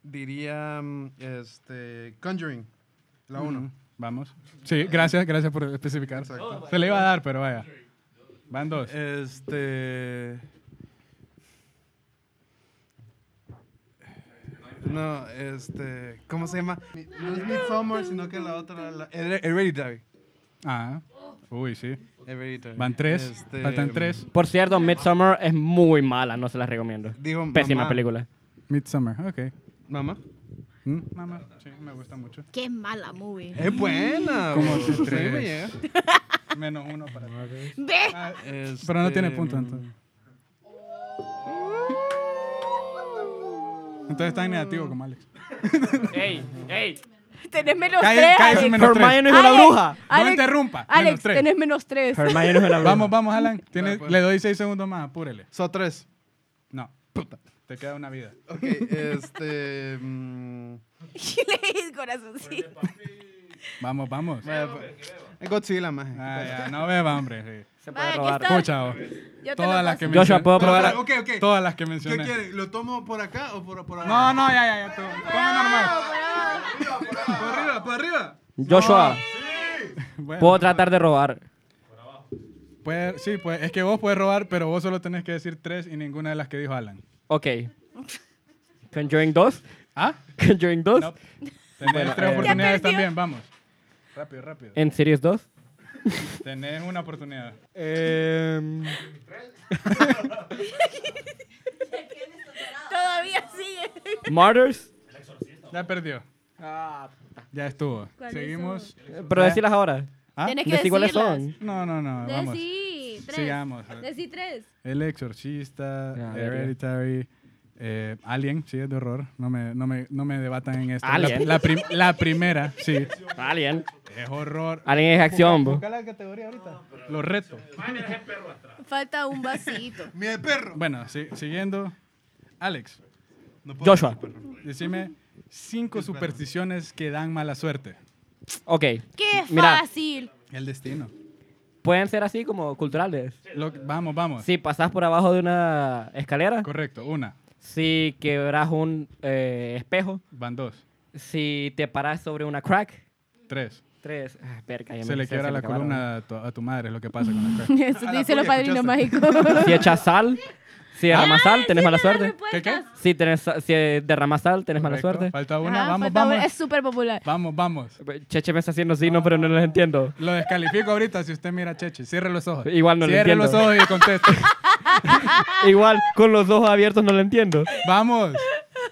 [SPEAKER 5] Diría mm, este, Conjuring, la 1.
[SPEAKER 1] Vamos. Sí, gracias, gracias por especificar.
[SPEAKER 5] Exacto.
[SPEAKER 1] Se le iba a dar, pero vaya. Van
[SPEAKER 6] Eh,
[SPEAKER 1] dos.
[SPEAKER 5] Este. No, este. ¿Cómo se llama? No es Midsommar, sino que la otra. La, Her- Hereditary.
[SPEAKER 1] Ah. Uy, sí.
[SPEAKER 5] Hereditary.
[SPEAKER 1] Van tres.
[SPEAKER 5] Este,
[SPEAKER 1] Faltan tres.
[SPEAKER 4] Por cierto, Midsummer es muy mala, no se las recomiendo.
[SPEAKER 5] Dijo
[SPEAKER 4] Pésima
[SPEAKER 5] mamá.
[SPEAKER 4] película.
[SPEAKER 1] Midsummer, ok.
[SPEAKER 5] Mamá.
[SPEAKER 1] Mm, Mamá, sí, me gusta mucho.
[SPEAKER 2] Qué mala movie.
[SPEAKER 5] Es buena.
[SPEAKER 1] Como
[SPEAKER 5] bro. Sí me
[SPEAKER 1] tres.
[SPEAKER 5] llega.
[SPEAKER 1] Menos uno para ti.
[SPEAKER 2] Ve.
[SPEAKER 5] Este,
[SPEAKER 1] Pero no tiene punto, entonces. Entonces está en negativo como Alex.
[SPEAKER 4] ¡Ey! ¡Ey!
[SPEAKER 2] Tenés menos
[SPEAKER 1] Cae-
[SPEAKER 2] tres,
[SPEAKER 1] cae
[SPEAKER 2] Alex.
[SPEAKER 1] menos tres.
[SPEAKER 4] Hermione es una
[SPEAKER 2] Alex,
[SPEAKER 4] bruja.
[SPEAKER 1] No
[SPEAKER 2] Alex,
[SPEAKER 1] interrumpa.
[SPEAKER 2] Alex,
[SPEAKER 1] menos tres.
[SPEAKER 2] tenés menos tres.
[SPEAKER 4] Hermione es una bruja.
[SPEAKER 1] Vamos, vamos, Alan. Tienes-
[SPEAKER 5] Bueno, pues.
[SPEAKER 1] Le doy seis segundos más, apúrele.
[SPEAKER 5] So tres.
[SPEAKER 1] No, puta. Te queda una vida.
[SPEAKER 5] Ok, este. mm,
[SPEAKER 2] Y le di el corazoncito.
[SPEAKER 1] Vamos, vamos.
[SPEAKER 5] vaya, pues, es Godzilla, maje.
[SPEAKER 1] Ah, ya, no beba, hombre.
[SPEAKER 4] Se
[SPEAKER 2] Vaya,
[SPEAKER 4] puede
[SPEAKER 2] aquí
[SPEAKER 4] robar.
[SPEAKER 2] está.
[SPEAKER 1] Escucha,
[SPEAKER 2] Yo te
[SPEAKER 1] Todas las
[SPEAKER 2] lo
[SPEAKER 1] que
[SPEAKER 2] paso.
[SPEAKER 1] mencioné.
[SPEAKER 4] Joshua, ¿puedo probar?
[SPEAKER 5] ok, ok.
[SPEAKER 1] Todas las que
[SPEAKER 5] ¿Qué
[SPEAKER 1] mencioné.
[SPEAKER 5] quiere? ¿Lo tomo por acá o por, por acá?
[SPEAKER 1] No, no, ya, ya, ya. tú. Come normal.
[SPEAKER 5] Por arriba, por arriba.
[SPEAKER 4] Joshua,
[SPEAKER 1] Bueno,
[SPEAKER 4] puedo tratar de robar.
[SPEAKER 1] puede- sí, pues es que vos puedes robar, pero vos solo tenés que decir tres y ninguna de las que dijo Alan.
[SPEAKER 4] Ok. Conjuring 2.
[SPEAKER 1] ¿Ah?
[SPEAKER 4] Conjuring 2.
[SPEAKER 1] No. Tenés tres
[SPEAKER 4] eh.
[SPEAKER 1] oportunidades
[SPEAKER 2] Ya perdió.
[SPEAKER 1] también, vamos. Rápido, rápido.
[SPEAKER 4] En Series 2.
[SPEAKER 1] Tenés una oportunidad. Em.
[SPEAKER 2] Todavía sigue.
[SPEAKER 4] Martyrs.
[SPEAKER 1] Ya perdió.
[SPEAKER 2] Ah,
[SPEAKER 1] Ya estuvo.
[SPEAKER 2] ¿Cuáles
[SPEAKER 1] Seguimos. Eh,
[SPEAKER 4] Pero decirlas ahora.
[SPEAKER 1] ¿Ah?
[SPEAKER 2] Tienes que
[SPEAKER 4] Decí cuáles
[SPEAKER 2] decirlas.
[SPEAKER 4] son.
[SPEAKER 1] No, no, no. Vamos.
[SPEAKER 2] Decí tres.
[SPEAKER 1] Sigamos.
[SPEAKER 2] Decí tres.
[SPEAKER 1] El Exorcista,
[SPEAKER 4] Ya, verga.
[SPEAKER 1] Hereditary, eh, Alien, sí, es de horror. No me, no me, no me debatan en esto. La-
[SPEAKER 4] Alien.
[SPEAKER 1] La, prim- la primera, sí.
[SPEAKER 4] Alien.
[SPEAKER 1] Es horror.
[SPEAKER 4] Alien Ah, es acción, bo.
[SPEAKER 1] la categoría ahorita. Los retos.
[SPEAKER 2] Falta un vasito.
[SPEAKER 5] Mi de perro.
[SPEAKER 1] Bueno, sí, siguiendo. Alex,
[SPEAKER 5] No puedo
[SPEAKER 4] Joshua.
[SPEAKER 1] decime cinco supersticiones que dan mala suerte.
[SPEAKER 4] Ok.
[SPEAKER 2] ¡Qué
[SPEAKER 4] Mira.
[SPEAKER 2] fácil!
[SPEAKER 1] El destino.
[SPEAKER 4] Pueden ser así como culturales.
[SPEAKER 1] Lo- vamos, vamos.
[SPEAKER 4] Si pasas por abajo de una escalera.
[SPEAKER 1] Correcto, una.
[SPEAKER 4] Si quebras un eh, espejo.
[SPEAKER 1] Van dos.
[SPEAKER 4] Si te paras sobre una crack.
[SPEAKER 1] Tres.
[SPEAKER 4] Tres. Ah, verga, ya
[SPEAKER 1] Se
[SPEAKER 4] me-
[SPEAKER 1] le quiebra
[SPEAKER 4] me
[SPEAKER 1] la
[SPEAKER 4] acabaron.
[SPEAKER 1] columna a tu, a tu madre, es lo que pasa con Ah, la cuerda.
[SPEAKER 2] Eso
[SPEAKER 5] A la
[SPEAKER 2] dice los
[SPEAKER 5] furia,
[SPEAKER 2] padrinos
[SPEAKER 5] escuchaste.
[SPEAKER 2] mágicos.
[SPEAKER 4] Si echas sal. Si
[SPEAKER 2] Ah,
[SPEAKER 4] derramas sal, tenés mala suerte.
[SPEAKER 1] ¿Qué, qué?
[SPEAKER 4] Si, tenés, si derramas sal, tenés mala
[SPEAKER 1] Correcto.
[SPEAKER 4] suerte.
[SPEAKER 1] Falta una,
[SPEAKER 2] Ajá,
[SPEAKER 1] vamos,
[SPEAKER 2] falta
[SPEAKER 1] vamos.
[SPEAKER 2] una. Es súper popular.
[SPEAKER 1] Vamos, vamos.
[SPEAKER 4] Cheche me está haciendo signos, pero no los entiendo.
[SPEAKER 1] Lo descalifico ahorita si usted mira a Cheche. Cierre los ojos.
[SPEAKER 4] Igual no lo
[SPEAKER 1] Cierre
[SPEAKER 4] entiendo.
[SPEAKER 1] los ojos y conteste.
[SPEAKER 4] Igual, con los ojos abiertos no lo entiendo.
[SPEAKER 1] Vamos.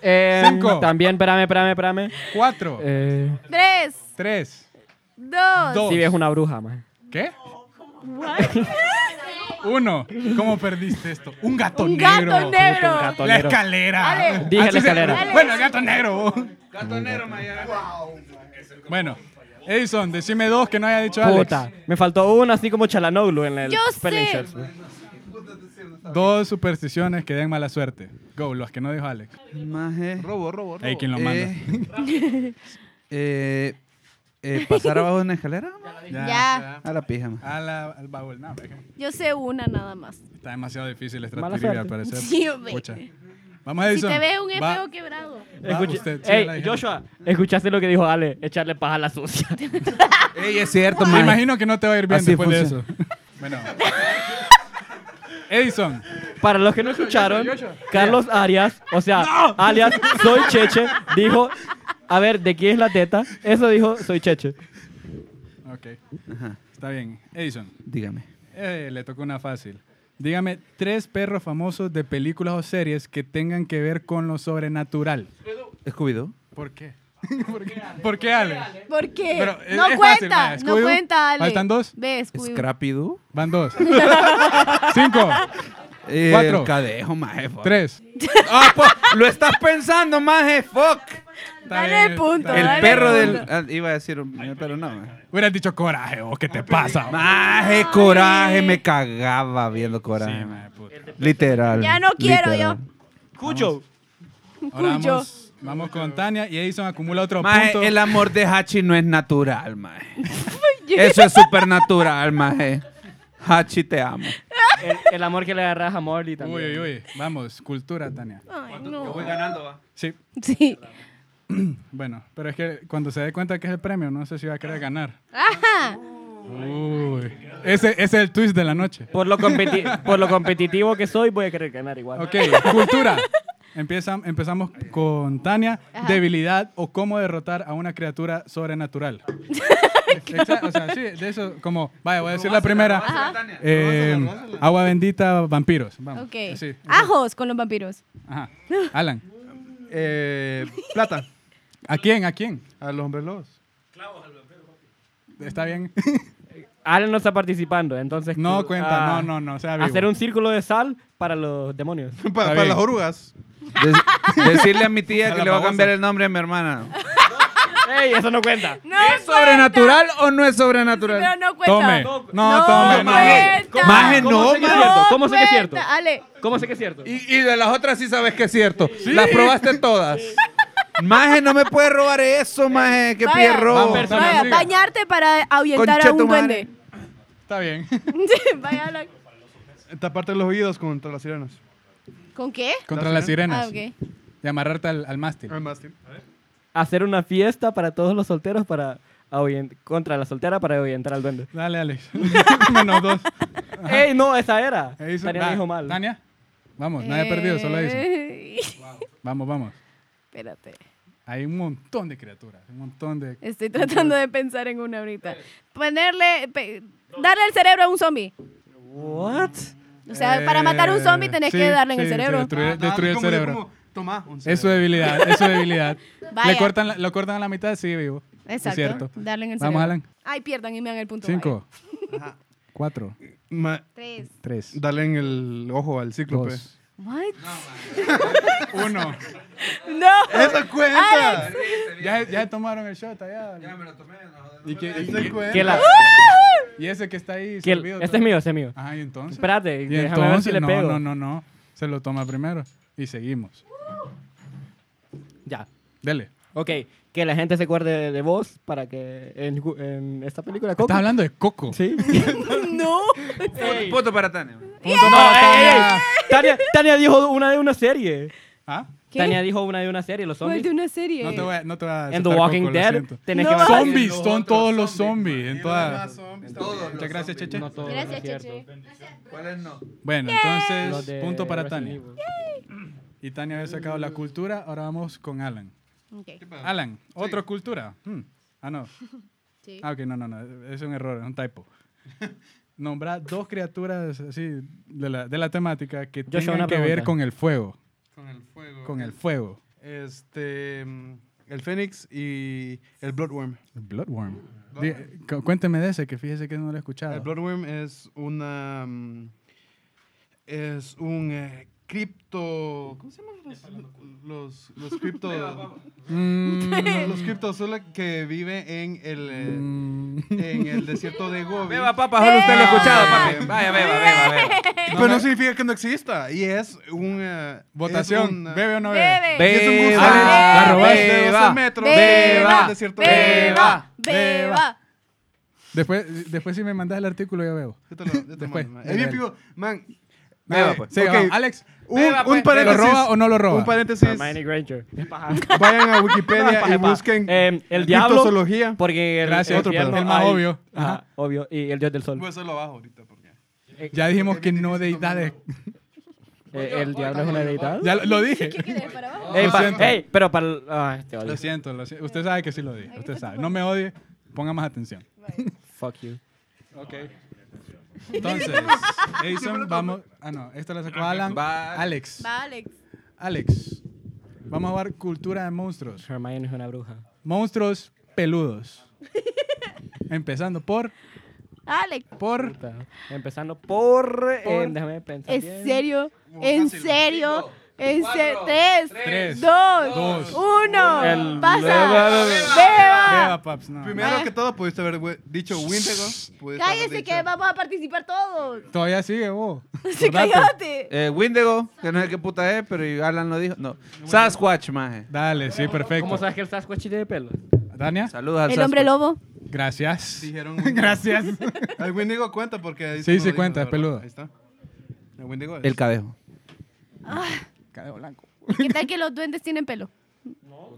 [SPEAKER 4] Eh,
[SPEAKER 1] Cinco.
[SPEAKER 4] También, espérame, espérame, espérame.
[SPEAKER 1] Cuatro.
[SPEAKER 4] Eh,
[SPEAKER 2] Tres,
[SPEAKER 1] Tres.
[SPEAKER 2] dos,
[SPEAKER 1] Dos.
[SPEAKER 4] si ves una bruja, man.
[SPEAKER 1] ¿Qué? Uno. ¿Cómo perdiste esto? Un gato
[SPEAKER 2] un
[SPEAKER 1] negro.
[SPEAKER 2] gato negro.
[SPEAKER 4] Un gato
[SPEAKER 1] La
[SPEAKER 4] negro.
[SPEAKER 1] escalera.
[SPEAKER 2] Ale.
[SPEAKER 4] Dije la
[SPEAKER 1] se-
[SPEAKER 4] escalera.
[SPEAKER 2] Ale.
[SPEAKER 1] Bueno, el gato negro.
[SPEAKER 6] Gato negro, Maya.
[SPEAKER 1] Bueno. Edison, decime dos que no haya dicho
[SPEAKER 4] Puta.
[SPEAKER 1] Alex.
[SPEAKER 4] Me faltó una así como Chalanoglu en el
[SPEAKER 2] Yo
[SPEAKER 4] Spelling
[SPEAKER 2] sé.
[SPEAKER 4] Shots.
[SPEAKER 1] Dos supersticiones que den mala suerte. Go, los que no dijo Alex.
[SPEAKER 6] Maje.
[SPEAKER 5] Robo, robo, robo.
[SPEAKER 1] Ahí quien lo manda.
[SPEAKER 6] Eh, eh, eh, ¿Pasar abajo de una escalera?
[SPEAKER 2] Ya.
[SPEAKER 6] A la pija, maje.
[SPEAKER 1] A la- al baúl. No, venga.
[SPEAKER 2] Yo sé una nada más.
[SPEAKER 1] Está demasiado difícil esta
[SPEAKER 4] Mala
[SPEAKER 1] trivia, al
[SPEAKER 4] suerte.
[SPEAKER 1] parecer.
[SPEAKER 2] Sí, hombre.
[SPEAKER 1] Pucha. Vamos a Edison.
[SPEAKER 2] Si te ve un
[SPEAKER 1] Va-
[SPEAKER 2] espejo quebrado.
[SPEAKER 1] Va
[SPEAKER 4] Escucha-
[SPEAKER 1] Ah, usted, sí, la
[SPEAKER 4] Ey,
[SPEAKER 1] dije.
[SPEAKER 4] Joshua, escuchaste lo que dijo Ale, echarle paja a la sucia.
[SPEAKER 6] Ey, es cierto,
[SPEAKER 1] Me
[SPEAKER 6] maje.
[SPEAKER 1] imagino que no te va a ir bien
[SPEAKER 6] Así
[SPEAKER 1] después
[SPEAKER 6] funciona.
[SPEAKER 1] de eso. Bueno. Edison.
[SPEAKER 4] Para los que no escucharon, Carlos Arias, o sea, alias Soy Cheche, dijo, a ver, ¿de quién es la teta? Eso dijo Soy Cheche.
[SPEAKER 1] Ok. Está bien. Edison.
[SPEAKER 6] Dígame.
[SPEAKER 1] eh, le tocó una fácil. Dígame tres perros famosos de películas o series que tengan que ver con lo sobrenatural.
[SPEAKER 6] ¿Escubido?
[SPEAKER 1] ¿Por qué? ¿Por qué, ¿Por qué Alex?
[SPEAKER 2] ¿Por qué?
[SPEAKER 1] Pero es-
[SPEAKER 2] no
[SPEAKER 1] es fácil,
[SPEAKER 2] cuenta,
[SPEAKER 1] vaya,
[SPEAKER 2] no
[SPEAKER 1] Scooby-Doo.
[SPEAKER 2] cuenta, Ale.
[SPEAKER 1] ¿Faltan dos?
[SPEAKER 2] Ves,
[SPEAKER 6] Scrappy-Doo.
[SPEAKER 1] Van dos. Cinco.
[SPEAKER 6] Eh,
[SPEAKER 1] Cuatro.
[SPEAKER 6] el Cadejo, maje. fuck.
[SPEAKER 1] Tres.
[SPEAKER 6] Ah, po- lo estás pensando, maje. Fuck.
[SPEAKER 1] Está bien,
[SPEAKER 2] Dale el
[SPEAKER 1] está
[SPEAKER 2] punto.
[SPEAKER 1] bien.
[SPEAKER 2] dale
[SPEAKER 6] El perro
[SPEAKER 2] punto.
[SPEAKER 6] del. ah, iba a decir un el perro, no. maje.
[SPEAKER 1] Hubieras dicho coraje, o ¿qué te pasa?
[SPEAKER 6] Maje, coraje. Me cagaba viendo coraje.
[SPEAKER 1] Sí,
[SPEAKER 6] maje.
[SPEAKER 1] madre puta.
[SPEAKER 6] Literal.
[SPEAKER 2] Ya no quiero
[SPEAKER 6] literal.
[SPEAKER 4] Cucho.
[SPEAKER 1] Ahora
[SPEAKER 2] Cuyo.
[SPEAKER 1] vamos, vamos con Tania y Edison acumula otro
[SPEAKER 6] Maje,
[SPEAKER 1] punto.
[SPEAKER 6] el amor de Hachi no es natural, maje. Eso es supernatural, maje. Hachi, te amo.
[SPEAKER 4] El, el amor que le agarras a Morley también.
[SPEAKER 1] Uy, uy, uy. Vamos, cultura, Tania.
[SPEAKER 2] Ay, no.
[SPEAKER 6] ganando, va.
[SPEAKER 1] Sí,
[SPEAKER 2] Sí.
[SPEAKER 1] bueno, pero es que cuando se dé cuenta que es el premio, no sé si va a querer ganar.
[SPEAKER 2] Ajá.
[SPEAKER 1] Uy. Ese, ese es el twist de la noche.
[SPEAKER 4] Por lo, competi- por lo competitivo que soy, voy a querer ganar igual.
[SPEAKER 1] Ok, cultura. Empieza, empezamos con Tania. Debilidad o cómo derrotar a una criatura sobrenatural. Exa- o sea, sí, de eso, como, vaya, voy a decir la primera. Eh, agua bendita, vampiros. Vamos.
[SPEAKER 2] Ok.
[SPEAKER 1] así.
[SPEAKER 2] Ajos con los vampiros.
[SPEAKER 1] Ajá. Alan,
[SPEAKER 5] Eh, plata.
[SPEAKER 1] ¿a quién? ¿A quién?
[SPEAKER 5] A los hombres lobos.
[SPEAKER 1] ¿Está bien?
[SPEAKER 4] Alan no está participando, entonces...
[SPEAKER 1] No cuenta,
[SPEAKER 4] ah,
[SPEAKER 1] no, no, no, sea vivo.
[SPEAKER 4] Hacer un círculo de sal para los demonios.
[SPEAKER 5] Pa- Para,
[SPEAKER 1] bien.
[SPEAKER 5] las orugas.
[SPEAKER 6] Dec- decirle a mi tía
[SPEAKER 9] A
[SPEAKER 6] que
[SPEAKER 9] la
[SPEAKER 6] le va a
[SPEAKER 9] babosa.
[SPEAKER 6] cambiar el nombre a mi hermana.
[SPEAKER 4] ¡Ey, eso no cuenta!
[SPEAKER 2] No
[SPEAKER 6] ¿Es sobrenatural o no es sobrenatural?
[SPEAKER 2] Pero no cuenta.
[SPEAKER 8] Tome. No,
[SPEAKER 2] No
[SPEAKER 8] tome,
[SPEAKER 4] pues.
[SPEAKER 8] maje.
[SPEAKER 2] cuenta.
[SPEAKER 6] ¿Cómo- Maje, no,
[SPEAKER 4] ¿Cómo sé que es
[SPEAKER 6] maje.
[SPEAKER 4] cierto? ¿Cómo sé que es cierto?
[SPEAKER 2] cuenta. Ale,
[SPEAKER 4] ¿Cómo sé que es cierto?
[SPEAKER 6] Y, y de las otras sí sabes que es cierto. Las probaste todas. Maje, no me puedes robar eso, maje. Qué
[SPEAKER 2] vaya,
[SPEAKER 6] pierro.
[SPEAKER 8] Vamos, persona,
[SPEAKER 2] vaya,
[SPEAKER 8] siga.
[SPEAKER 2] bañarte para ahuyentar a
[SPEAKER 6] Concha
[SPEAKER 2] un
[SPEAKER 6] tu
[SPEAKER 2] duende.
[SPEAKER 6] madre.
[SPEAKER 1] Está bien.
[SPEAKER 2] Sí, vaya, la-
[SPEAKER 5] Taparte los oídos contra las sirenas.
[SPEAKER 2] ¿Con qué?
[SPEAKER 1] Contra las sirenas.
[SPEAKER 2] Ah, ok.
[SPEAKER 1] De amarrarte al, al mástil.
[SPEAKER 5] Al mástil.
[SPEAKER 4] Hacer una fiesta para todos los solteros para ahuyent- contra la soltera para ahuyentar al duende.
[SPEAKER 1] Dale, Alex. Menos dos.
[SPEAKER 4] ¡Ey, no! Esa era.
[SPEAKER 1] Eso,
[SPEAKER 4] Tania
[SPEAKER 1] va.
[SPEAKER 4] dijo mal.
[SPEAKER 1] Tania, vamos, nadie perdido, solo eso.
[SPEAKER 2] Eh,
[SPEAKER 1] Vamos, vamos.
[SPEAKER 2] Espérate.
[SPEAKER 1] Hay un montón de criaturas, un montón de...
[SPEAKER 2] Estoy tratando de pensar en una ahorita. Ponerle. pe- darle el cerebro a un zombie.
[SPEAKER 4] What?
[SPEAKER 2] O sea, para matar a un zombie tenés
[SPEAKER 1] sí,
[SPEAKER 2] que darle en
[SPEAKER 1] sí,
[SPEAKER 2] el cerebro.
[SPEAKER 1] sí, destruir, destruir el cerebro.
[SPEAKER 5] Tomá, un
[SPEAKER 1] Es su debilidad, es su debilidad.
[SPEAKER 2] Vaya.
[SPEAKER 1] Le cortan, la- lo cortan a la mitad, sigue vivo.
[SPEAKER 2] Exacto.
[SPEAKER 1] Es cierto.
[SPEAKER 2] Darle en el cerebro.
[SPEAKER 1] Vamos, Alan.
[SPEAKER 2] Ay, pierdan y me dan el punto.
[SPEAKER 1] Cinco, cuatro,
[SPEAKER 5] Ma-
[SPEAKER 2] vaya. Tres.
[SPEAKER 1] tres,
[SPEAKER 5] Dale en el ojo al cíclope.
[SPEAKER 1] dos,
[SPEAKER 2] What?
[SPEAKER 1] uno.
[SPEAKER 2] No.
[SPEAKER 5] ¡Eso cuenta!
[SPEAKER 1] Ya, ya tomaron el shot allá. Ya me lo tomé. ¿Y, que, y,
[SPEAKER 5] ¡Eso cuenta!
[SPEAKER 4] Que la,
[SPEAKER 1] y ese que está ahí
[SPEAKER 4] que el-
[SPEAKER 1] servido
[SPEAKER 4] este
[SPEAKER 1] todo.
[SPEAKER 4] es mío, este es mío.
[SPEAKER 1] Ajá, y entonces.
[SPEAKER 4] Espérate,
[SPEAKER 1] Y
[SPEAKER 4] déjame ver si
[SPEAKER 1] entonces,
[SPEAKER 4] le
[SPEAKER 1] no,
[SPEAKER 4] pego.
[SPEAKER 1] no, no, no. Se lo toma primero y seguimos.
[SPEAKER 4] Ya.
[SPEAKER 1] Dele.
[SPEAKER 4] Ok, que la gente se acuerde de vos para que en, ju- en esta película... Coco-
[SPEAKER 1] Estás hablando de Coco.
[SPEAKER 4] Sí.
[SPEAKER 2] No.
[SPEAKER 4] Ey.
[SPEAKER 6] Punto para Tania.
[SPEAKER 1] Punto
[SPEAKER 4] No,
[SPEAKER 1] para
[SPEAKER 4] ey, ey,
[SPEAKER 1] Tania.
[SPEAKER 4] ey. Tania, Tania dijo una de una serie.
[SPEAKER 1] ¿Ah?
[SPEAKER 2] ¿Qué?
[SPEAKER 4] Tania dijo una de una serie, los
[SPEAKER 2] ¿Cuál
[SPEAKER 4] zombies.
[SPEAKER 2] de una serie?
[SPEAKER 1] No te voy a, no te voy a
[SPEAKER 4] En The
[SPEAKER 1] aceptar
[SPEAKER 4] Walking
[SPEAKER 1] Coco, lo
[SPEAKER 4] Dead
[SPEAKER 1] siento.
[SPEAKER 4] tenés
[SPEAKER 2] No.
[SPEAKER 4] que bajar-
[SPEAKER 1] Zombies, son todos los zombies. En toda... Muchas gracias, Cheche.
[SPEAKER 4] No todos,
[SPEAKER 2] Gracias,
[SPEAKER 4] no es cierto.
[SPEAKER 2] Cheche.
[SPEAKER 6] ¿Cuáles no?
[SPEAKER 1] Bueno,
[SPEAKER 4] Los de
[SPEAKER 1] entonces, punto para
[SPEAKER 4] Resident
[SPEAKER 1] Tania.
[SPEAKER 4] Evil.
[SPEAKER 1] Y Tania había sacado la cultura, ahora vamos con Alan.
[SPEAKER 2] Ok.
[SPEAKER 1] Alan, otra cultura. Hmm. Ah, no.
[SPEAKER 2] Sí.
[SPEAKER 1] Ah, ok, no, no, no. Es un error, es un typo. Nombrar dos criaturas así de la, de la temática que
[SPEAKER 4] Joshua,
[SPEAKER 1] tengan
[SPEAKER 4] una
[SPEAKER 1] que ver
[SPEAKER 4] pregunta.
[SPEAKER 1] con el fuego.
[SPEAKER 5] Con el fuego.
[SPEAKER 1] Con el fuego.
[SPEAKER 5] Este. mm, El fénix y el bloodworm.
[SPEAKER 1] Bloodworm. Di- cu- cuénteme de ese, que fíjese que no lo he escuchado.
[SPEAKER 5] El bloodworm es una. mm, Es un. eh, cripto. ¿Cómo se llaman los. Los, los cripto.
[SPEAKER 1] Mm,
[SPEAKER 5] los criptozola que vive en el. eh,
[SPEAKER 1] mm,
[SPEAKER 5] En el desierto de Gobi.
[SPEAKER 6] Beba, papá, solo usted lo ha escuchado, papi. Vaya, beba, beba, beba.
[SPEAKER 5] Pero no significa que no exista. Y es un. eh, es
[SPEAKER 1] Votación,
[SPEAKER 5] un,
[SPEAKER 1] ¿bebe o no bebe?
[SPEAKER 2] Bebe.
[SPEAKER 5] Y es un
[SPEAKER 6] Beba,
[SPEAKER 5] gusano.
[SPEAKER 2] La
[SPEAKER 1] robaste.
[SPEAKER 5] De 12 metros.
[SPEAKER 2] Beba.
[SPEAKER 5] del desierto de Gobi.
[SPEAKER 2] Beba. Beba.
[SPEAKER 1] Después, después si me mandas el artículo yo veo.
[SPEAKER 5] Yo te lo- yo te
[SPEAKER 1] Después,
[SPEAKER 5] mando, man.
[SPEAKER 1] dale,
[SPEAKER 5] Es bien
[SPEAKER 1] dale.
[SPEAKER 5] pico. Man.
[SPEAKER 6] Beba,
[SPEAKER 5] eh,
[SPEAKER 6] pues.
[SPEAKER 1] Sí,
[SPEAKER 5] ok,
[SPEAKER 1] vamos. Alex,
[SPEAKER 5] Un,
[SPEAKER 6] Beba,
[SPEAKER 5] un
[SPEAKER 6] pues. ¿Lo
[SPEAKER 1] ¿lo
[SPEAKER 5] paréntesis.
[SPEAKER 1] roba o no lo roba?
[SPEAKER 5] Un paréntesis.
[SPEAKER 4] Hermione Granger. Es paja.
[SPEAKER 5] Vayan a
[SPEAKER 4] No, es
[SPEAKER 5] Wikipedia
[SPEAKER 4] paja,
[SPEAKER 5] y
[SPEAKER 4] es paja.
[SPEAKER 5] busquen
[SPEAKER 4] Eh, el diablo.
[SPEAKER 5] criptozoología.
[SPEAKER 4] Porque el,
[SPEAKER 1] Gracias,
[SPEAKER 4] el
[SPEAKER 1] otro
[SPEAKER 4] infierno
[SPEAKER 1] pedo. El más
[SPEAKER 4] hay-
[SPEAKER 1] obvio. Pues,
[SPEAKER 4] Ajá, obvio. Y el dios del sol.
[SPEAKER 5] Voy a hacerlo abajo ahorita. Porque...
[SPEAKER 1] Ya dijimos que no deidades.
[SPEAKER 4] Eh, el diablo es una deidad.
[SPEAKER 1] Ya lo, lo dije.
[SPEAKER 2] ¿Quieres para abajo?
[SPEAKER 4] Ey,
[SPEAKER 1] Lo
[SPEAKER 4] pa-
[SPEAKER 1] siento.
[SPEAKER 4] ey, pero para. el- ah, este odio.
[SPEAKER 1] Lo siento, lo siento. Usted sabe que sí lo dije. Usted sabe. No me odie. Ponga más atención.
[SPEAKER 4] Fuck you.
[SPEAKER 1] Ok. Entonces, Edison, vamos. Ah, no. Esta la sacó Alan.
[SPEAKER 6] Va.
[SPEAKER 1] Alex.
[SPEAKER 2] Va, Alex.
[SPEAKER 1] Alex. Vamos a jugar cultura de monstruos.
[SPEAKER 4] Hermione es una bruja.
[SPEAKER 1] Monstruos peludos. Empezando por.
[SPEAKER 2] Alex.
[SPEAKER 1] Por.
[SPEAKER 4] Puta. Empezando por. eh,
[SPEAKER 1] Por-
[SPEAKER 4] déjame pensar.
[SPEAKER 2] ¿En
[SPEAKER 4] bien.
[SPEAKER 2] serio? ¿En serio? ¿En serio?
[SPEAKER 6] cuatro,
[SPEAKER 2] Tres,
[SPEAKER 1] tres,
[SPEAKER 2] dos,
[SPEAKER 1] dos,
[SPEAKER 2] uno.
[SPEAKER 4] El-
[SPEAKER 2] Pasa.
[SPEAKER 4] Beba, beba.
[SPEAKER 2] Beba.
[SPEAKER 1] Beba, paps. No.
[SPEAKER 5] Primero
[SPEAKER 2] Vaya.
[SPEAKER 5] que todo, pudiste haber we- dicho Windigo. pudiste haber
[SPEAKER 2] Ah. Cállese
[SPEAKER 5] dicho-
[SPEAKER 2] que vamos a participar todos.
[SPEAKER 1] Todavía sigue oh. vos.
[SPEAKER 2] Sí,
[SPEAKER 1] Acordate.
[SPEAKER 2] cállate.
[SPEAKER 6] Eh, Windigo, que no sé qué puta es, pero Alan lo dijo. No. Sasquatch, maje.
[SPEAKER 1] Dale, sí,
[SPEAKER 4] ¿Cómo
[SPEAKER 1] perfecto.
[SPEAKER 4] sabes que el Sasquatch tiene pelo?
[SPEAKER 1] Dania,
[SPEAKER 6] Saludos al
[SPEAKER 2] El hombre
[SPEAKER 6] Sasquatch.
[SPEAKER 2] lobo.
[SPEAKER 1] pues. gracias.
[SPEAKER 5] Dijeron Wendigo.
[SPEAKER 1] Gracias.
[SPEAKER 5] El Wendigo cuenta porque. Edison
[SPEAKER 1] Sí,
[SPEAKER 5] no
[SPEAKER 1] sí
[SPEAKER 5] lo dijo,
[SPEAKER 1] cuenta,
[SPEAKER 5] de
[SPEAKER 1] es
[SPEAKER 5] verdad.
[SPEAKER 1] peludo.
[SPEAKER 5] Ahí está. El Wendigo. es-
[SPEAKER 6] El cadejo.
[SPEAKER 2] ¿Qué tal que los duendes tienen pelo?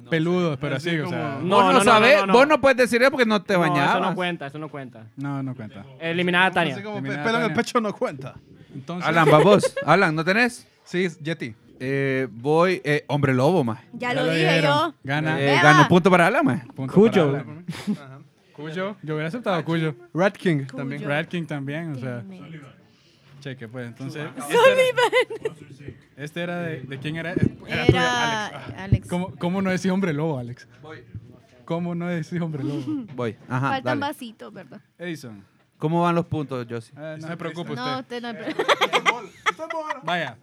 [SPEAKER 1] Peludos, pero
[SPEAKER 5] Así
[SPEAKER 1] así, o sea.
[SPEAKER 4] No,
[SPEAKER 5] como-
[SPEAKER 6] No,
[SPEAKER 4] no,
[SPEAKER 6] vos no,
[SPEAKER 4] no,
[SPEAKER 6] sabés,
[SPEAKER 4] no, no, no.
[SPEAKER 6] vos no puedes decir eso porque no te bañabas.
[SPEAKER 4] No, eso no cuenta, eso no cuenta.
[SPEAKER 1] No, no cuenta.
[SPEAKER 4] Eliminada Tania.
[SPEAKER 5] Así como pe-
[SPEAKER 1] Terminada,
[SPEAKER 5] pelo en el
[SPEAKER 1] Tania.
[SPEAKER 5] pecho no cuenta.
[SPEAKER 1] Entonces,
[SPEAKER 6] Alan, va vos. Alan, ¿no tenés?
[SPEAKER 5] Sí, es Yeti.
[SPEAKER 6] Eh, voy, eh, hombre lobo, maje.
[SPEAKER 2] Ya, lo, dije
[SPEAKER 1] dijeron.
[SPEAKER 2] yo.
[SPEAKER 1] Gana.
[SPEAKER 6] Eh,
[SPEAKER 2] Beba.
[SPEAKER 6] gano punto para Alan, maje.
[SPEAKER 1] Punto
[SPEAKER 4] Cuyo.
[SPEAKER 1] para Alan. Cuyo. Yo hubiera aceptado Cuyo.
[SPEAKER 5] Rat King también.
[SPEAKER 1] Rat King también, o sea. Cheque, pues, entonces. Este era de, de quién era. Era, tuyo,
[SPEAKER 2] Era
[SPEAKER 1] Alex.
[SPEAKER 2] Alex.
[SPEAKER 1] ¿Cómo, cómo no decís hombre lobo, Alex? ¿Cómo no decís hombre lobo?
[SPEAKER 6] Voy. Ajá,
[SPEAKER 2] Faltan
[SPEAKER 6] Ah. dale.
[SPEAKER 2] vasitos, ¿verdad?
[SPEAKER 1] Edison.
[SPEAKER 6] ¿Cómo van los puntos, Josie?
[SPEAKER 1] eh, no se preocupe usted.
[SPEAKER 2] No, usted no.
[SPEAKER 1] Vaya.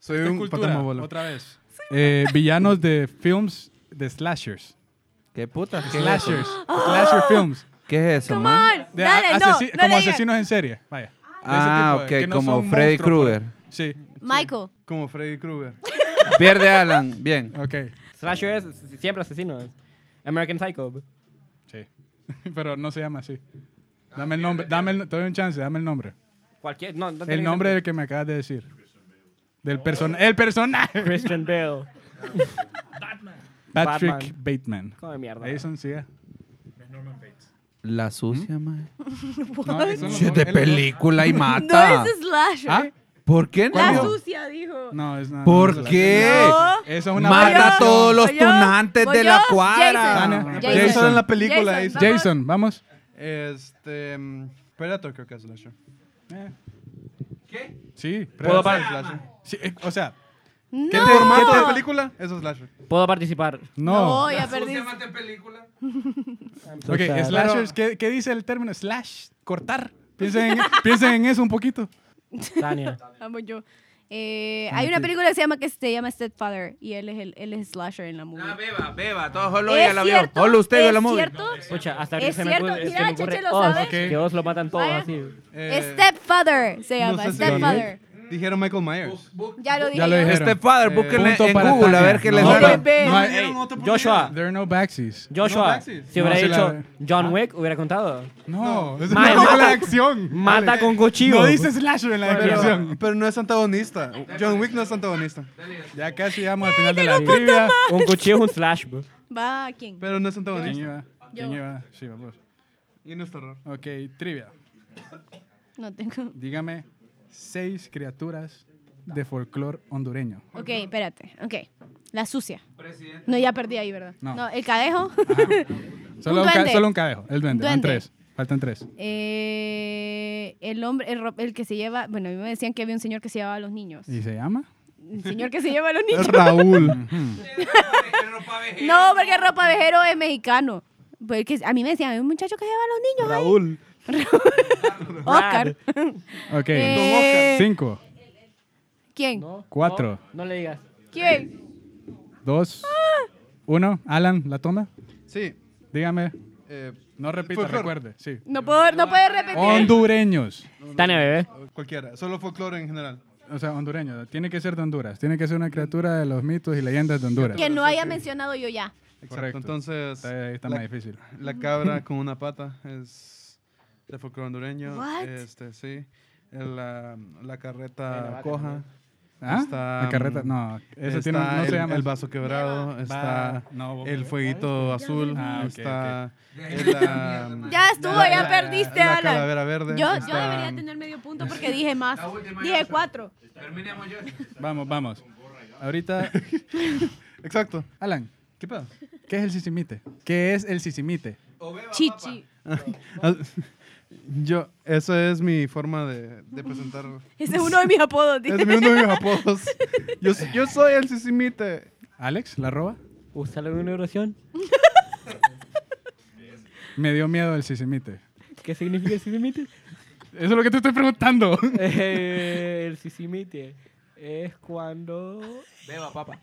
[SPEAKER 5] Soy
[SPEAKER 1] Esta
[SPEAKER 5] un
[SPEAKER 1] cultura,
[SPEAKER 5] patamóvolo.
[SPEAKER 1] otra vez. eh, villanos de films de slashers.
[SPEAKER 6] ¿Qué puta? ¿Qué,
[SPEAKER 1] Slashers. Slasher films.
[SPEAKER 6] ¿Qué es eso,
[SPEAKER 2] Come
[SPEAKER 6] man?
[SPEAKER 2] on,
[SPEAKER 1] De
[SPEAKER 2] dale, no,
[SPEAKER 1] asesi-
[SPEAKER 2] no
[SPEAKER 1] como
[SPEAKER 2] le digas.
[SPEAKER 1] asesinos en serie. Vaya. De ese
[SPEAKER 6] Ah,
[SPEAKER 1] tipo de-
[SPEAKER 6] ok,
[SPEAKER 1] que no
[SPEAKER 6] como
[SPEAKER 1] son
[SPEAKER 6] Freddy
[SPEAKER 1] monstruos, pues.
[SPEAKER 6] Krueger.
[SPEAKER 1] Sí,
[SPEAKER 2] Michael.
[SPEAKER 5] Como Freddy Krueger.
[SPEAKER 6] Pierde Alan, bien.
[SPEAKER 1] ok.
[SPEAKER 4] Slasher es siempre asesino. American Psycho.
[SPEAKER 1] Sí. Pero no se llama así. Dame el nombre, dame el, te doy un chance, dame el nombre.
[SPEAKER 4] Cualquier. No, no tiene
[SPEAKER 1] El
[SPEAKER 4] que
[SPEAKER 1] nombre
[SPEAKER 4] ser-
[SPEAKER 1] del que me acabas de decir. Del person el personaje.
[SPEAKER 4] Christian Bale.
[SPEAKER 1] Patrick Bateman.
[SPEAKER 4] Come mierda.
[SPEAKER 1] Jason, sigue.
[SPEAKER 6] La sucia, man.
[SPEAKER 1] ¿Mm? No, eso no-
[SPEAKER 6] Che, de
[SPEAKER 1] él-
[SPEAKER 6] película y
[SPEAKER 2] No
[SPEAKER 6] mata.
[SPEAKER 2] es slasher.
[SPEAKER 1] ¿Ah?
[SPEAKER 6] ¿Por qué
[SPEAKER 2] La
[SPEAKER 6] no?
[SPEAKER 2] sucia, dijo.
[SPEAKER 1] No, es nada.
[SPEAKER 6] ¿Por
[SPEAKER 1] no es
[SPEAKER 6] qué?
[SPEAKER 1] la- Eso es una
[SPEAKER 6] Mata a
[SPEAKER 1] variación.
[SPEAKER 6] todos los
[SPEAKER 2] Voy yo,
[SPEAKER 6] tunantes
[SPEAKER 2] voy
[SPEAKER 6] de
[SPEAKER 2] yo,
[SPEAKER 6] la
[SPEAKER 2] Jason.
[SPEAKER 6] cuadra. Ah,
[SPEAKER 1] Tania.
[SPEAKER 2] Jason.
[SPEAKER 5] Jason en la película.
[SPEAKER 2] Jason,
[SPEAKER 5] Jason.
[SPEAKER 2] va.
[SPEAKER 1] Jason, vamos.
[SPEAKER 5] Este. mm, Predator creo que es Slasher.
[SPEAKER 1] Sí. Predator.
[SPEAKER 4] ¿Puedo, par-
[SPEAKER 5] Slasher.
[SPEAKER 1] Sí, eh, o sea,
[SPEAKER 5] ¿Qué
[SPEAKER 2] No,
[SPEAKER 5] formato de película? Eso es Slasher.
[SPEAKER 4] ¿Puedo participar?
[SPEAKER 1] no.
[SPEAKER 2] ya perdí.
[SPEAKER 6] película?
[SPEAKER 1] ok, slashers, ¿qué, qué dice el término? Slash, cortar. Piensen en, piensen en eso un poquito.
[SPEAKER 4] Tania.
[SPEAKER 2] Vamos yo. Eh, hay una película que se llama que se llama Stepfather y él es el él es slasher en la movie.
[SPEAKER 6] beba, beba, todo solo
[SPEAKER 2] ¿Es
[SPEAKER 6] ella la vio.
[SPEAKER 2] cierto?
[SPEAKER 6] Solo usted vio
[SPEAKER 2] ¿Es
[SPEAKER 6] la movie.
[SPEAKER 2] cierto?
[SPEAKER 4] Escucha, hasta que
[SPEAKER 2] Es
[SPEAKER 4] se
[SPEAKER 2] cierto,
[SPEAKER 4] me ocurre.
[SPEAKER 2] mira,
[SPEAKER 4] se me
[SPEAKER 2] Cheche
[SPEAKER 4] ocurre
[SPEAKER 2] lo
[SPEAKER 4] Oz,
[SPEAKER 2] sabe.
[SPEAKER 4] Que os lo matan todos
[SPEAKER 2] Vaya.
[SPEAKER 4] así.
[SPEAKER 5] Eh,
[SPEAKER 2] Stepfather se
[SPEAKER 5] no
[SPEAKER 2] llama,
[SPEAKER 5] sé si
[SPEAKER 2] Stepfather.
[SPEAKER 5] Dijeron Michael
[SPEAKER 1] Pues,
[SPEAKER 5] Myers.
[SPEAKER 2] Ya lo dije.
[SPEAKER 1] Ya lo
[SPEAKER 2] yo.
[SPEAKER 1] dije.
[SPEAKER 6] Este padre, búsquenle
[SPEAKER 1] Eh, Punto
[SPEAKER 6] en
[SPEAKER 1] para
[SPEAKER 6] Google a
[SPEAKER 1] Tania.
[SPEAKER 6] ver qué les
[SPEAKER 1] No,
[SPEAKER 6] sale.
[SPEAKER 1] no, no hay-
[SPEAKER 5] Dieron otra
[SPEAKER 4] Joshua.
[SPEAKER 1] There are no backsies.
[SPEAKER 4] Joshua,
[SPEAKER 5] Maxis.
[SPEAKER 4] si hubiera
[SPEAKER 1] No, Ah. se la-
[SPEAKER 4] dicho John Wick, hubiera contado.
[SPEAKER 1] No, es
[SPEAKER 4] Mae,
[SPEAKER 1] una película
[SPEAKER 4] mata-
[SPEAKER 1] de acción.
[SPEAKER 4] Mata con cuchillo.
[SPEAKER 1] No dice slasher en la
[SPEAKER 5] Pero,
[SPEAKER 1] descripción.
[SPEAKER 5] pero no es antagonista. John Wick no es antagonista.
[SPEAKER 1] Ya casi llegamos al final de la trivia.
[SPEAKER 4] Un cuchillo es un slash, bro.
[SPEAKER 2] Va, ¿quién?
[SPEAKER 5] Pero no es
[SPEAKER 1] ¿Quién
[SPEAKER 5] antagonista.
[SPEAKER 1] iba? ¿Quién iba? Sí, vamos.
[SPEAKER 5] Y no es terror.
[SPEAKER 1] Ok, trivia.
[SPEAKER 2] No tengo.
[SPEAKER 1] Dígame seis criaturas de folclore hondureño.
[SPEAKER 2] Ok, espérate. Ok. La sucia. No, ya perdí ahí, ¿verdad?
[SPEAKER 1] No.
[SPEAKER 2] el cadejo.
[SPEAKER 1] Solo
[SPEAKER 2] Un
[SPEAKER 1] un, ca-
[SPEAKER 2] duende.
[SPEAKER 1] solo un cadejo. El duende. Van
[SPEAKER 2] Duende.
[SPEAKER 1] tres. Faltan tres.
[SPEAKER 2] Eh, el hombre, el, ro- el que se lleva, bueno, a mí me decían que había un señor que se llevaba a los niños.
[SPEAKER 1] ¿Y se llama?
[SPEAKER 2] El señor que se lleva a los niños.
[SPEAKER 5] Es Raúl.
[SPEAKER 2] No, porque el ropa vejero es mexicano. Porque a mí me decían, hay un muchacho que se lleva a los niños.
[SPEAKER 4] Raúl.
[SPEAKER 2] Oscar.
[SPEAKER 1] Ok.
[SPEAKER 2] Eh,
[SPEAKER 1] Cinco,
[SPEAKER 2] ¿Quién?
[SPEAKER 1] Cuatro.
[SPEAKER 4] No, no le digas.
[SPEAKER 2] ¿Quién?
[SPEAKER 1] dos, uno. Alan, ¿la toma?
[SPEAKER 5] Sí.
[SPEAKER 1] Dígame.
[SPEAKER 5] eh,
[SPEAKER 1] No repita,
[SPEAKER 5] Folclore.
[SPEAKER 1] recuerde. Sí.
[SPEAKER 2] No puedo, no puedes repetir.
[SPEAKER 1] Hondureños.
[SPEAKER 4] Tania, bebé.
[SPEAKER 5] cualquiera. Solo folclore en general.
[SPEAKER 1] O sea, hondureño. Tiene que ser de Honduras. Tiene que ser una criatura de los mitos y leyendas de Honduras.
[SPEAKER 2] Que no haya mencionado yo ya.
[SPEAKER 5] Exacto.
[SPEAKER 1] Correcto.
[SPEAKER 5] Entonces,
[SPEAKER 1] Está, ahí está
[SPEAKER 5] la-
[SPEAKER 1] más difícil.
[SPEAKER 5] La cabra con una pata es de folclore hondureño.
[SPEAKER 2] What?
[SPEAKER 5] Este, sí. El, ah, la carreta
[SPEAKER 4] Ahí la
[SPEAKER 5] coja.
[SPEAKER 1] ¿Ah?
[SPEAKER 5] Está,
[SPEAKER 1] la carreta.
[SPEAKER 5] mm,
[SPEAKER 1] No, eso
[SPEAKER 5] está
[SPEAKER 1] tiene, un- no
[SPEAKER 5] el,
[SPEAKER 1] se llama.
[SPEAKER 5] el vaso quebrado. Está
[SPEAKER 1] no,
[SPEAKER 5] el fueguito azul.
[SPEAKER 1] Ah, ok,
[SPEAKER 5] está el, ah,
[SPEAKER 2] Ya estuvo,
[SPEAKER 5] la-
[SPEAKER 2] ya
[SPEAKER 5] la-
[SPEAKER 2] perdiste,
[SPEAKER 5] la
[SPEAKER 2] Alan.
[SPEAKER 5] calavera verde.
[SPEAKER 2] Yo, yo
[SPEAKER 5] Pues está-
[SPEAKER 2] debería tener medio punto porque dije más.
[SPEAKER 6] última ya
[SPEAKER 2] Dije
[SPEAKER 6] está.
[SPEAKER 2] cuatro.
[SPEAKER 1] Vamos, vamos. Ahorita,
[SPEAKER 5] Exacto.
[SPEAKER 1] Alan,
[SPEAKER 5] ¿Qué pedo?
[SPEAKER 1] ¿qué es el sisimite? ¿Qué es el sisimite?
[SPEAKER 2] Chichi.
[SPEAKER 5] Yo, esa es mi forma de, de presentar.
[SPEAKER 2] Ese es uno de mis apodos.
[SPEAKER 5] es
[SPEAKER 2] dije.
[SPEAKER 5] mi uno de mis apodos. Yo, s- yo soy el sisimite.
[SPEAKER 1] Alex, la roba.
[SPEAKER 4] ¿Usa alguna oración?
[SPEAKER 1] Me dio miedo el sisimite.
[SPEAKER 4] ¿Qué significa el sisimite?
[SPEAKER 1] Eso es lo que te estoy preguntando.
[SPEAKER 4] Eh, el sisimite es cuando... Beba, papá.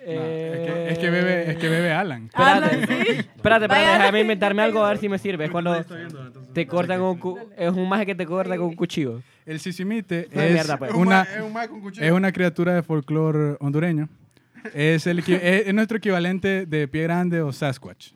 [SPEAKER 1] es, que, es que bebe, es que bebe Alan.
[SPEAKER 4] Ah.
[SPEAKER 2] Alan,
[SPEAKER 4] Espérate,
[SPEAKER 2] Ah, sí.
[SPEAKER 4] espérate, espérate,
[SPEAKER 2] Vaya.
[SPEAKER 4] déjame inventarme algo a ver si me sirve. Es cuando te cortan un cu- es un maje que te corta con un cuchillo.
[SPEAKER 1] El sisimite
[SPEAKER 4] No,
[SPEAKER 1] es
[SPEAKER 4] mierda, pues.
[SPEAKER 1] una
[SPEAKER 5] Es un mae con cuchillo.
[SPEAKER 1] es una criatura de folclore hondureño. Es, el, equi- es, es nuestro equivalente de pie grande o Sasquatch.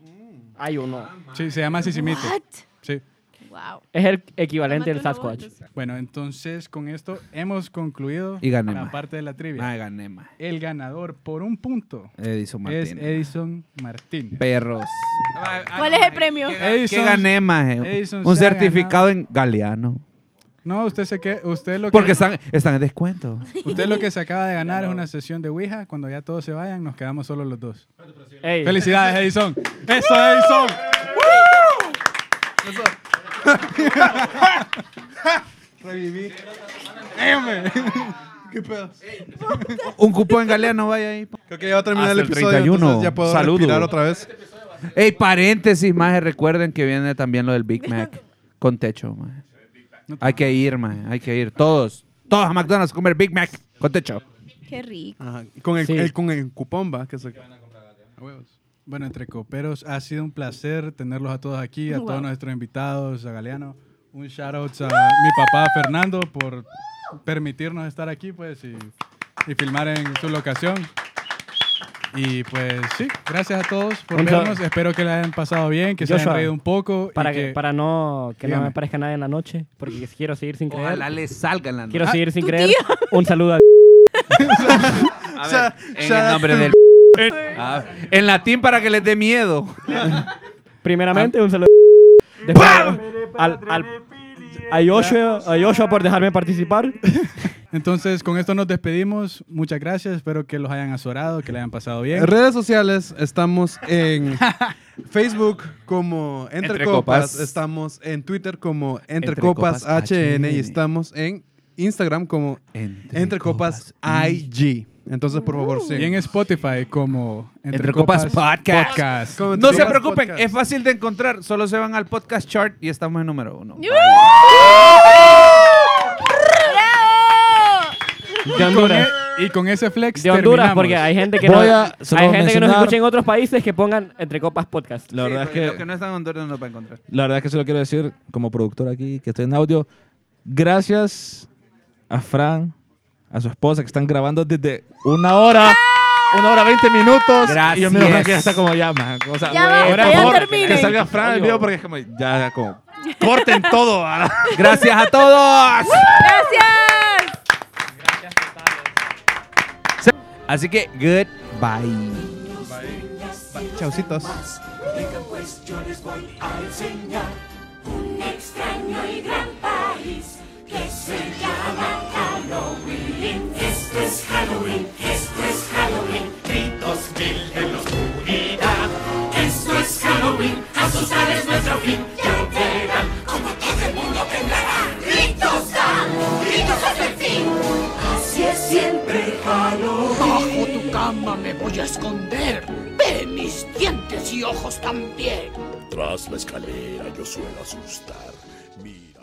[SPEAKER 4] Hay uno.
[SPEAKER 1] Sí, se llama sisimite.
[SPEAKER 2] What?
[SPEAKER 1] Sí.
[SPEAKER 2] Wow.
[SPEAKER 4] Es el equivalente del
[SPEAKER 2] Tómate una
[SPEAKER 4] Sasquatch.
[SPEAKER 2] voz.
[SPEAKER 1] Bueno, entonces con esto hemos concluido
[SPEAKER 6] Y gané,
[SPEAKER 1] la
[SPEAKER 6] ma.
[SPEAKER 1] parte de la trivia.
[SPEAKER 6] Ah, gané, ma.
[SPEAKER 1] El ganador por un punto
[SPEAKER 6] Edison
[SPEAKER 1] es
[SPEAKER 6] Martínez.
[SPEAKER 1] Edison Martínez.
[SPEAKER 6] Perros. Ah,
[SPEAKER 2] ¿Cuál es el premio?
[SPEAKER 6] ¿Qué
[SPEAKER 1] Edison-
[SPEAKER 6] gané, maje?
[SPEAKER 1] Edison
[SPEAKER 6] Un
[SPEAKER 1] se ha
[SPEAKER 6] certificado en Galeano.
[SPEAKER 1] No, usted se que usted lo que
[SPEAKER 6] Porque están, están en descuento.
[SPEAKER 1] usted lo que se acaba de ganar es una sesión de Ouija. Cuando ya todos se vayan, nos quedamos solo los dos.
[SPEAKER 4] Ey,
[SPEAKER 1] Felicidades, Edison. Eso, Edison.
[SPEAKER 5] Reviví. ¿Qué pedo?
[SPEAKER 6] Un cupón en Galeano, vaya ahí.
[SPEAKER 5] Creo que ya va a terminar el
[SPEAKER 6] Hasta el
[SPEAKER 5] episodio.
[SPEAKER 6] 31.
[SPEAKER 5] entonces ya puedo
[SPEAKER 6] Saludo.
[SPEAKER 5] respirar otra vez.
[SPEAKER 6] Ey, paréntesis, maje. Recuerden que viene también lo del Big Mac con techo, maje. Hay que ir, maje. Hay que ir. Todos. Todos a McDonald's a comer Big Mac con techo.
[SPEAKER 2] Qué rico.
[SPEAKER 5] Ajá, Con el,
[SPEAKER 4] Sí.
[SPEAKER 5] el- con el cupón, va. Que se...
[SPEAKER 1] A huevos. Bueno, entre coperos, ha sido un placer tenerlos a todos aquí, a
[SPEAKER 2] Wow.
[SPEAKER 1] todos nuestros invitados, a Galeano. Un shout out a mi papá Fernando por permitirnos estar aquí pues y, y filmar en su locación. Y pues sí, gracias a todos por
[SPEAKER 4] Un shout-
[SPEAKER 1] vernos. Espero que la hayan pasado bien, que se
[SPEAKER 4] Joshua,
[SPEAKER 1] hayan reído un poco. y
[SPEAKER 4] Para, que, para no que no
[SPEAKER 1] Dígame.
[SPEAKER 4] me parezca nada en la noche, porque quiero seguir sin creer.
[SPEAKER 6] Ojalá le salgan las
[SPEAKER 4] Quiero
[SPEAKER 1] Ah,
[SPEAKER 6] notas.
[SPEAKER 4] seguir sin
[SPEAKER 2] tu
[SPEAKER 4] creer.
[SPEAKER 2] tío.
[SPEAKER 4] Un saludo a
[SPEAKER 6] A ver,
[SPEAKER 5] Sa-
[SPEAKER 6] en
[SPEAKER 5] sa-
[SPEAKER 6] el nombre del. Ah, en latín para que les dé miedo.
[SPEAKER 9] Ah.
[SPEAKER 4] Primeramente, un saludo. Después, al, al- a, Joshua, a Joshua por dejarme participar.
[SPEAKER 1] Entonces, con esto nos despedimos. Muchas gracias. Espero que los hayan azorado, que le hayan pasado bien.
[SPEAKER 5] Redes sociales, estamos en Facebook como Entre,
[SPEAKER 6] Entre
[SPEAKER 5] Copas.
[SPEAKER 6] Copas.
[SPEAKER 5] estamos en Twitter como Entre,
[SPEAKER 6] Entre
[SPEAKER 5] Copas,
[SPEAKER 6] Copas
[SPEAKER 5] HN y
[SPEAKER 6] HN.
[SPEAKER 5] estamos en Instagram como Entre, Copas, IG. Entonces, por favor, sí.
[SPEAKER 1] Y en Spotify como
[SPEAKER 6] Entre, Copas, Podcast.
[SPEAKER 1] Podcast.
[SPEAKER 5] Como Entre
[SPEAKER 6] No se
[SPEAKER 5] Copas
[SPEAKER 6] preocupen,
[SPEAKER 5] Podcast.
[SPEAKER 6] es fácil de encontrar. Solo se van al podcast chart y estamos en número uno.
[SPEAKER 2] ¡Bravo!
[SPEAKER 4] De Honduras.
[SPEAKER 1] e- Y con ese flex
[SPEAKER 4] De Honduras,
[SPEAKER 1] terminamos.
[SPEAKER 4] porque hay gente que, no,
[SPEAKER 9] Voy a
[SPEAKER 4] hay
[SPEAKER 9] solo
[SPEAKER 4] gente que nos
[SPEAKER 9] mencionar-
[SPEAKER 4] escucha en otros países que pongan entre copas podcast.
[SPEAKER 9] La
[SPEAKER 6] Sí,
[SPEAKER 9] verdad es
[SPEAKER 6] porque
[SPEAKER 9] que...
[SPEAKER 6] Los que no están en Honduras no los va a encontrar.
[SPEAKER 9] La verdad es que solo quiero decir, como productor aquí, que estoy en audio, gracias a Fran, a su esposa, que están grabando desde una hora, una hora veinte minutos. Y yo miro a Fran que ya está como ya, man. O sea,
[SPEAKER 2] Ya basta,
[SPEAKER 9] ahora,
[SPEAKER 2] ya
[SPEAKER 9] por favor,
[SPEAKER 2] terminen.
[SPEAKER 9] Que salga Fran el video porque es como, ya, ya como, corten todo. ¿verdad?
[SPEAKER 6] Gracias a todos.
[SPEAKER 2] ¡Gracias!
[SPEAKER 6] Así que, goodbye.
[SPEAKER 5] Chaucitos.
[SPEAKER 10] Explica pues yo les voy a enseñar un extraño y gran país que se llama Halloween. Esto es Halloween, esto es Halloween, gritos mil en la oscuridad. Esto es Halloween, asustar es nuestro fin, ya verán como todo el mundo temblará. Gritos dan, gritos hasta el fin, así es siempre Halloween. Bajo tu cama me voy a esconder, ve mis dientes y ojos también.
[SPEAKER 11] Tras la escalera yo suelo asustar. Mira.